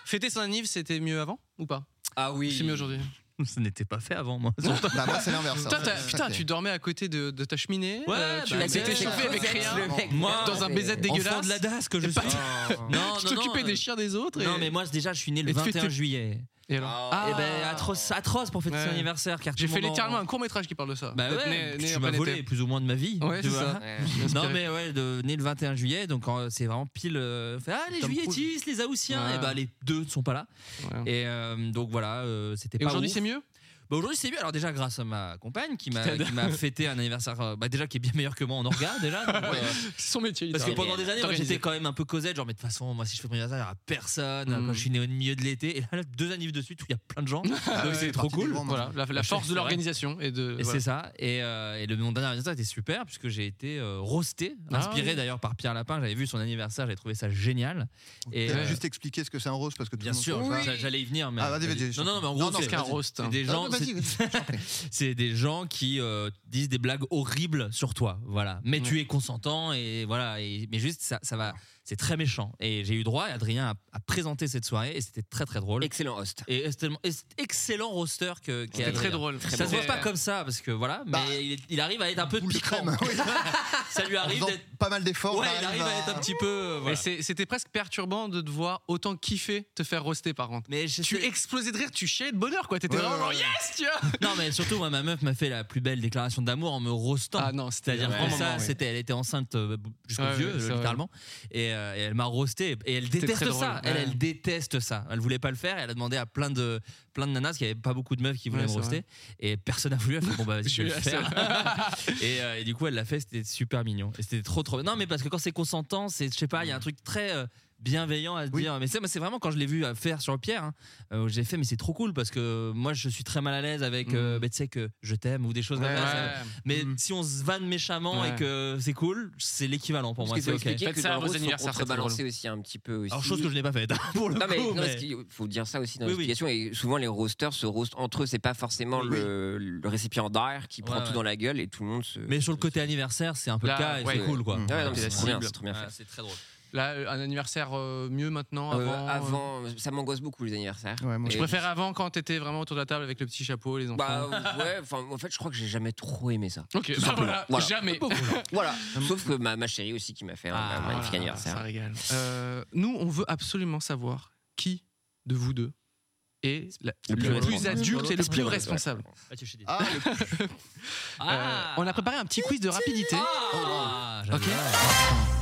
S1: Fêter son anniversaire, c'était mieux avant ou pas
S2: Ah oui.
S1: C'est mieux aujourd'hui.
S4: Oh, Ça n'était pas fait avant, moi.
S3: Bah, moi, c'est l'inverse.
S1: Toi,
S3: hein.
S1: t'as- putain, tu dormais à côté de, de ta cheminée.
S4: Ouais,
S1: euh, tu
S4: bah,
S1: t'étais
S4: mais-
S1: chauffé avec rien.
S2: Le mec,
S4: Moi,
S1: Dans un baiser
S4: Enfant
S1: dégueulasse.
S4: de la DAS que je
S1: Et
S4: suis.
S1: pas-
S2: Oh.
S4: Non,
S1: tu t'occupais des chiens des autres. Et,
S4: Non, mais moi, déjà, je suis né le
S1: Et tu fais
S4: 21
S1: tes-
S4: juillet.
S1: et alors
S4: Et ben, atroce, atroce pour fêter
S1: Ouais.
S4: son anniversaire. car
S1: J'ai
S4: tout
S1: fait
S4: le monde en-
S1: littéralement un court métrage qui parle de ça.
S4: Bah
S1: D'être
S4: ouais,
S1: né- né
S4: tu
S1: en
S4: m'as
S1: plein
S4: volé
S1: été.
S4: plus ou moins de ma vie.
S1: Ouais,
S4: tu
S1: c'est
S4: vois.
S1: ça.
S2: Ouais.
S4: Non
S1: Inspiré.
S4: mais ouais, de, né le 21 juillet, donc euh, c'est vraiment pile. euh, fait, ah les
S3: Tom
S4: juilletistes, les haussiens,
S1: Ouais.
S4: et bah les deux ne sont pas là.
S1: Ouais.
S4: Et euh, donc voilà, euh, c'était
S1: Et
S4: pas.
S1: aujourd'hui,
S4: ouf.
S1: c'est mieux
S4: Bah, aujourd'hui c'est mieux. Alors déjà grâce à ma compagne qui m'a
S1: Qui t'aide.
S4: qui m'a fêté un anniversaire, euh, bah déjà qui est bien meilleur que moi en orga déjà. donc, euh,
S1: C'est son métier.
S4: Parce que
S1: littéralement.
S4: pendant des années, moi,
S1: T'organiser.
S4: j'étais quand même un peu causette, genre, mais de toute façon, moi, si je fais mon anniversaire, il n'y aura personne.
S1: Mm.
S4: Quand je suis né au milieu de l'été, et là, deux annives de suite où il y a plein de gens.
S3: Ah
S4: donc,
S3: ouais,
S4: c'est trop
S3: parti du
S4: cool.
S3: grand, moi.
S1: Voilà, la, la force
S4: Bah, C'est
S1: de
S4: vrai.
S1: l'organisation et de.
S4: Et
S1: voilà.
S4: c'est ça. Et, euh, et le, mon dernier anniversaire était super, puisque j'ai été euh, roasté,
S1: Ah
S4: inspiré
S1: oui.
S4: d'ailleurs par Pierre Lapin. J'avais vu son anniversaire, j'avais trouvé ça génial. Et,
S3: T'as
S4: euh,
S3: juste expliquer ce que c'est un rose parce que tout
S4: Bien
S3: le monde
S4: sûr,
S3: comprend pas.
S4: j'a- j'allais y venir. Mais
S3: Ah, vas-y, vas-y, je
S4: non, non, non, mais en
S3: t'en
S4: gros,
S3: prie.
S4: c'est
S1: Parce qu'un roast.
S4: c'est des
S3: Ah,
S4: gens,
S3: bah, vas-y, vas-y.
S4: c'est- c'est des gens qui euh, disent des blagues horribles sur toi voilà mais tu es consentant et voilà et- mais juste ça, ça va c'est très méchant et j'ai eu droit et Adrien a, a présenté cette soirée et c'était très très drôle
S2: Excellent host.
S4: et c'est tellement- et c'est excellent roster que qu'est
S1: C'était
S4: Adrien.
S1: très drôle.
S4: ça se voit pas comme ça parce que voilà mais
S3: Bah,
S4: il, est- il arrive à être un peu
S3: boule de
S4: piquant
S3: crème, oui.
S4: ça lui
S3: En
S4: arrive
S3: faisant
S4: d'être
S3: pas mal d'efforts.
S4: ouais
S3: on
S4: il arrive à être un petit peu euh,
S1: Et
S4: voilà.
S1: c'est- c'était presque perturbant de te voir autant kiffer te faire roaster par contre.
S4: mais je
S1: Tu
S4: sais-
S1: explosais de rire, tu chiais de bonheur quoi. T'étais
S3: Ouais,
S1: vraiment
S3: ouais,
S1: genre,
S3: ouais.
S1: yes, tu vois.
S4: non mais surtout moi ma meuf m'a fait la plus belle déclaration d'amour en me roastant
S1: Ah non, c'était
S4: C'est-à-dire
S1: un
S4: que
S1: bon
S4: ça,
S1: moment, oui.
S4: c'était, elle était enceinte euh, jusqu'aux
S1: Ouais,
S4: yeux,
S1: ouais, c'est vrai.
S4: littéralement, et, euh, et elle m'a roasté. Et elle
S1: C'était très
S4: déteste
S1: drôle,
S4: ça. Elle,
S1: ouais.
S4: elle déteste ça. Elle voulait pas le faire. et Elle a demandé à plein de plein de nanas, parce qu'il y avait pas beaucoup de meufs qui voulaient
S1: Ouais,
S4: me
S1: c'est
S4: roaster, et personne n'a voulu. Elle fait bon bah vas-y, je vais le
S1: Je suis la
S4: faire. et, euh, et du coup, elle l'a fait. C'était super mignon. Et c'était trop trop. Non, mais parce que quand c'est consentant, c'est je sais pas, il y a un truc très euh, bienveillant à se
S3: Oui.
S4: dire mais c'est moi, c'est vraiment quand je l'ai vu euh, faire sur Pierre hein, euh, où j'ai fait mais c'est trop cool parce que euh, moi je suis très mal à l'aise avec euh,
S1: Mm.
S4: bah, tu sais que je t'aime ou des choses comme ça, ça
S1: Ouais.
S4: mais
S1: Mm.
S4: si on se vanne méchamment
S1: Ouais.
S4: et que c'est cool, c'est l'équivalent pour moi.
S2: Parce
S4: C'est
S2: qu'il faut
S4: ok.
S2: expliquer
S1: Faites
S2: que
S1: ça à
S2: dans
S1: vos
S2: le rose, faut
S1: anniversaires, c'est très
S2: contrebalancer aussi un petit peu. Aussi.
S4: Alors chose que je n'ai pas faite hein, pour le
S2: non mais,
S4: coup.
S2: non,
S4: mais-
S2: parce qu'il faut dire ça aussi dans
S4: Oui,
S2: l'explication et souvent les roasters se roastent entre eux c'est pas forcément
S3: Oui.
S2: le, le récipient d'air qui prend
S4: Ouais,
S2: tout
S4: ouais.
S2: dans la gueule et tout le monde se
S4: Mais sur le côté anniversaire, c'est un peu
S1: Là,
S4: le cas et
S1: ouais.
S4: c'est cool quoi.
S3: Mm.
S2: Ouais, non, mais
S1: T'es la
S2: c'est trop bien,
S1: cible.
S2: c'est trop bien fait.
S4: Ouais, c'est très drôle.
S1: Là, euh, un anniversaire euh, mieux maintenant,
S2: Euh,
S1: avant.
S2: avant, ça m'angoisse beaucoup les anniversaires.
S3: Ouais, moi,
S1: Je
S2: Et-
S1: préfère avant quand t'étais vraiment autour de la table avec le petit chapeau, les enfants.
S2: Bah ouais, enfin en fait je crois que j'ai jamais trop aimé ça.
S1: ok, bah
S2: simplement.
S1: voilà,
S2: Voilà.
S1: jamais. Ah,
S2: Voilà. Sauf que ma, ma chérie aussi qui m'a fait un,
S4: Ah,
S2: un
S1: Voilà,
S2: magnifique
S1: Ça
S2: anniversaire.
S1: régale. Euh, nous, on veut absolument savoir qui de vous deux est la-
S2: Le
S1: le,
S2: plus
S1: plus,
S2: responsable.
S1: adulte et le
S2: Le
S1: plus
S2: plus
S1: responsable.
S3: Ah, le-
S1: Euh, on a préparé un petit quiz de rapidité.
S4: Ah, j'adore.
S1: Ok.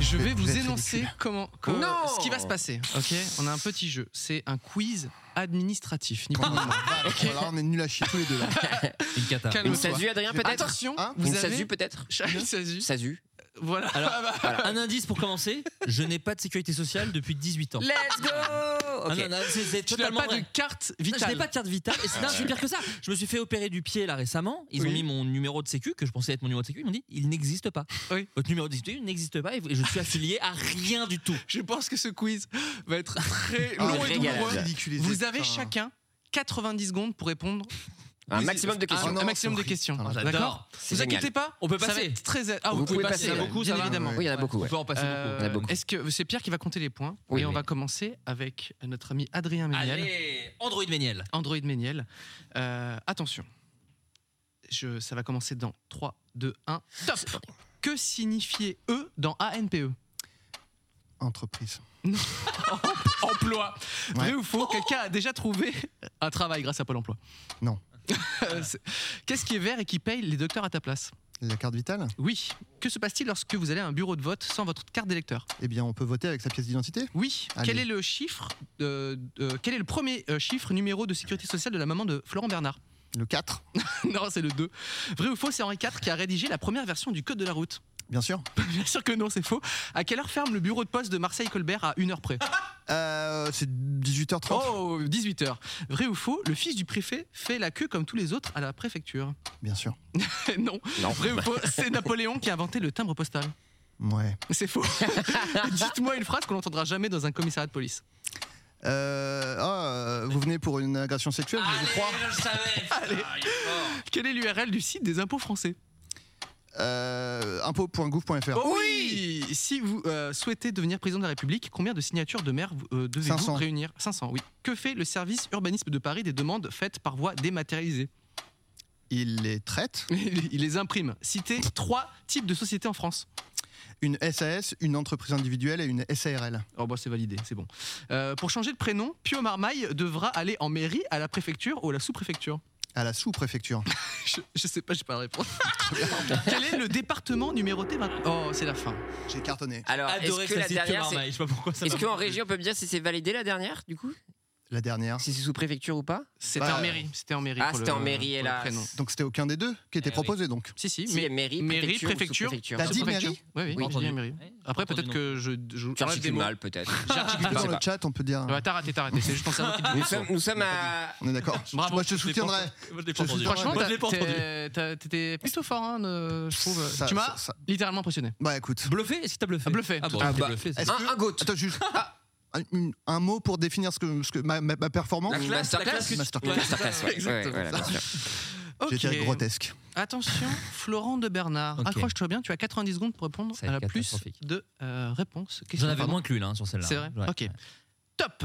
S1: Je vais
S3: vais- je
S1: vous
S3: vais être
S1: énoncer
S3: ridicule.
S1: comment, comment-
S2: Non
S1: ce qui va se passer. Ok, on a un petit jeu. C'est un quiz administratif. Nicolas.
S3: Oh, la vache. Alors, on est nuls à chier tous les deux là.
S4: Ah, Une cata.
S2: Une
S1: Calme-toi.
S2: sasu Adrien peut-être
S1: Attention,
S3: Hein
S2: Une
S1: vous
S2: sasu
S1: avez
S2: peut-être
S1: Charles Sazu.
S2: Sasu.
S1: Voilà.
S4: Un indice pour commencer, je n'ai pas de sécurité sociale depuis 18 ans.
S2: Let's go.
S4: Ah,
S2: Ok.
S4: non, non, c'est- c'est
S1: tu n'as
S4: totalement
S1: pas
S4: vrai.
S1: de carte
S4: Je n'ai
S1: vitale.
S4: pas de carte vitale. Et c'est non, c'est pire que ça. Je me suis fait opérer du pied là récemment. Ils ont
S1: Oui.
S4: mis mon numéro de sécu, que je pensais être mon numéro de sécu. Ils m'ont dit il n'existe pas.
S1: Oui.
S4: Votre numéro de sécu n'existe pas et vous- et je suis affilié à rien du tout.
S1: Je pense que ce quiz va être très
S3: Ah,
S1: long et
S2: régalade.
S1: douloureux.
S3: Ridiculisé,
S1: Vous avez
S3: putain.
S1: chacun 90 secondes pour répondre
S2: Un maximum de
S1: à
S2: questions.
S3: Ah, non,
S1: un maximum de
S3: c'est
S1: questions.
S3: horrible.
S4: J'adore.
S1: D'accord
S2: C'est
S1: Vous
S2: génial.
S1: inquiétez pas,
S4: On peut
S1: Ça va
S4: passer.
S1: être très à- Ah,
S2: Vous pouvez passer,
S1: il y en a
S2: ouais.
S1: beaucoup,
S3: Bien
S1: ça va
S3: évidemment.
S2: Oui, il y en a beaucoup.
S4: On
S2: ouais.
S4: peut en passer
S1: Euh,
S2: Il y en a beaucoup.
S1: Est-ce que c'est Pierre qui va compter les points
S2: Oui,
S1: Et on
S2: oui.
S1: va commencer avec notre ami Adrien
S4: beaucoup.
S1: Méniel,
S4: Allez, Android Méniel.
S1: Android Méniel. Euh, attention, Je- ça va commencer dans 3, 2, 1. Top Que signifiait E dans ANPE
S3: Entreprise.
S1: Emploi
S3: Ouais.
S1: Vrai ou faux Quelqu'un a déjà trouvé un travail grâce à Pôle emploi
S3: Non.
S1: Euh, c'est- Qu'est-ce qui est vert et qui paye les docteurs à ta place
S3: La carte vitale
S1: Oui. Que se passe-t-il lorsque vous allez à un bureau de vote sans votre carte d'électeur
S3: Eh bien, on peut voter avec sa pièce d'identité
S1: Oui.
S3: Allez.
S1: Quel est le chiffre de- de- Quel est le premier euh, chiffre numéro de sécurité sociale de la maman de Florent Bernard
S3: Le 4,
S1: Non, c'est le 2. Vrai ou faux, c'est Henri IV qui a rédigé la première version du code de la route.
S3: bien sûr.
S1: Bien sûr que non, c'est faux. À quelle heure ferme le bureau de poste de Marseille Colbert à 1 heure près
S3: Euh, c'est 18h30.
S1: Oh, 18h. Vrai ou faux, le fils du préfet fait la queue comme tous les autres à la préfecture
S4: Oh.
S3: Bien sûr.
S1: Non.
S2: Non.
S1: Vrai ou faux, c'est Napoléon qui a inventé le timbre postal.
S3: Ouais.
S1: C'est faux. Dites-moi une phrase qu'on n'entendra jamais dans un commissariat de police.
S3: Euh, ah, euh, vous venez pour une agression sexuelle, je vous crois.
S4: je le savais.
S1: Allez. Quelle est l'URL du site des impôts français
S3: euh, impôts.gouv.fr.
S2: Oh
S1: oui Si vous euh, souhaitez devenir président de la République, combien de signatures de maires euh, devez-vous
S3: 500.
S1: réunir 500, oui. Que fait le service urbanisme de Paris des demandes faites par voie dématérialisée
S3: Il les traite.
S1: il, il les imprime. Citez trois types de sociétés en France.
S3: Une SAS, une entreprise individuelle et une SARL.
S1: Oh bah c'est validé, c'est bon. Euh, pour changer de prénom, Pio Marmaille devra aller en mairie, à la préfecture ou à la sous-préfecture
S3: À la sous-préfecture.
S1: je, je sais pas, j'ai pas la réponse. Quel est le département numéroté 20 Oh, c'est la fin.
S3: J'ai cartonné.
S2: Alors,
S4: Adoré
S2: est-ce que
S4: que ça
S2: la
S4: cite Pierre
S2: dernière, c'est-
S4: Marmaille, je sais pas pourquoi ça
S2: est-ce
S4: m'a-
S2: qu'en région, on peut me dire si c'est validé la dernière, du coup
S3: La dernière.
S2: Si c'est sous préfecture ou pas
S1: C'était
S3: Bah,
S1: en mairie. C'était en mairie.
S2: Ah,
S1: pour le-
S2: c'était en mairie,
S1: pour le
S2: hélas.
S1: prénom.
S3: Donc c'était aucun des deux qui était
S4: Eh oui.
S3: proposé donc.
S1: Si, si,
S2: Si,
S1: mais-
S2: il y a mairie,
S1: mairie,
S2: préfecture,
S1: préfecture.
S2: préfecture
S3: T'as dit mairie
S1: Oui, oui,
S4: Oui,
S1: j'ai dit
S4: entendu.
S1: mairie.
S4: Ouais,
S1: Après,
S4: entendu,
S1: Ah, peut-être que je. je
S2: Tu
S1: j'enlève
S2: articules
S1: des mots.
S2: mal, peut-être.
S3: Plutôt
S2: Je sais
S3: dans le
S2: pas.
S3: chat, on peut dire.
S1: Ah, Ouais, t'as raté, t'as raté. C'est juste en savoir qui dit.
S2: Nous sommes, nous sommes à.
S3: On est d'accord.
S1: Bravo.
S3: Moi je te
S4: Je l'ai pas
S3: soutiendrai.
S4: entendu. Moi, je l'ai
S3: Je
S4: pas entendu.
S3: suis-
S1: Franchement,
S4: Moi, je l'ai
S1: t'as-
S4: pas entendu.
S1: t'es- t'as- t'étais plutôt fort, hein, de- je trouve.
S3: Ça-
S1: tu m'as
S3: ça- ça-
S1: littéralement impressionné.
S3: Bah écoute.
S4: Bluffé Est-ce que t'as bluffé
S1: Ah, bluffé.
S4: Ah bon,
S2: Ah
S4: t'as
S2: bah,
S4: bluffé. c'est-
S3: Est-ce
S2: Un,
S3: que-
S2: un goat.
S3: Attends, juste Ah, un, une- un mot pour définir ce que, ce que ma, ma- ma performance.
S2: La classe, la classe.
S4: que tu-
S3: Masterclass.
S4: Ouais.
S2: Masterclass, ouais, ouais,
S1: Exactement.
S2: voilà, bien sûr.
S3: J'ai
S1: Ok.
S3: tiré grotesque. Ah,
S1: Attention, Florent de Bernard.
S4: Ok.
S1: Accroche-toi bien, tu as 90 secondes pour répondre
S4: Ça va
S1: à
S4: être
S1: la plus
S4: catastrophique.
S1: de euh, réponses. Question,
S4: J'en avais
S1: pardon.
S4: moins que lui, là, hein, sur celle-là.
S1: C'est vrai
S4: Ouais.
S1: Ok. Top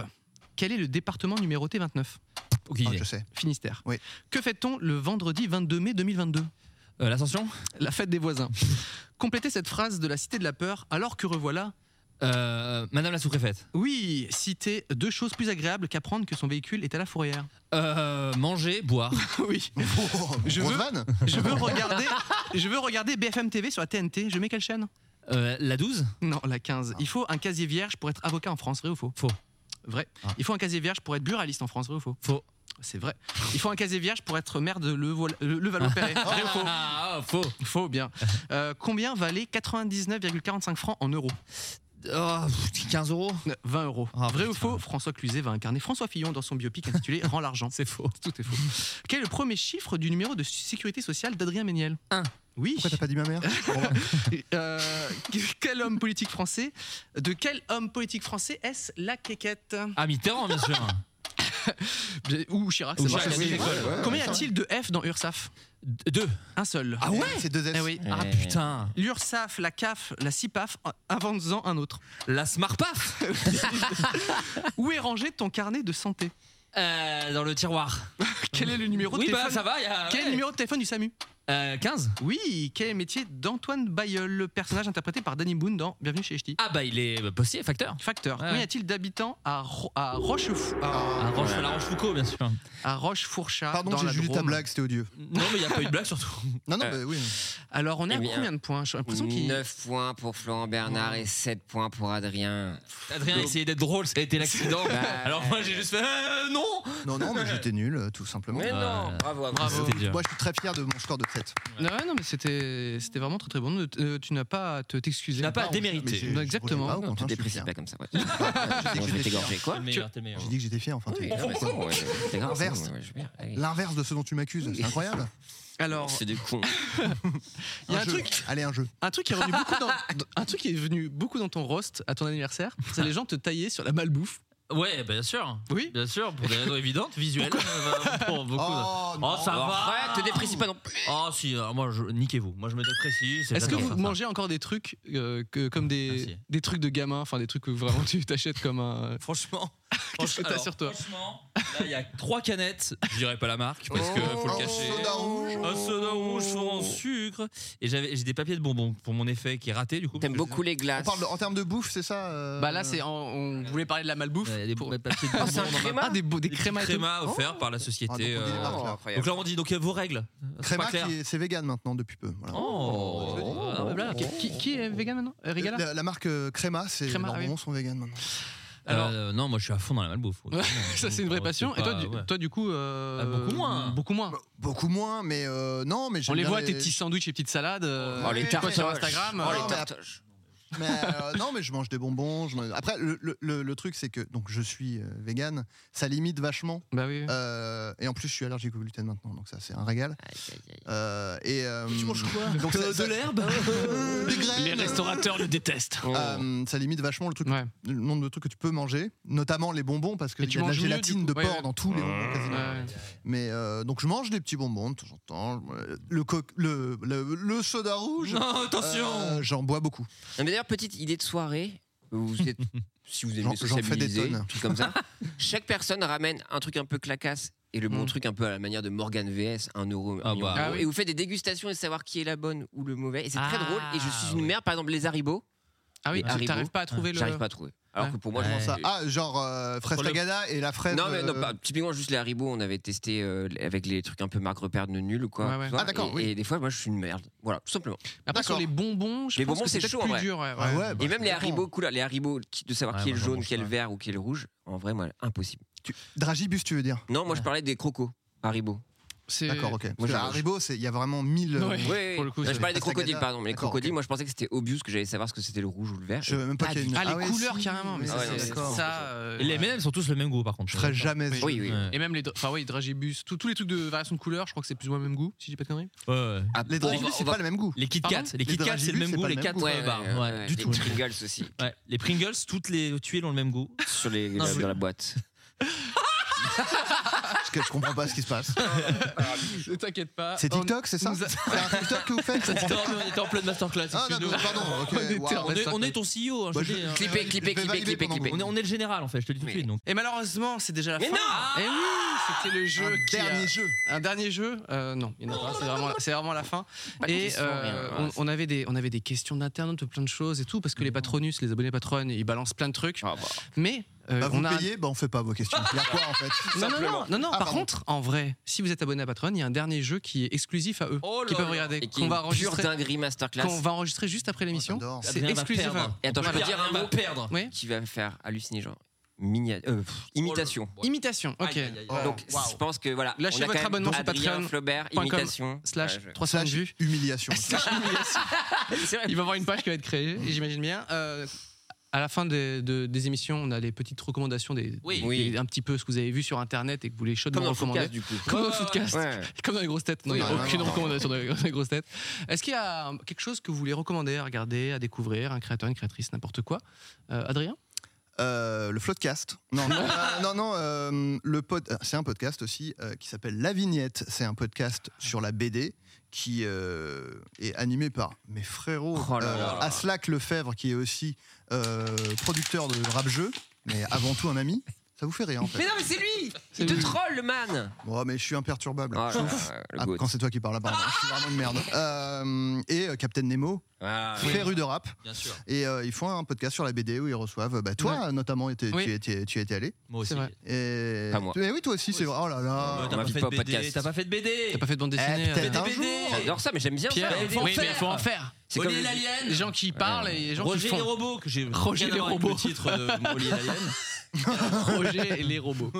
S1: Quel est le département numéroté 29
S4: Aucune
S3: Ah,
S4: idée.
S3: je sais.
S1: Finistère.
S3: Oui.
S1: Que fait-on le vendredi 22 mai 2022
S4: Euh, L'ascension
S1: La fête des voisins. Complétez cette phrase de la Cité de la Peur, alors que revoilà.
S4: Euh, Madame la sous-préfète.
S1: Oui, citer deux choses plus agréables qu'apprendre que son véhicule est à la fourrière.
S4: Euh, manger, boire.
S1: oui.
S3: Oh,
S1: Je
S3: grosse
S1: veux-
S3: vanne.
S1: Je veux regarder, je veux regarder BFM TV sur la TNT. Je mets quelle chaîne
S4: Euh, la 12
S1: Non, la 15. Il faut un casier vierge pour être avocat en France, vrai ou faux
S4: Faux.
S1: Vrai.
S4: Ah.
S1: Il faut un casier vierge pour être buraliste en France, vrai ou faux
S4: Faux.
S1: C'est vrai. Il faut un casier vierge pour être maire de Levo- Le- Levallois-Perret. vrai ou faux
S4: Ah, ah, faux.
S1: Faux, bien. Euh, combien valait 99,45 francs en euros
S4: Oh, pff, 15 euros
S1: 20 euros.
S4: Ah,
S1: vrai
S4: putain.
S1: ou faux François Cluzet va incarner François Fillon dans son biopic intitulé Rends l'argent.
S4: C'est faux.
S1: Tout est faux. Quel est le premier chiffre du numéro de sécurité sociale d'Adrien Méniel
S4: Un.
S1: Oui.
S3: Pourquoi t'as pas dit ma mère
S1: Euh, quel homme politique français De quel homme politique français est-ce la quéquette
S4: Ah, Mitterrand, bien sûr.
S1: Ou Chirac,
S4: Ou
S1: c'est
S4: Chirac,
S1: vrai.
S4: c'est l'école.
S1: Combien y a-t-il de F dans URSAF
S4: D- Deux.
S1: Un seul.
S4: Ah ouais
S3: C'est deux S.
S1: Eh oui.
S4: Ah putain.
S1: L'URSAF, la CAF, la CIPAF, invente-en un autre.
S4: La Smartpaf
S1: Où est rangé ton carnet de santé
S4: euh, Dans le tiroir.
S1: Quel est le numéro de
S4: Oui,
S1: téléphone
S4: bah ça va. y a-
S1: Quel est
S4: ouais.
S1: le numéro de téléphone du SAMU
S4: Euh, 15
S1: Oui, quel est le métier d'Antoine Bayeul, le personnage interprété par Danny Boone dans Bienvenue chez Echti
S4: Ah bah il est bah, postier, facteur.
S1: Facteur.
S4: Ouais.
S1: Combien y a-t-il d'habitants à, Ro- à, Rochefou- à-
S4: Ah, Roche, La Rochefoucauld, bien sûr.
S1: à Rochefoursat
S3: Pardon,
S1: dans
S3: j'ai
S1: la
S3: juste ta
S1: Drôme
S3: blague, c'était odieux.
S4: Non, mais il n'y a pas eu de blague surtout.
S3: Non, non,
S2: Euh,
S3: bah, oui.
S1: Alors, on est
S2: Eh
S1: à
S2: bien,
S1: combien de points J'ai l'impression qu'il.
S2: 9 points pour Florent Bernard et 7 points pour Adrien.
S4: Adrien a essayé d'être drôle, ça a été l'accident.
S2: Bah,
S4: Alors moi j'ai juste fait euh, non.
S3: Non, non, mais j'étais nul, euh, tout simplement.
S2: Mais non,
S4: Ouais.
S2: bravo, bravo.
S1: Bravo.
S4: C'était dur.
S3: Moi, je suis très fier de mon score de 7.
S1: Non, non, mais c'était c'était vraiment très très bon. Euh, tu n'as pas à te- t'excuser.
S4: Tu n'as pas à
S3: Non,
S4: démériter.
S3: mais j'ai- je
S1: Exactement.
S3: regrette pas, au
S2: Tu
S3: contraire, je suis
S2: déprécies
S3: fier.
S2: pas comme ça. Ouais.
S3: je dis
S2: Bon,
S3: que
S2: je vais
S3: j'étais
S2: t'égorger,
S4: T'es
S2: quoi.
S4: le meilleur, t'es le meilleur.
S3: J'ai dit que j'étais fier, enfin. t'es-
S2: Oui, non, mais c'est bon, ouais, c'est grave, c'est
S3: Inverse.
S2: bon, ouais, je vais bien, allez.
S3: L'inverse de ce dont tu m'accuses, c'est incroyable.
S1: Alors,
S2: C'est des cons.
S1: il y a un
S3: jeu.
S1: truc,
S3: Allez, un jeu.
S1: un truc qui est revenu beaucoup dans, dans- un truc qui est venu beaucoup dans ton roast à ton anniversaire, c'est les gens te taillaient sur la malbouffe.
S4: Ouais, bah, bien sûr.
S1: Oui.
S4: Bien sûr, pour des raisons évidentes, visuelles. euh, pour beaucoup.
S3: Oh,
S4: de-
S3: non.
S4: ça
S2: Alors,
S4: va.
S2: ouais, te déprécie pas non plus.
S4: Oh si, euh, moi je niquez-vous. Moi je me déprécie. c'est
S1: Est-ce que
S4: j'adore
S1: vous
S4: faire ça.
S1: mangez encore des trucs euh, que, comme des,
S4: Merci.
S1: des trucs de gamin, enfin des trucs que vraiment tu t'achètes comme un.
S4: Franchement.
S1: Qu'est-ce que t'as
S4: alors,
S1: sur toi
S4: Franchement, là il y a trois canettes. Je dirais pas la marque parce
S2: Oh,
S4: que faut le
S3: un
S4: cacher.
S3: Oh, soda rouge.
S4: Hein, Un soda rouge fort en sucre. Et j'avais j'ai des papiers de bonbons pour mon effet qui est raté du coup.
S2: T'aimes beaucoup les
S3: On
S2: glaces. Ah,
S3: parle de- en termes de bouffe, c'est ça euh,
S1: Bah là, c'est en- on voulait parler de la malbouffe.
S4: Il y a euh, des
S1: pour-
S4: papiers de bonbons.
S2: c'est un
S4: dans ma-
S2: créma
S1: Ah, des, beaux- des
S4: Des crémas,
S1: crémas et tout.
S4: offerts par la
S3: hein. Ah, donc on dit
S4: société.
S3: les marques,
S4: euh,
S3: là.
S2: Oh,
S4: Donc
S2: incroyable.
S4: là on dit donc il y a vos règles. C'est
S3: Créma,
S4: pas clair.
S3: qui est- c'est vegan maintenant depuis peu. voilà.
S4: Oh. Ah, ouais, voilà, ok.
S1: Qui, qui- qui est vegan maintenant Euh, Regala
S3: La, la marque euh, Créma, c'est les
S1: Créma, ah oui.
S3: bonbons sont vegan maintenant.
S1: Alors-
S4: Euh, non, moi je suis à fond dans la malbouffe.
S1: Ouais, Ça, c'est une vraie
S4: Bah,
S1: passion. Et toi,
S4: pas-
S1: du,
S4: ouais.
S1: toi, du coup. euh,
S4: Ah, beaucoup moins.
S1: Beaucoup moins.
S3: Beaucoup moins, mais euh, non, mais j'aime
S1: On les
S3: bien
S1: voit, tes petits sandwichs et petites salades. euh,
S2: Oh, les
S3: Ouais,
S2: tartes
S3: ouais,
S1: sur Instagram.
S2: Oh,
S3: Ouais,
S2: les
S3: mais
S2: tartoches.
S3: Mais, euh, non, mais je mange des bonbons. je mange- Après, le, le- le- le truc, c'est que donc je suis euh, vegan, ça limite vachement.
S1: Bah oui.
S3: Euh, et en plus, je suis allergique au gluten maintenant, donc ça, c'est un régal. Euh, et euh,
S4: quoi
S3: donc ça- ça-
S4: l'herbe
S3: des graines.
S1: Les restaurateurs le détestent.
S3: Euh, ça limite vachement le, truc,
S1: Oh. Ouais.
S3: le nombre de trucs que tu peux manger, notamment les bonbons, parce que
S1: Et
S3: il
S1: tu
S3: y a de la
S1: manges mieux, du
S3: gélatine
S1: coup.
S3: de
S1: Ouais,
S3: porc
S1: ouais.
S3: dans tous les bonbons quasiment.
S1: Ouais.
S3: Mais euh, donc je mange des petits bonbons de temps en temps. Le, co- le, le, le soda rouge.
S4: Non, attention
S3: euh, J'en bois beaucoup.
S2: Non, mais d'ailleurs, petite idée de soirée. Vous êtes, si vous
S3: J'en-
S2: aimez
S3: j'en fais des
S2: sociabiliser,
S3: tonnes.
S2: tout comme ça. Chaque personne ramène un truc un peu clacasse et le bon
S1: Mm.
S2: truc un peu à la manière de Morgan VS, un euro.
S4: Ah
S2: un euro.
S4: bah.
S1: Ah oui.
S2: Et vous faites des dégustations et savoir qui est la bonne ou le mauvais. Et c'est très
S4: Ah,
S2: drôle. Et je suis une
S4: oui.
S2: merde, par exemple, les haribots,
S1: Ah oui,
S2: Les Haribo.
S1: t'arrives pas à trouver le.
S2: j'arrive pas à trouver. Alors
S1: Ouais.
S2: que pour moi, je
S4: Ouais.
S2: pense
S3: Ça,
S2: ça.
S3: ah, genre euh, fraise
S4: Entre le-
S3: tagada et la fraise.
S2: Non, mais non,
S3: euh,
S2: pas- typiquement, juste les haribots, on avait testé euh, avec les trucs un peu marque repère de nul ou quoi.
S1: Ouais, ouais.
S2: tu vois.
S3: Ah, d'accord,
S2: Et,
S3: oui.
S2: et des fois, moi, je suis une merde. Voilà, tout simplement.
S1: Après, sur
S3: D'accord.
S1: les bonbons, je
S2: Les
S1: pense
S2: bonbons,
S1: que c'est
S2: c'est
S1: peut-être
S2: chaud, en
S1: plus
S2: vrai.
S1: dur. ouais,
S3: Ah
S1: ouais.
S3: ouais, bah,
S2: et même les
S3: ça dépend.
S2: haribots couleurs, les haribots qui- de savoir
S4: Ouais,
S2: qui est
S4: moi,
S2: le
S4: j'en
S2: jaune,
S4: mange
S2: qui est le
S4: pas.
S2: vert ou qui est le rouge, en vrai, moi, impossible.
S3: Dragibus, tu veux dire
S2: Non, moi, je parlais des crocos, haribots.
S1: C'est-
S3: D'accord, ok. Parce que
S2: je-
S3: Haribo, c'est- il y a vraiment mille. euh,
S1: Ouais.
S2: Oui, oui,
S1: Pour
S2: oui.
S1: le coup,
S2: Non,
S1: c'est-
S2: je parlais des
S3: Tagada.
S2: crocodiles, pardon. Les
S3: D'accord,
S2: crocodiles,
S3: ok.
S2: moi je pensais que c'était obvious, que j'allais savoir ce que c'était le rouge ou le vert.
S3: Je savais même pas
S2: Ah,
S3: qu'il y a
S2: du-
S3: une.
S1: Ah, les
S3: ouais,
S1: couleurs,
S3: si,
S1: carrément. Mais
S3: oui,
S2: Ah ouais,
S3: oui,
S2: non, mais
S3: d'accord.
S1: ça. euh,
S4: Les M&M sont tous le même goût par contre.
S3: Je ferais jamais ça.
S2: Ah Oui, oui.
S4: Ouais.
S1: Et même les, dra- enfin oui, dragibus, tous tous les trucs de variation de couleurs, je crois que c'est plus ou moins le même goût, si j'ai pas de conneries.
S4: Ouais, ouais.
S2: Ah,
S3: Les
S2: bon, on
S3: Dragibus,
S2: va-
S3: c'est
S2: on va-
S3: pas le même goût.
S4: Les Kit Kat,
S1: Pardon
S4: les Kit Kat, c'est le
S3: Dragibus,
S4: même
S3: c'est
S4: goût,
S3: pas
S4: les
S3: le même
S4: quatre
S3: goût.
S2: Ouais,
S4: euh, bars.
S2: ouais, ouais,
S4: Ouais, du
S2: les
S4: tout.
S2: Pringles aussi,
S4: Ouais, les Pringles, toutes les tuiles ont le même goût.
S2: sur les, euh,
S4: Non, mais-
S2: dans la boîte.
S3: Parce que je comprends pas ce qui se passe.
S1: Ne t'inquiète pas.
S3: C'est TikTok, c'est ça
S1: Euh, nous a-
S3: C'est un TikTok que vous faites Je comprends
S4: Non, mais on était en pleine masterclass.
S3: Ah,
S4: excuse-nous.
S3: d'accord, pardon. ok,
S1: On était
S3: waouh.
S1: en
S4: On est, on est ton CEO, hein, je
S3: Bah,
S4: te
S3: je-
S4: dis, hein.
S2: Clipper,
S3: je
S2: clipper,
S3: vais
S2: clipper,
S3: valider
S2: clipper,
S3: pendant
S2: clipper.
S4: On est, on est le général en fait, je te le dis tout de
S2: Mais-
S4: suite. Donc.
S1: Et malheureusement, c'est déjà la
S2: Mais
S1: fin.
S2: non
S1: Et oui, c'était le jeu
S3: Un
S1: qui a-
S3: dernier jeu.
S1: Un dernier jeu euh, Non, il n'y en a pas, c'est vraiment, c'est vraiment la fin.
S2: Pas de
S1: Et
S2: question,
S1: euh,
S2: rien,
S1: on-
S2: ouais,
S1: on, avait des, on avait des questions d'internautes, plein de choses et tout, parce que les patronus, les abonnés patronnes, ils balancent plein de trucs.
S2: Ah, bah.
S1: Mais euh,
S3: Bah, vous
S1: on a.
S3: payez, bah, on fait pas vos questions. Il y a quoi en fait
S1: Non, non, non, non, non,
S3: Ah,
S1: par
S3: pardon.
S1: contre, en vrai, si vous êtes abonné à Patreon, il y a un dernier jeu qui est exclusif à eux,
S4: Oh là
S1: qu'ils peuvent
S4: là.
S1: regarder,
S2: Et qui est
S1: qu'on va,
S2: une pure
S1: enregistrer-
S2: dinguerie masterclass.
S1: qu'on va enregistrer juste après l'émission.
S3: j'adore.
S1: c'est
S4: Adrien va
S1: exclusif.
S4: perdre.
S1: à eux.
S2: Et attends, je peux
S1: Voilà.
S2: dire un
S4: Adrien va
S2: mot
S4: perdre.
S1: Oui.
S2: qui va me faire halluciner, genre. minia- euh, pff,
S1: Oh,
S2: imitation.
S1: Imitation, ok.
S4: Aïe, aïe, aïe.
S3: Oh,
S2: Donc,
S3: waouh.
S2: je pense que voilà.
S1: Lâchez
S2: on a
S1: votre
S2: quand même
S1: abonnement sur
S2: Adrien
S1: Patreon.
S2: Flaubert,
S1: com
S2: imitation.
S1: Slash
S2: Ouais,
S1: 300
S3: Slash
S1: vues. Ah,
S3: humiliation.
S2: C'est vrai.
S1: Il va y avoir une page qui va être créée, et j'imagine bien. Euh, à la fin des, de- des émissions, on a les petites recommandations des,
S4: Oui.
S1: des-
S2: Oui.
S1: des- un petit peu ce que vous avez vu sur internet et que vous voulez chaudement
S2: Comme dans le
S1: recommander.
S2: podcast, du coup.
S1: Comme dans le
S4: Ouais, ouais,
S1: footcast,
S2: Ouais.
S1: comme dans les grosses têtes. Non, il n'y a
S3: Ouais, ouais,
S1: aucune
S3: ouais.
S1: recommandation dans les, dans les grosses têtes. Est-ce qu'il y a quelque chose que vous voulez recommander à regarder, à découvrir, un créateur, une créatrice, n'importe quoi Euh, Adrien
S3: Euh, le Floodcast. Non, non, euh, non, non, euh, le pod... euh, c'est un podcast aussi euh, qui s'appelle La Vignette. C'est un podcast sur la BD qui euh, est animé par mes frérots euh,
S2: Oh là là.
S3: Aslak Lefebvre, qui est aussi euh, producteur de rap-jeu, mais avant tout un ami. Ça vous fait rire en fait.
S2: Mais non, mais c'est lui
S1: C'est
S2: Il te
S1: lui.
S2: troll, le man
S3: Oh, mais je suis imperturbable.
S2: Ah,
S3: Je-
S2: le
S3: Ah,
S2: goat.
S3: quand c'est toi qui parles, pardon. Je suis vraiment une merde. Euh, et euh, Captain Nemo,
S2: Ah, oui.
S3: féru de rap.
S4: Bien sûr.
S3: Et euh, ils font un podcast sur la BD où ils reçoivent. euh, Bah, toi, notamment, t'es-
S1: Oui.
S3: tu, es- tu es- tu étais allé.
S4: Moi aussi.
S1: C'est vrai.
S3: Et...
S2: Pas moi.
S3: Mais oui, toi aussi, c'est vrai. Oh là
S4: Ouais,
S3: là.
S2: On
S4: T'as pas,
S2: m'invite
S4: fait
S2: pas
S4: de
S2: au
S4: BD.
S2: podcast.
S4: T'as pas fait de BD.
S1: T'as pas fait de bande
S3: Eh,
S1: dessinée
S3: peut-être
S1: euh,
S3: un
S4: BD.
S3: jour.
S2: J'adore ça, mais j'aime bien
S1: Pierre,
S2: ça.
S1: il faut en
S4: Oui, mais
S1: faire.
S4: faut en
S2: C'est
S4: Olivier
S2: comme-
S4: l'Alien.
S1: Les gens qui parlent et les gens qui
S4: Roger les
S1: font.
S4: robots que j'ai.
S1: Roger
S4: rien
S1: les
S4: à voir avec
S1: robots.
S4: Le titre de Molly et l'Alien.
S1: Roger et les robots.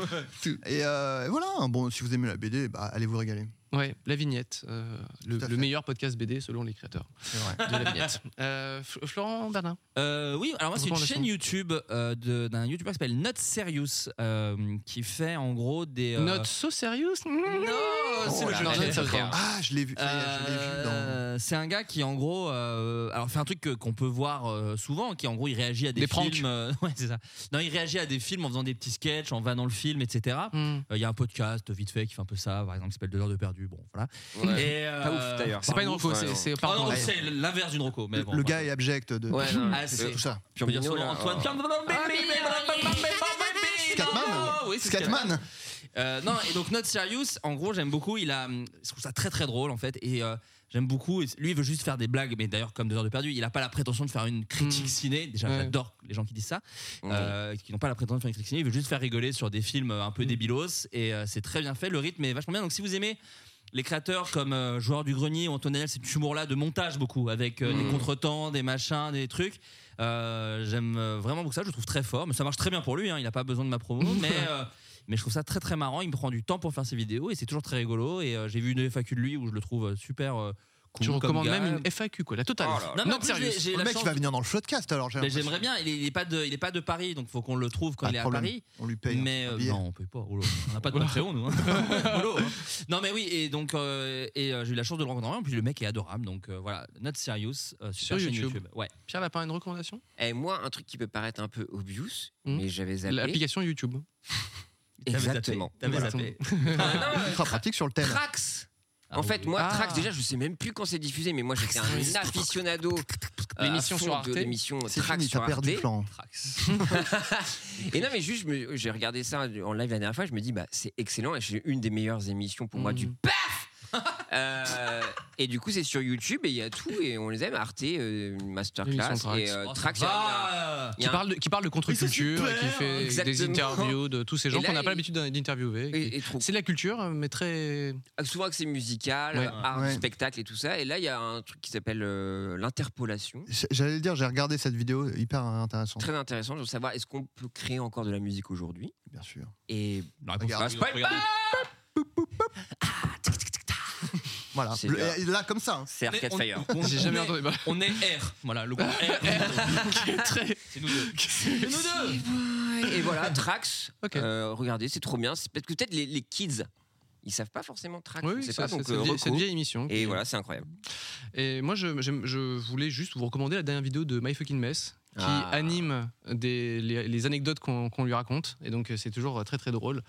S3: Et euh, voilà, bon, si vous aimez la BD, bah, allez vous régaler.
S1: Ouais, la vignette, euh, le,
S3: Tout à
S1: le
S3: fait.
S1: meilleur podcast BD selon les créateurs
S3: C'est vrai.
S1: de la vignette. Euh, F- Florent Bernard.
S4: Euh, oui, alors moi c'est une
S1: Recommandation.
S4: chaîne YouTube euh, de- d'un youtubeur qui s'appelle Not Serious euh, qui fait en gros des. euh, Mm.
S1: Note so serious
S4: Non, c'est
S3: Oh
S4: le
S3: là
S4: jeu
S3: là,
S4: de
S3: ça
S4: Note
S3: me
S4: Serious.
S3: parle. Ah, je l'ai vu. ça y est, je l'ai vu dans-
S4: Euh, C'est un gars qui en gros, euh, alors fait un truc que- qu'on peut voir euh, souvent, qui en gros il réagit à des,
S1: Des pranks.
S4: films. euh, ouais, c'est ça. Non, il réagit à des films en faisant des petits sketchs, en vannant le film, etc. Euh,
S1: Hmm.
S4: Il y a un podcast vite fait qui fait un peu ça, par exemple, qui s'appelle Deux heures de perdu. Bon, voilà.
S2: Ouais.
S4: Et, euh,
S2: Pas ouf, d'ailleurs.
S1: C'est pas une
S2: ouf,
S1: reco,
S2: ouais,
S1: c'est-
S2: non.
S1: c'est
S4: Ah
S1: pardon.
S4: non, c'est l'inverse d'une roco. Mais
S3: Le,
S4: bon,
S3: le
S4: voilà.
S3: gars est abject de
S2: Ouais, non,
S4: Ah,
S3: de
S4: c'est-
S3: tout ça.
S4: Je veux dire son
S2: Piombino,
S4: nom,
S2: là,
S4: Antoine.
S2: oh.
S3: Scatman
S4: Oui, c'est
S3: Scatman Oh,
S4: Euh, non, et donc Not Serious, en gros, j'aime beaucoup. Il a, hum, je trouve ça très très drôle en fait, et euh, j'aime beaucoup. Et Lui, il veut juste faire des blagues, mais d'ailleurs, comme deux heures de perdu, il n'a pas la prétention de faire une critique
S1: Mm.
S4: ciné. Déjà,
S1: Ouais.
S4: j'adore les gens qui disent ça,
S2: Ouais.
S4: euh, qui n'ont pas la prétention de faire une critique ciné. Il veut juste faire rigoler sur des films euh, un
S3: Mm.
S4: peu débilos, et euh, c'est très bien fait. Le rythme est vachement bien. Donc, si vous aimez les créateurs comme euh, Joueur du Grenier ou Antonel, c'est humour-là de montage beaucoup, avec euh,
S3: Mm.
S4: des contretemps, des machins, des trucs. Euh, J'aime euh, vraiment beaucoup ça, je le trouve très fort. Mais ça marche très bien pour lui, hein, il n'a pas besoin de ma promo. mais, euh, mais je trouve ça très très marrant, il me prend du temps pour faire ses vidéos et c'est toujours très rigolo. Et euh, j'ai vu une FAQ de lui où je le trouve euh, super euh,
S1: Tu
S4: Congo comme
S1: recommandes
S4: gars.
S1: même une FAQ, quoi, la totale.
S2: Oh là là.
S4: Non, mais en
S1: Not
S4: plus,
S1: serious.
S4: j'ai- j'ai
S3: Le
S4: la
S3: mec,
S4: chance
S3: il va
S4: de-
S3: venir dans le podcast alors. j'ai
S4: Mais
S3: l'impression.
S4: j'aimerais bien, il est, il est pas de, il est pas de Paris, donc faut qu'on le trouve quand
S3: Pas
S4: il
S3: de
S4: est à
S3: problème.
S4: Paris.
S3: On lui paye. un
S4: Mais euh,
S3: billet.
S4: non, on peut pas. oh là, on n'a pas de Patreon, nous. hein. Oh là, hein. Non, mais oui. Et donc, euh, et euh, j'ai eu la chance de le rencontrer. En plus, le mec est adorable. Donc euh, voilà, Not Serious euh,
S1: Sur
S4: sur chaîne
S1: YouTube.
S4: YouTube. Ouais.
S1: Pierre Lapin, une recommandation
S2: Et moi, un truc qui peut paraître un peu obvious,
S1: Mhm.
S2: mais j'avais zappé.
S1: L'application YouTube.
S2: Exactement.
S4: T'avais
S1: Voilà.
S4: zappé.
S2: Ah, non,
S3: Ultra pratique sur le thème.
S2: Trax.
S4: Ah
S2: en fait,
S4: oui.
S2: moi,
S1: Ah.
S2: Trax, déjà, je sais même plus quand c'est diffusé, mais moi, j'étais un aficionado. euh,
S1: L'émission
S2: à fond
S1: sur Arte.
S2: de L'émission
S3: C'est
S2: Trax
S3: fini,
S2: sur
S3: t'as perdu
S2: Arte.
S3: le plan.
S2: Et non, mais juste, je me- j'ai regardé ça euh, en live la dernière fois, je me dis, bah, c'est excellent, et c'est une des meilleures émissions pour moi
S1: Mhm.
S2: du PAF Euh, Et du coup, c'est sur YouTube, et il y a tout, et on les aime, Arte, euh, Masterclass,
S1: L'émission Trax.
S2: et euh,
S4: Oh, ça
S2: Trax, il y a-
S4: va.
S2: il y
S1: Qui
S2: a un-
S1: parle, de, qui parle de contre-culture,
S4: Mais
S1: et
S4: c'est
S1: qui
S4: super,
S1: fait des
S2: exactement.
S1: interviews de tous ces gens
S2: Et là,
S1: qu'on n'a pas
S2: il-
S1: l'habitude d'interviewer.
S2: et- et trop-
S1: C'est de la culture, mais très.
S2: Ah, souvent que c'est musical,
S1: Ouais.
S2: art,
S3: Ouais.
S2: spectacle et tout ça. Et là, il y a un truc qui s'appelle euh, l'interpolation.
S3: J- J'allais le dire, j'ai regardé cette vidéo hyper intéressante.
S2: Très intéressant de savoir est-ce qu'on peut créer encore de la musique aujourd'hui.
S3: Bien sûr.
S2: Et
S4: La réponse,
S3: Regarde.
S4: c'est oui, regardez.
S3: Voilà.
S2: C'est
S3: Le-
S2: bien.
S3: et là, comme ça. hein.
S2: c'est Arcade
S4: on-
S2: Fire.
S4: on-
S1: J'ai jamais
S4: on est-
S1: entendu. Bah,
S4: On est R. Voilà, le groupe R. Qui est très- C'est nous deux. C'est nous deux.
S2: Et voilà, Trax.
S1: Ok.
S2: Euh, regardez, c'est trop bien. C'est- Parce que peut-être les, les kids, ils savent pas forcément Trax.
S1: oui,
S2: on
S1: oui,
S2: sait
S1: ça,
S2: pas,
S1: c'est
S2: donc,
S1: c'est une
S2: euh,
S1: vieille- c'est une
S2: reco.
S1: vieille émission.
S2: Et
S1: Puis-
S2: voilà, c'est incroyable.
S1: Et moi, je, j'aime- je voulais juste vous recommander la dernière vidéo de My Fucking Mess qui
S2: Ah.
S1: anime des, les, les anecdotes qu'on qu'on lui raconte. Et donc, euh, c'est toujours euh, très, très drôle.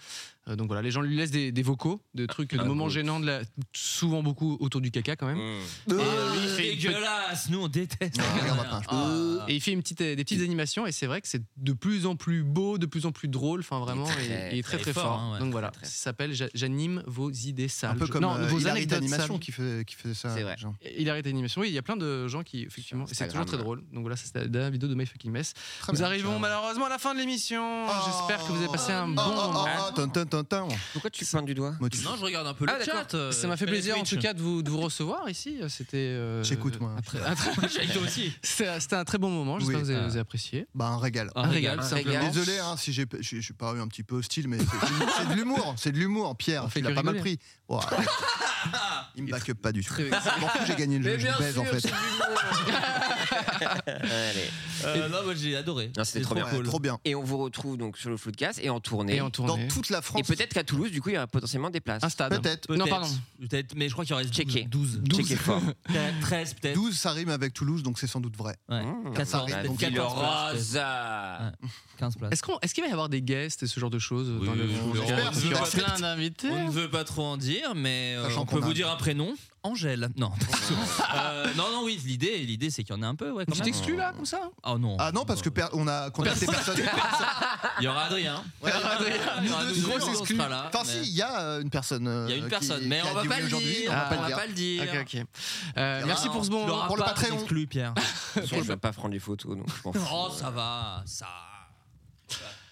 S1: Euh, donc voilà, les gens lui laissent des, des vocaux, de trucs, de
S2: Ah,
S1: moments
S2: bon.
S1: gênants, de la, souvent beaucoup autour du caca quand même.
S2: Mm.
S4: Euh, Dégueulasse. Nous, on déteste.
S3: Non, on regarde pas, je
S4: Ah.
S1: Et il fait une petite, des petites animations et c'est vrai que c'est de plus en plus beau, de plus en plus drôle. Enfin, vraiment,
S2: Il est
S1: et- il est
S2: très,
S1: très, très,
S4: très
S1: fort.
S4: fort, hein, ouais,
S1: donc voilà,
S2: très.
S1: ça s'appelle J'a- J'anime vos idées
S3: Un
S1: sales.
S3: peu
S1: Je-
S3: comme
S1: non,
S3: euh,
S1: vos
S3: Hilary
S1: anecdotes
S3: d'animation
S1: sales.
S3: qui faisait, qui faisait ça.
S2: C'est vrai.
S3: genre.
S1: Et Hilarite Animation, oui, il y a plein de gens qui, effectivement,
S2: Sur
S1: et c'est toujours très
S2: Instagram.
S1: drôle. Donc voilà, ça, c'est la dernière vidéo de My Fucking Mess.
S3: Très
S1: Nous
S3: bien.
S1: arrivons malheureusement à la fin de l'émission. J'espère que vous avez passé un
S3: Oh,
S1: bon
S3: oh, oh,
S1: moment.
S3: oh, tin, tin, tin, tin.
S2: Pourquoi tu pointes du doigt
S3: Motif.
S4: Non, je regarde un peu
S2: Ah,
S4: le
S2: d'accord.
S4: chat. euh,
S1: Ça m'a fait
S4: je fais les
S1: plaisir en
S4: Twitch.
S1: tout cas de vous, de vous recevoir ici. C'était. euh,
S3: J'écoute, moi.
S1: un très- un très-
S4: J'ai toi aussi.
S1: C'était c'était un très bon moment. J'espère
S3: Oui.
S1: que vous avez,
S4: Ah.
S1: vous avez apprécié.
S3: Bah, un régal.
S4: Un Ah, régal,
S1: tout
S2: un
S1: simplement.
S2: régal.
S3: Désolé hein, si j'ai j'ai- j'ai paru un petit peu hostile, mais c'est- c'est c'est de l'humour, c'est de l'humour, Pierre.
S1: On fait
S3: il a
S1: que
S3: pas mal
S1: rigoler.
S3: pris. Oh, arrête. il me back up pas du tout.
S1: Très-
S3: Je m'en fous, j'ai gagné le jeu, je vous baise en fait.
S2: c'est du bon. Allez.
S4: Euh, non, moi j'ai adoré.
S2: Non, c'était trop bien.
S3: Ouais, Ah, trop bien.
S2: Et on vous retrouve donc sur le Floodcast et en tournée.
S1: Et en Ah, tournée.
S3: Dans toute la
S2: Et
S3: France,
S2: peut-être qu'à Toulouse, du coup, il y aura potentiellement des places.
S1: Un stade. hein.
S3: peut-être.
S1: Non,
S4: Peut-être,
S1: pardon.
S4: Peut-être, mais je crois qu'il en reste
S2: Checker.
S4: 12.
S2: Checkez fort.
S4: 13 peut-être.
S3: 12, ça rime avec Toulouse, donc c'est sans doute vrai.
S4: Ouais.
S2: Mmh.
S4: 14,
S3: bah,
S2: La
S4: peut-être
S2: ville
S4: 14 places,
S2: rose. Ah.
S4: Ouais. 15 places.
S1: Est-ce qu'on- est-ce qu'il va y avoir des guests et ce genre de choses
S4: Oui,
S1: dans le
S4: oui,
S3: oui,
S1: Parce
S3: j'espère,
S1: qu'il y aura
S3: j'espère.
S1: plein d'invités.
S4: On ne veut pas trop en dire, mais euh,
S3: Sachant
S4: on peut
S3: qu'on a-
S4: vous dire un prénom. Angèle. Non. Euh, non, non, oui, l'idée, l'idée, c'est qu'il y en a un peu. Ouais, quand
S1: Tu
S4: même.
S1: t'exclus là, comme ça
S4: Ah non.
S3: Ah non, parce que per- on a contacté personne. Ah,
S4: Il y aura Adrien.
S3: Ouais,
S4: Il y aura
S3: nous
S4: nous
S3: deux,
S4: deux,
S3: grosse
S4: on
S3: exclue.
S4: sera là,
S3: Enfin,
S4: mais-
S3: si, il y a euh, une personne. euh,
S4: Il y a une
S3: qui-
S4: personne,
S3: qui
S4: mais
S3: a
S4: on va
S3: dit
S4: pas
S3: oui
S4: le
S3: aujourd'hui,
S4: dire.
S3: on va
S1: Ah,
S3: pas
S4: On
S3: le
S4: va
S3: dire.
S4: pas le dire.
S1: Ok, ok. Euh,
S3: Ah,
S1: Merci pour ce bon moment.
S3: pour le Patreon.
S4: exclu, Pierre.
S2: Je vais pas prendre les photos, donc je m'en fous.
S4: Oh, ça va, ça.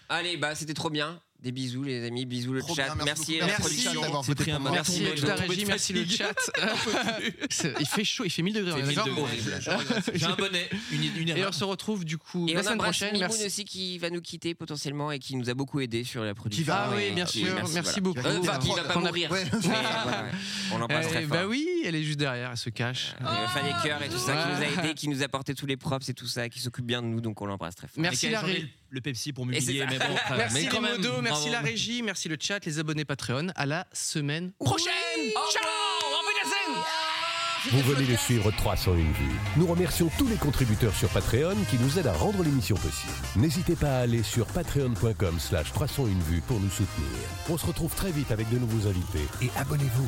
S2: Allez, bah c'était trop bien. Des bisous les amis, bisous le
S3: Trop
S2: chat.
S3: bien,
S2: merci,
S3: beaucoup.
S2: à la
S3: Merci
S2: production.
S3: d'avoir
S4: C'est
S3: voté
S4: pris
S3: pour
S4: un
S3: moi.
S2: Merci,
S1: Merci
S2: mec, je
S1: toute la
S2: tombe
S1: régie, merci le chat. C'est- il fait chaud, il fait 1000 degrés. on est
S4: C'est
S1: d'accord
S4: mille degrés. J'ai un bonnet, une, une
S1: Et on
S4: erreur.
S1: se retrouve du coup
S2: Et
S1: la
S2: on
S1: semaine
S2: embrasse
S1: prochaine.
S2: Mimoun
S1: Merci.
S2: aussi qui va nous quitter potentiellement et qui nous a beaucoup aidé sur la production.
S3: va-
S1: Ah oui,
S2: Et-
S1: bien
S2: et
S1: sûr. Merci,
S2: voilà.
S1: beaucoup.
S3: Euh,
S2: Enfin, qui va pas
S1: Qu'on a-
S2: mourir.
S3: Ouais.
S2: Mais euh, voilà, On l'embrasse
S1: Eh
S2: très fort.
S1: bah oui, elle est juste derrière, elle se cache.
S2: Et euh, Fanny Coeur et tout ça qui
S1: Ouais.
S2: nous a aidé, qui nous a porté tous les props et tout ça, qui s'occupe bien de nous, donc on l'embrasse très fort.
S1: Merci
S4: Et qui a
S1: la
S4: échangé
S1: régie.
S4: le- Le Pepsi pour
S2: Et
S4: m'humilier,
S2: c'est-
S4: mais bon, frère.
S1: Merci
S4: mais
S1: les
S4: quand même,
S1: modos, merci
S4: bravo.
S1: la régie, merci le chat, les abonnés Patreon. À la semaine
S2: Prochaine. Ciao.
S5: Vous venez de suivre 301 vues. Nous remercions tous les contributeurs sur Patreon qui nous aident à rendre l'émission possible. N'hésitez pas à aller sur patreon.com slash 301 vues pour nous soutenir. On se retrouve très vite avec de nouveaux invités et abonnez-vous.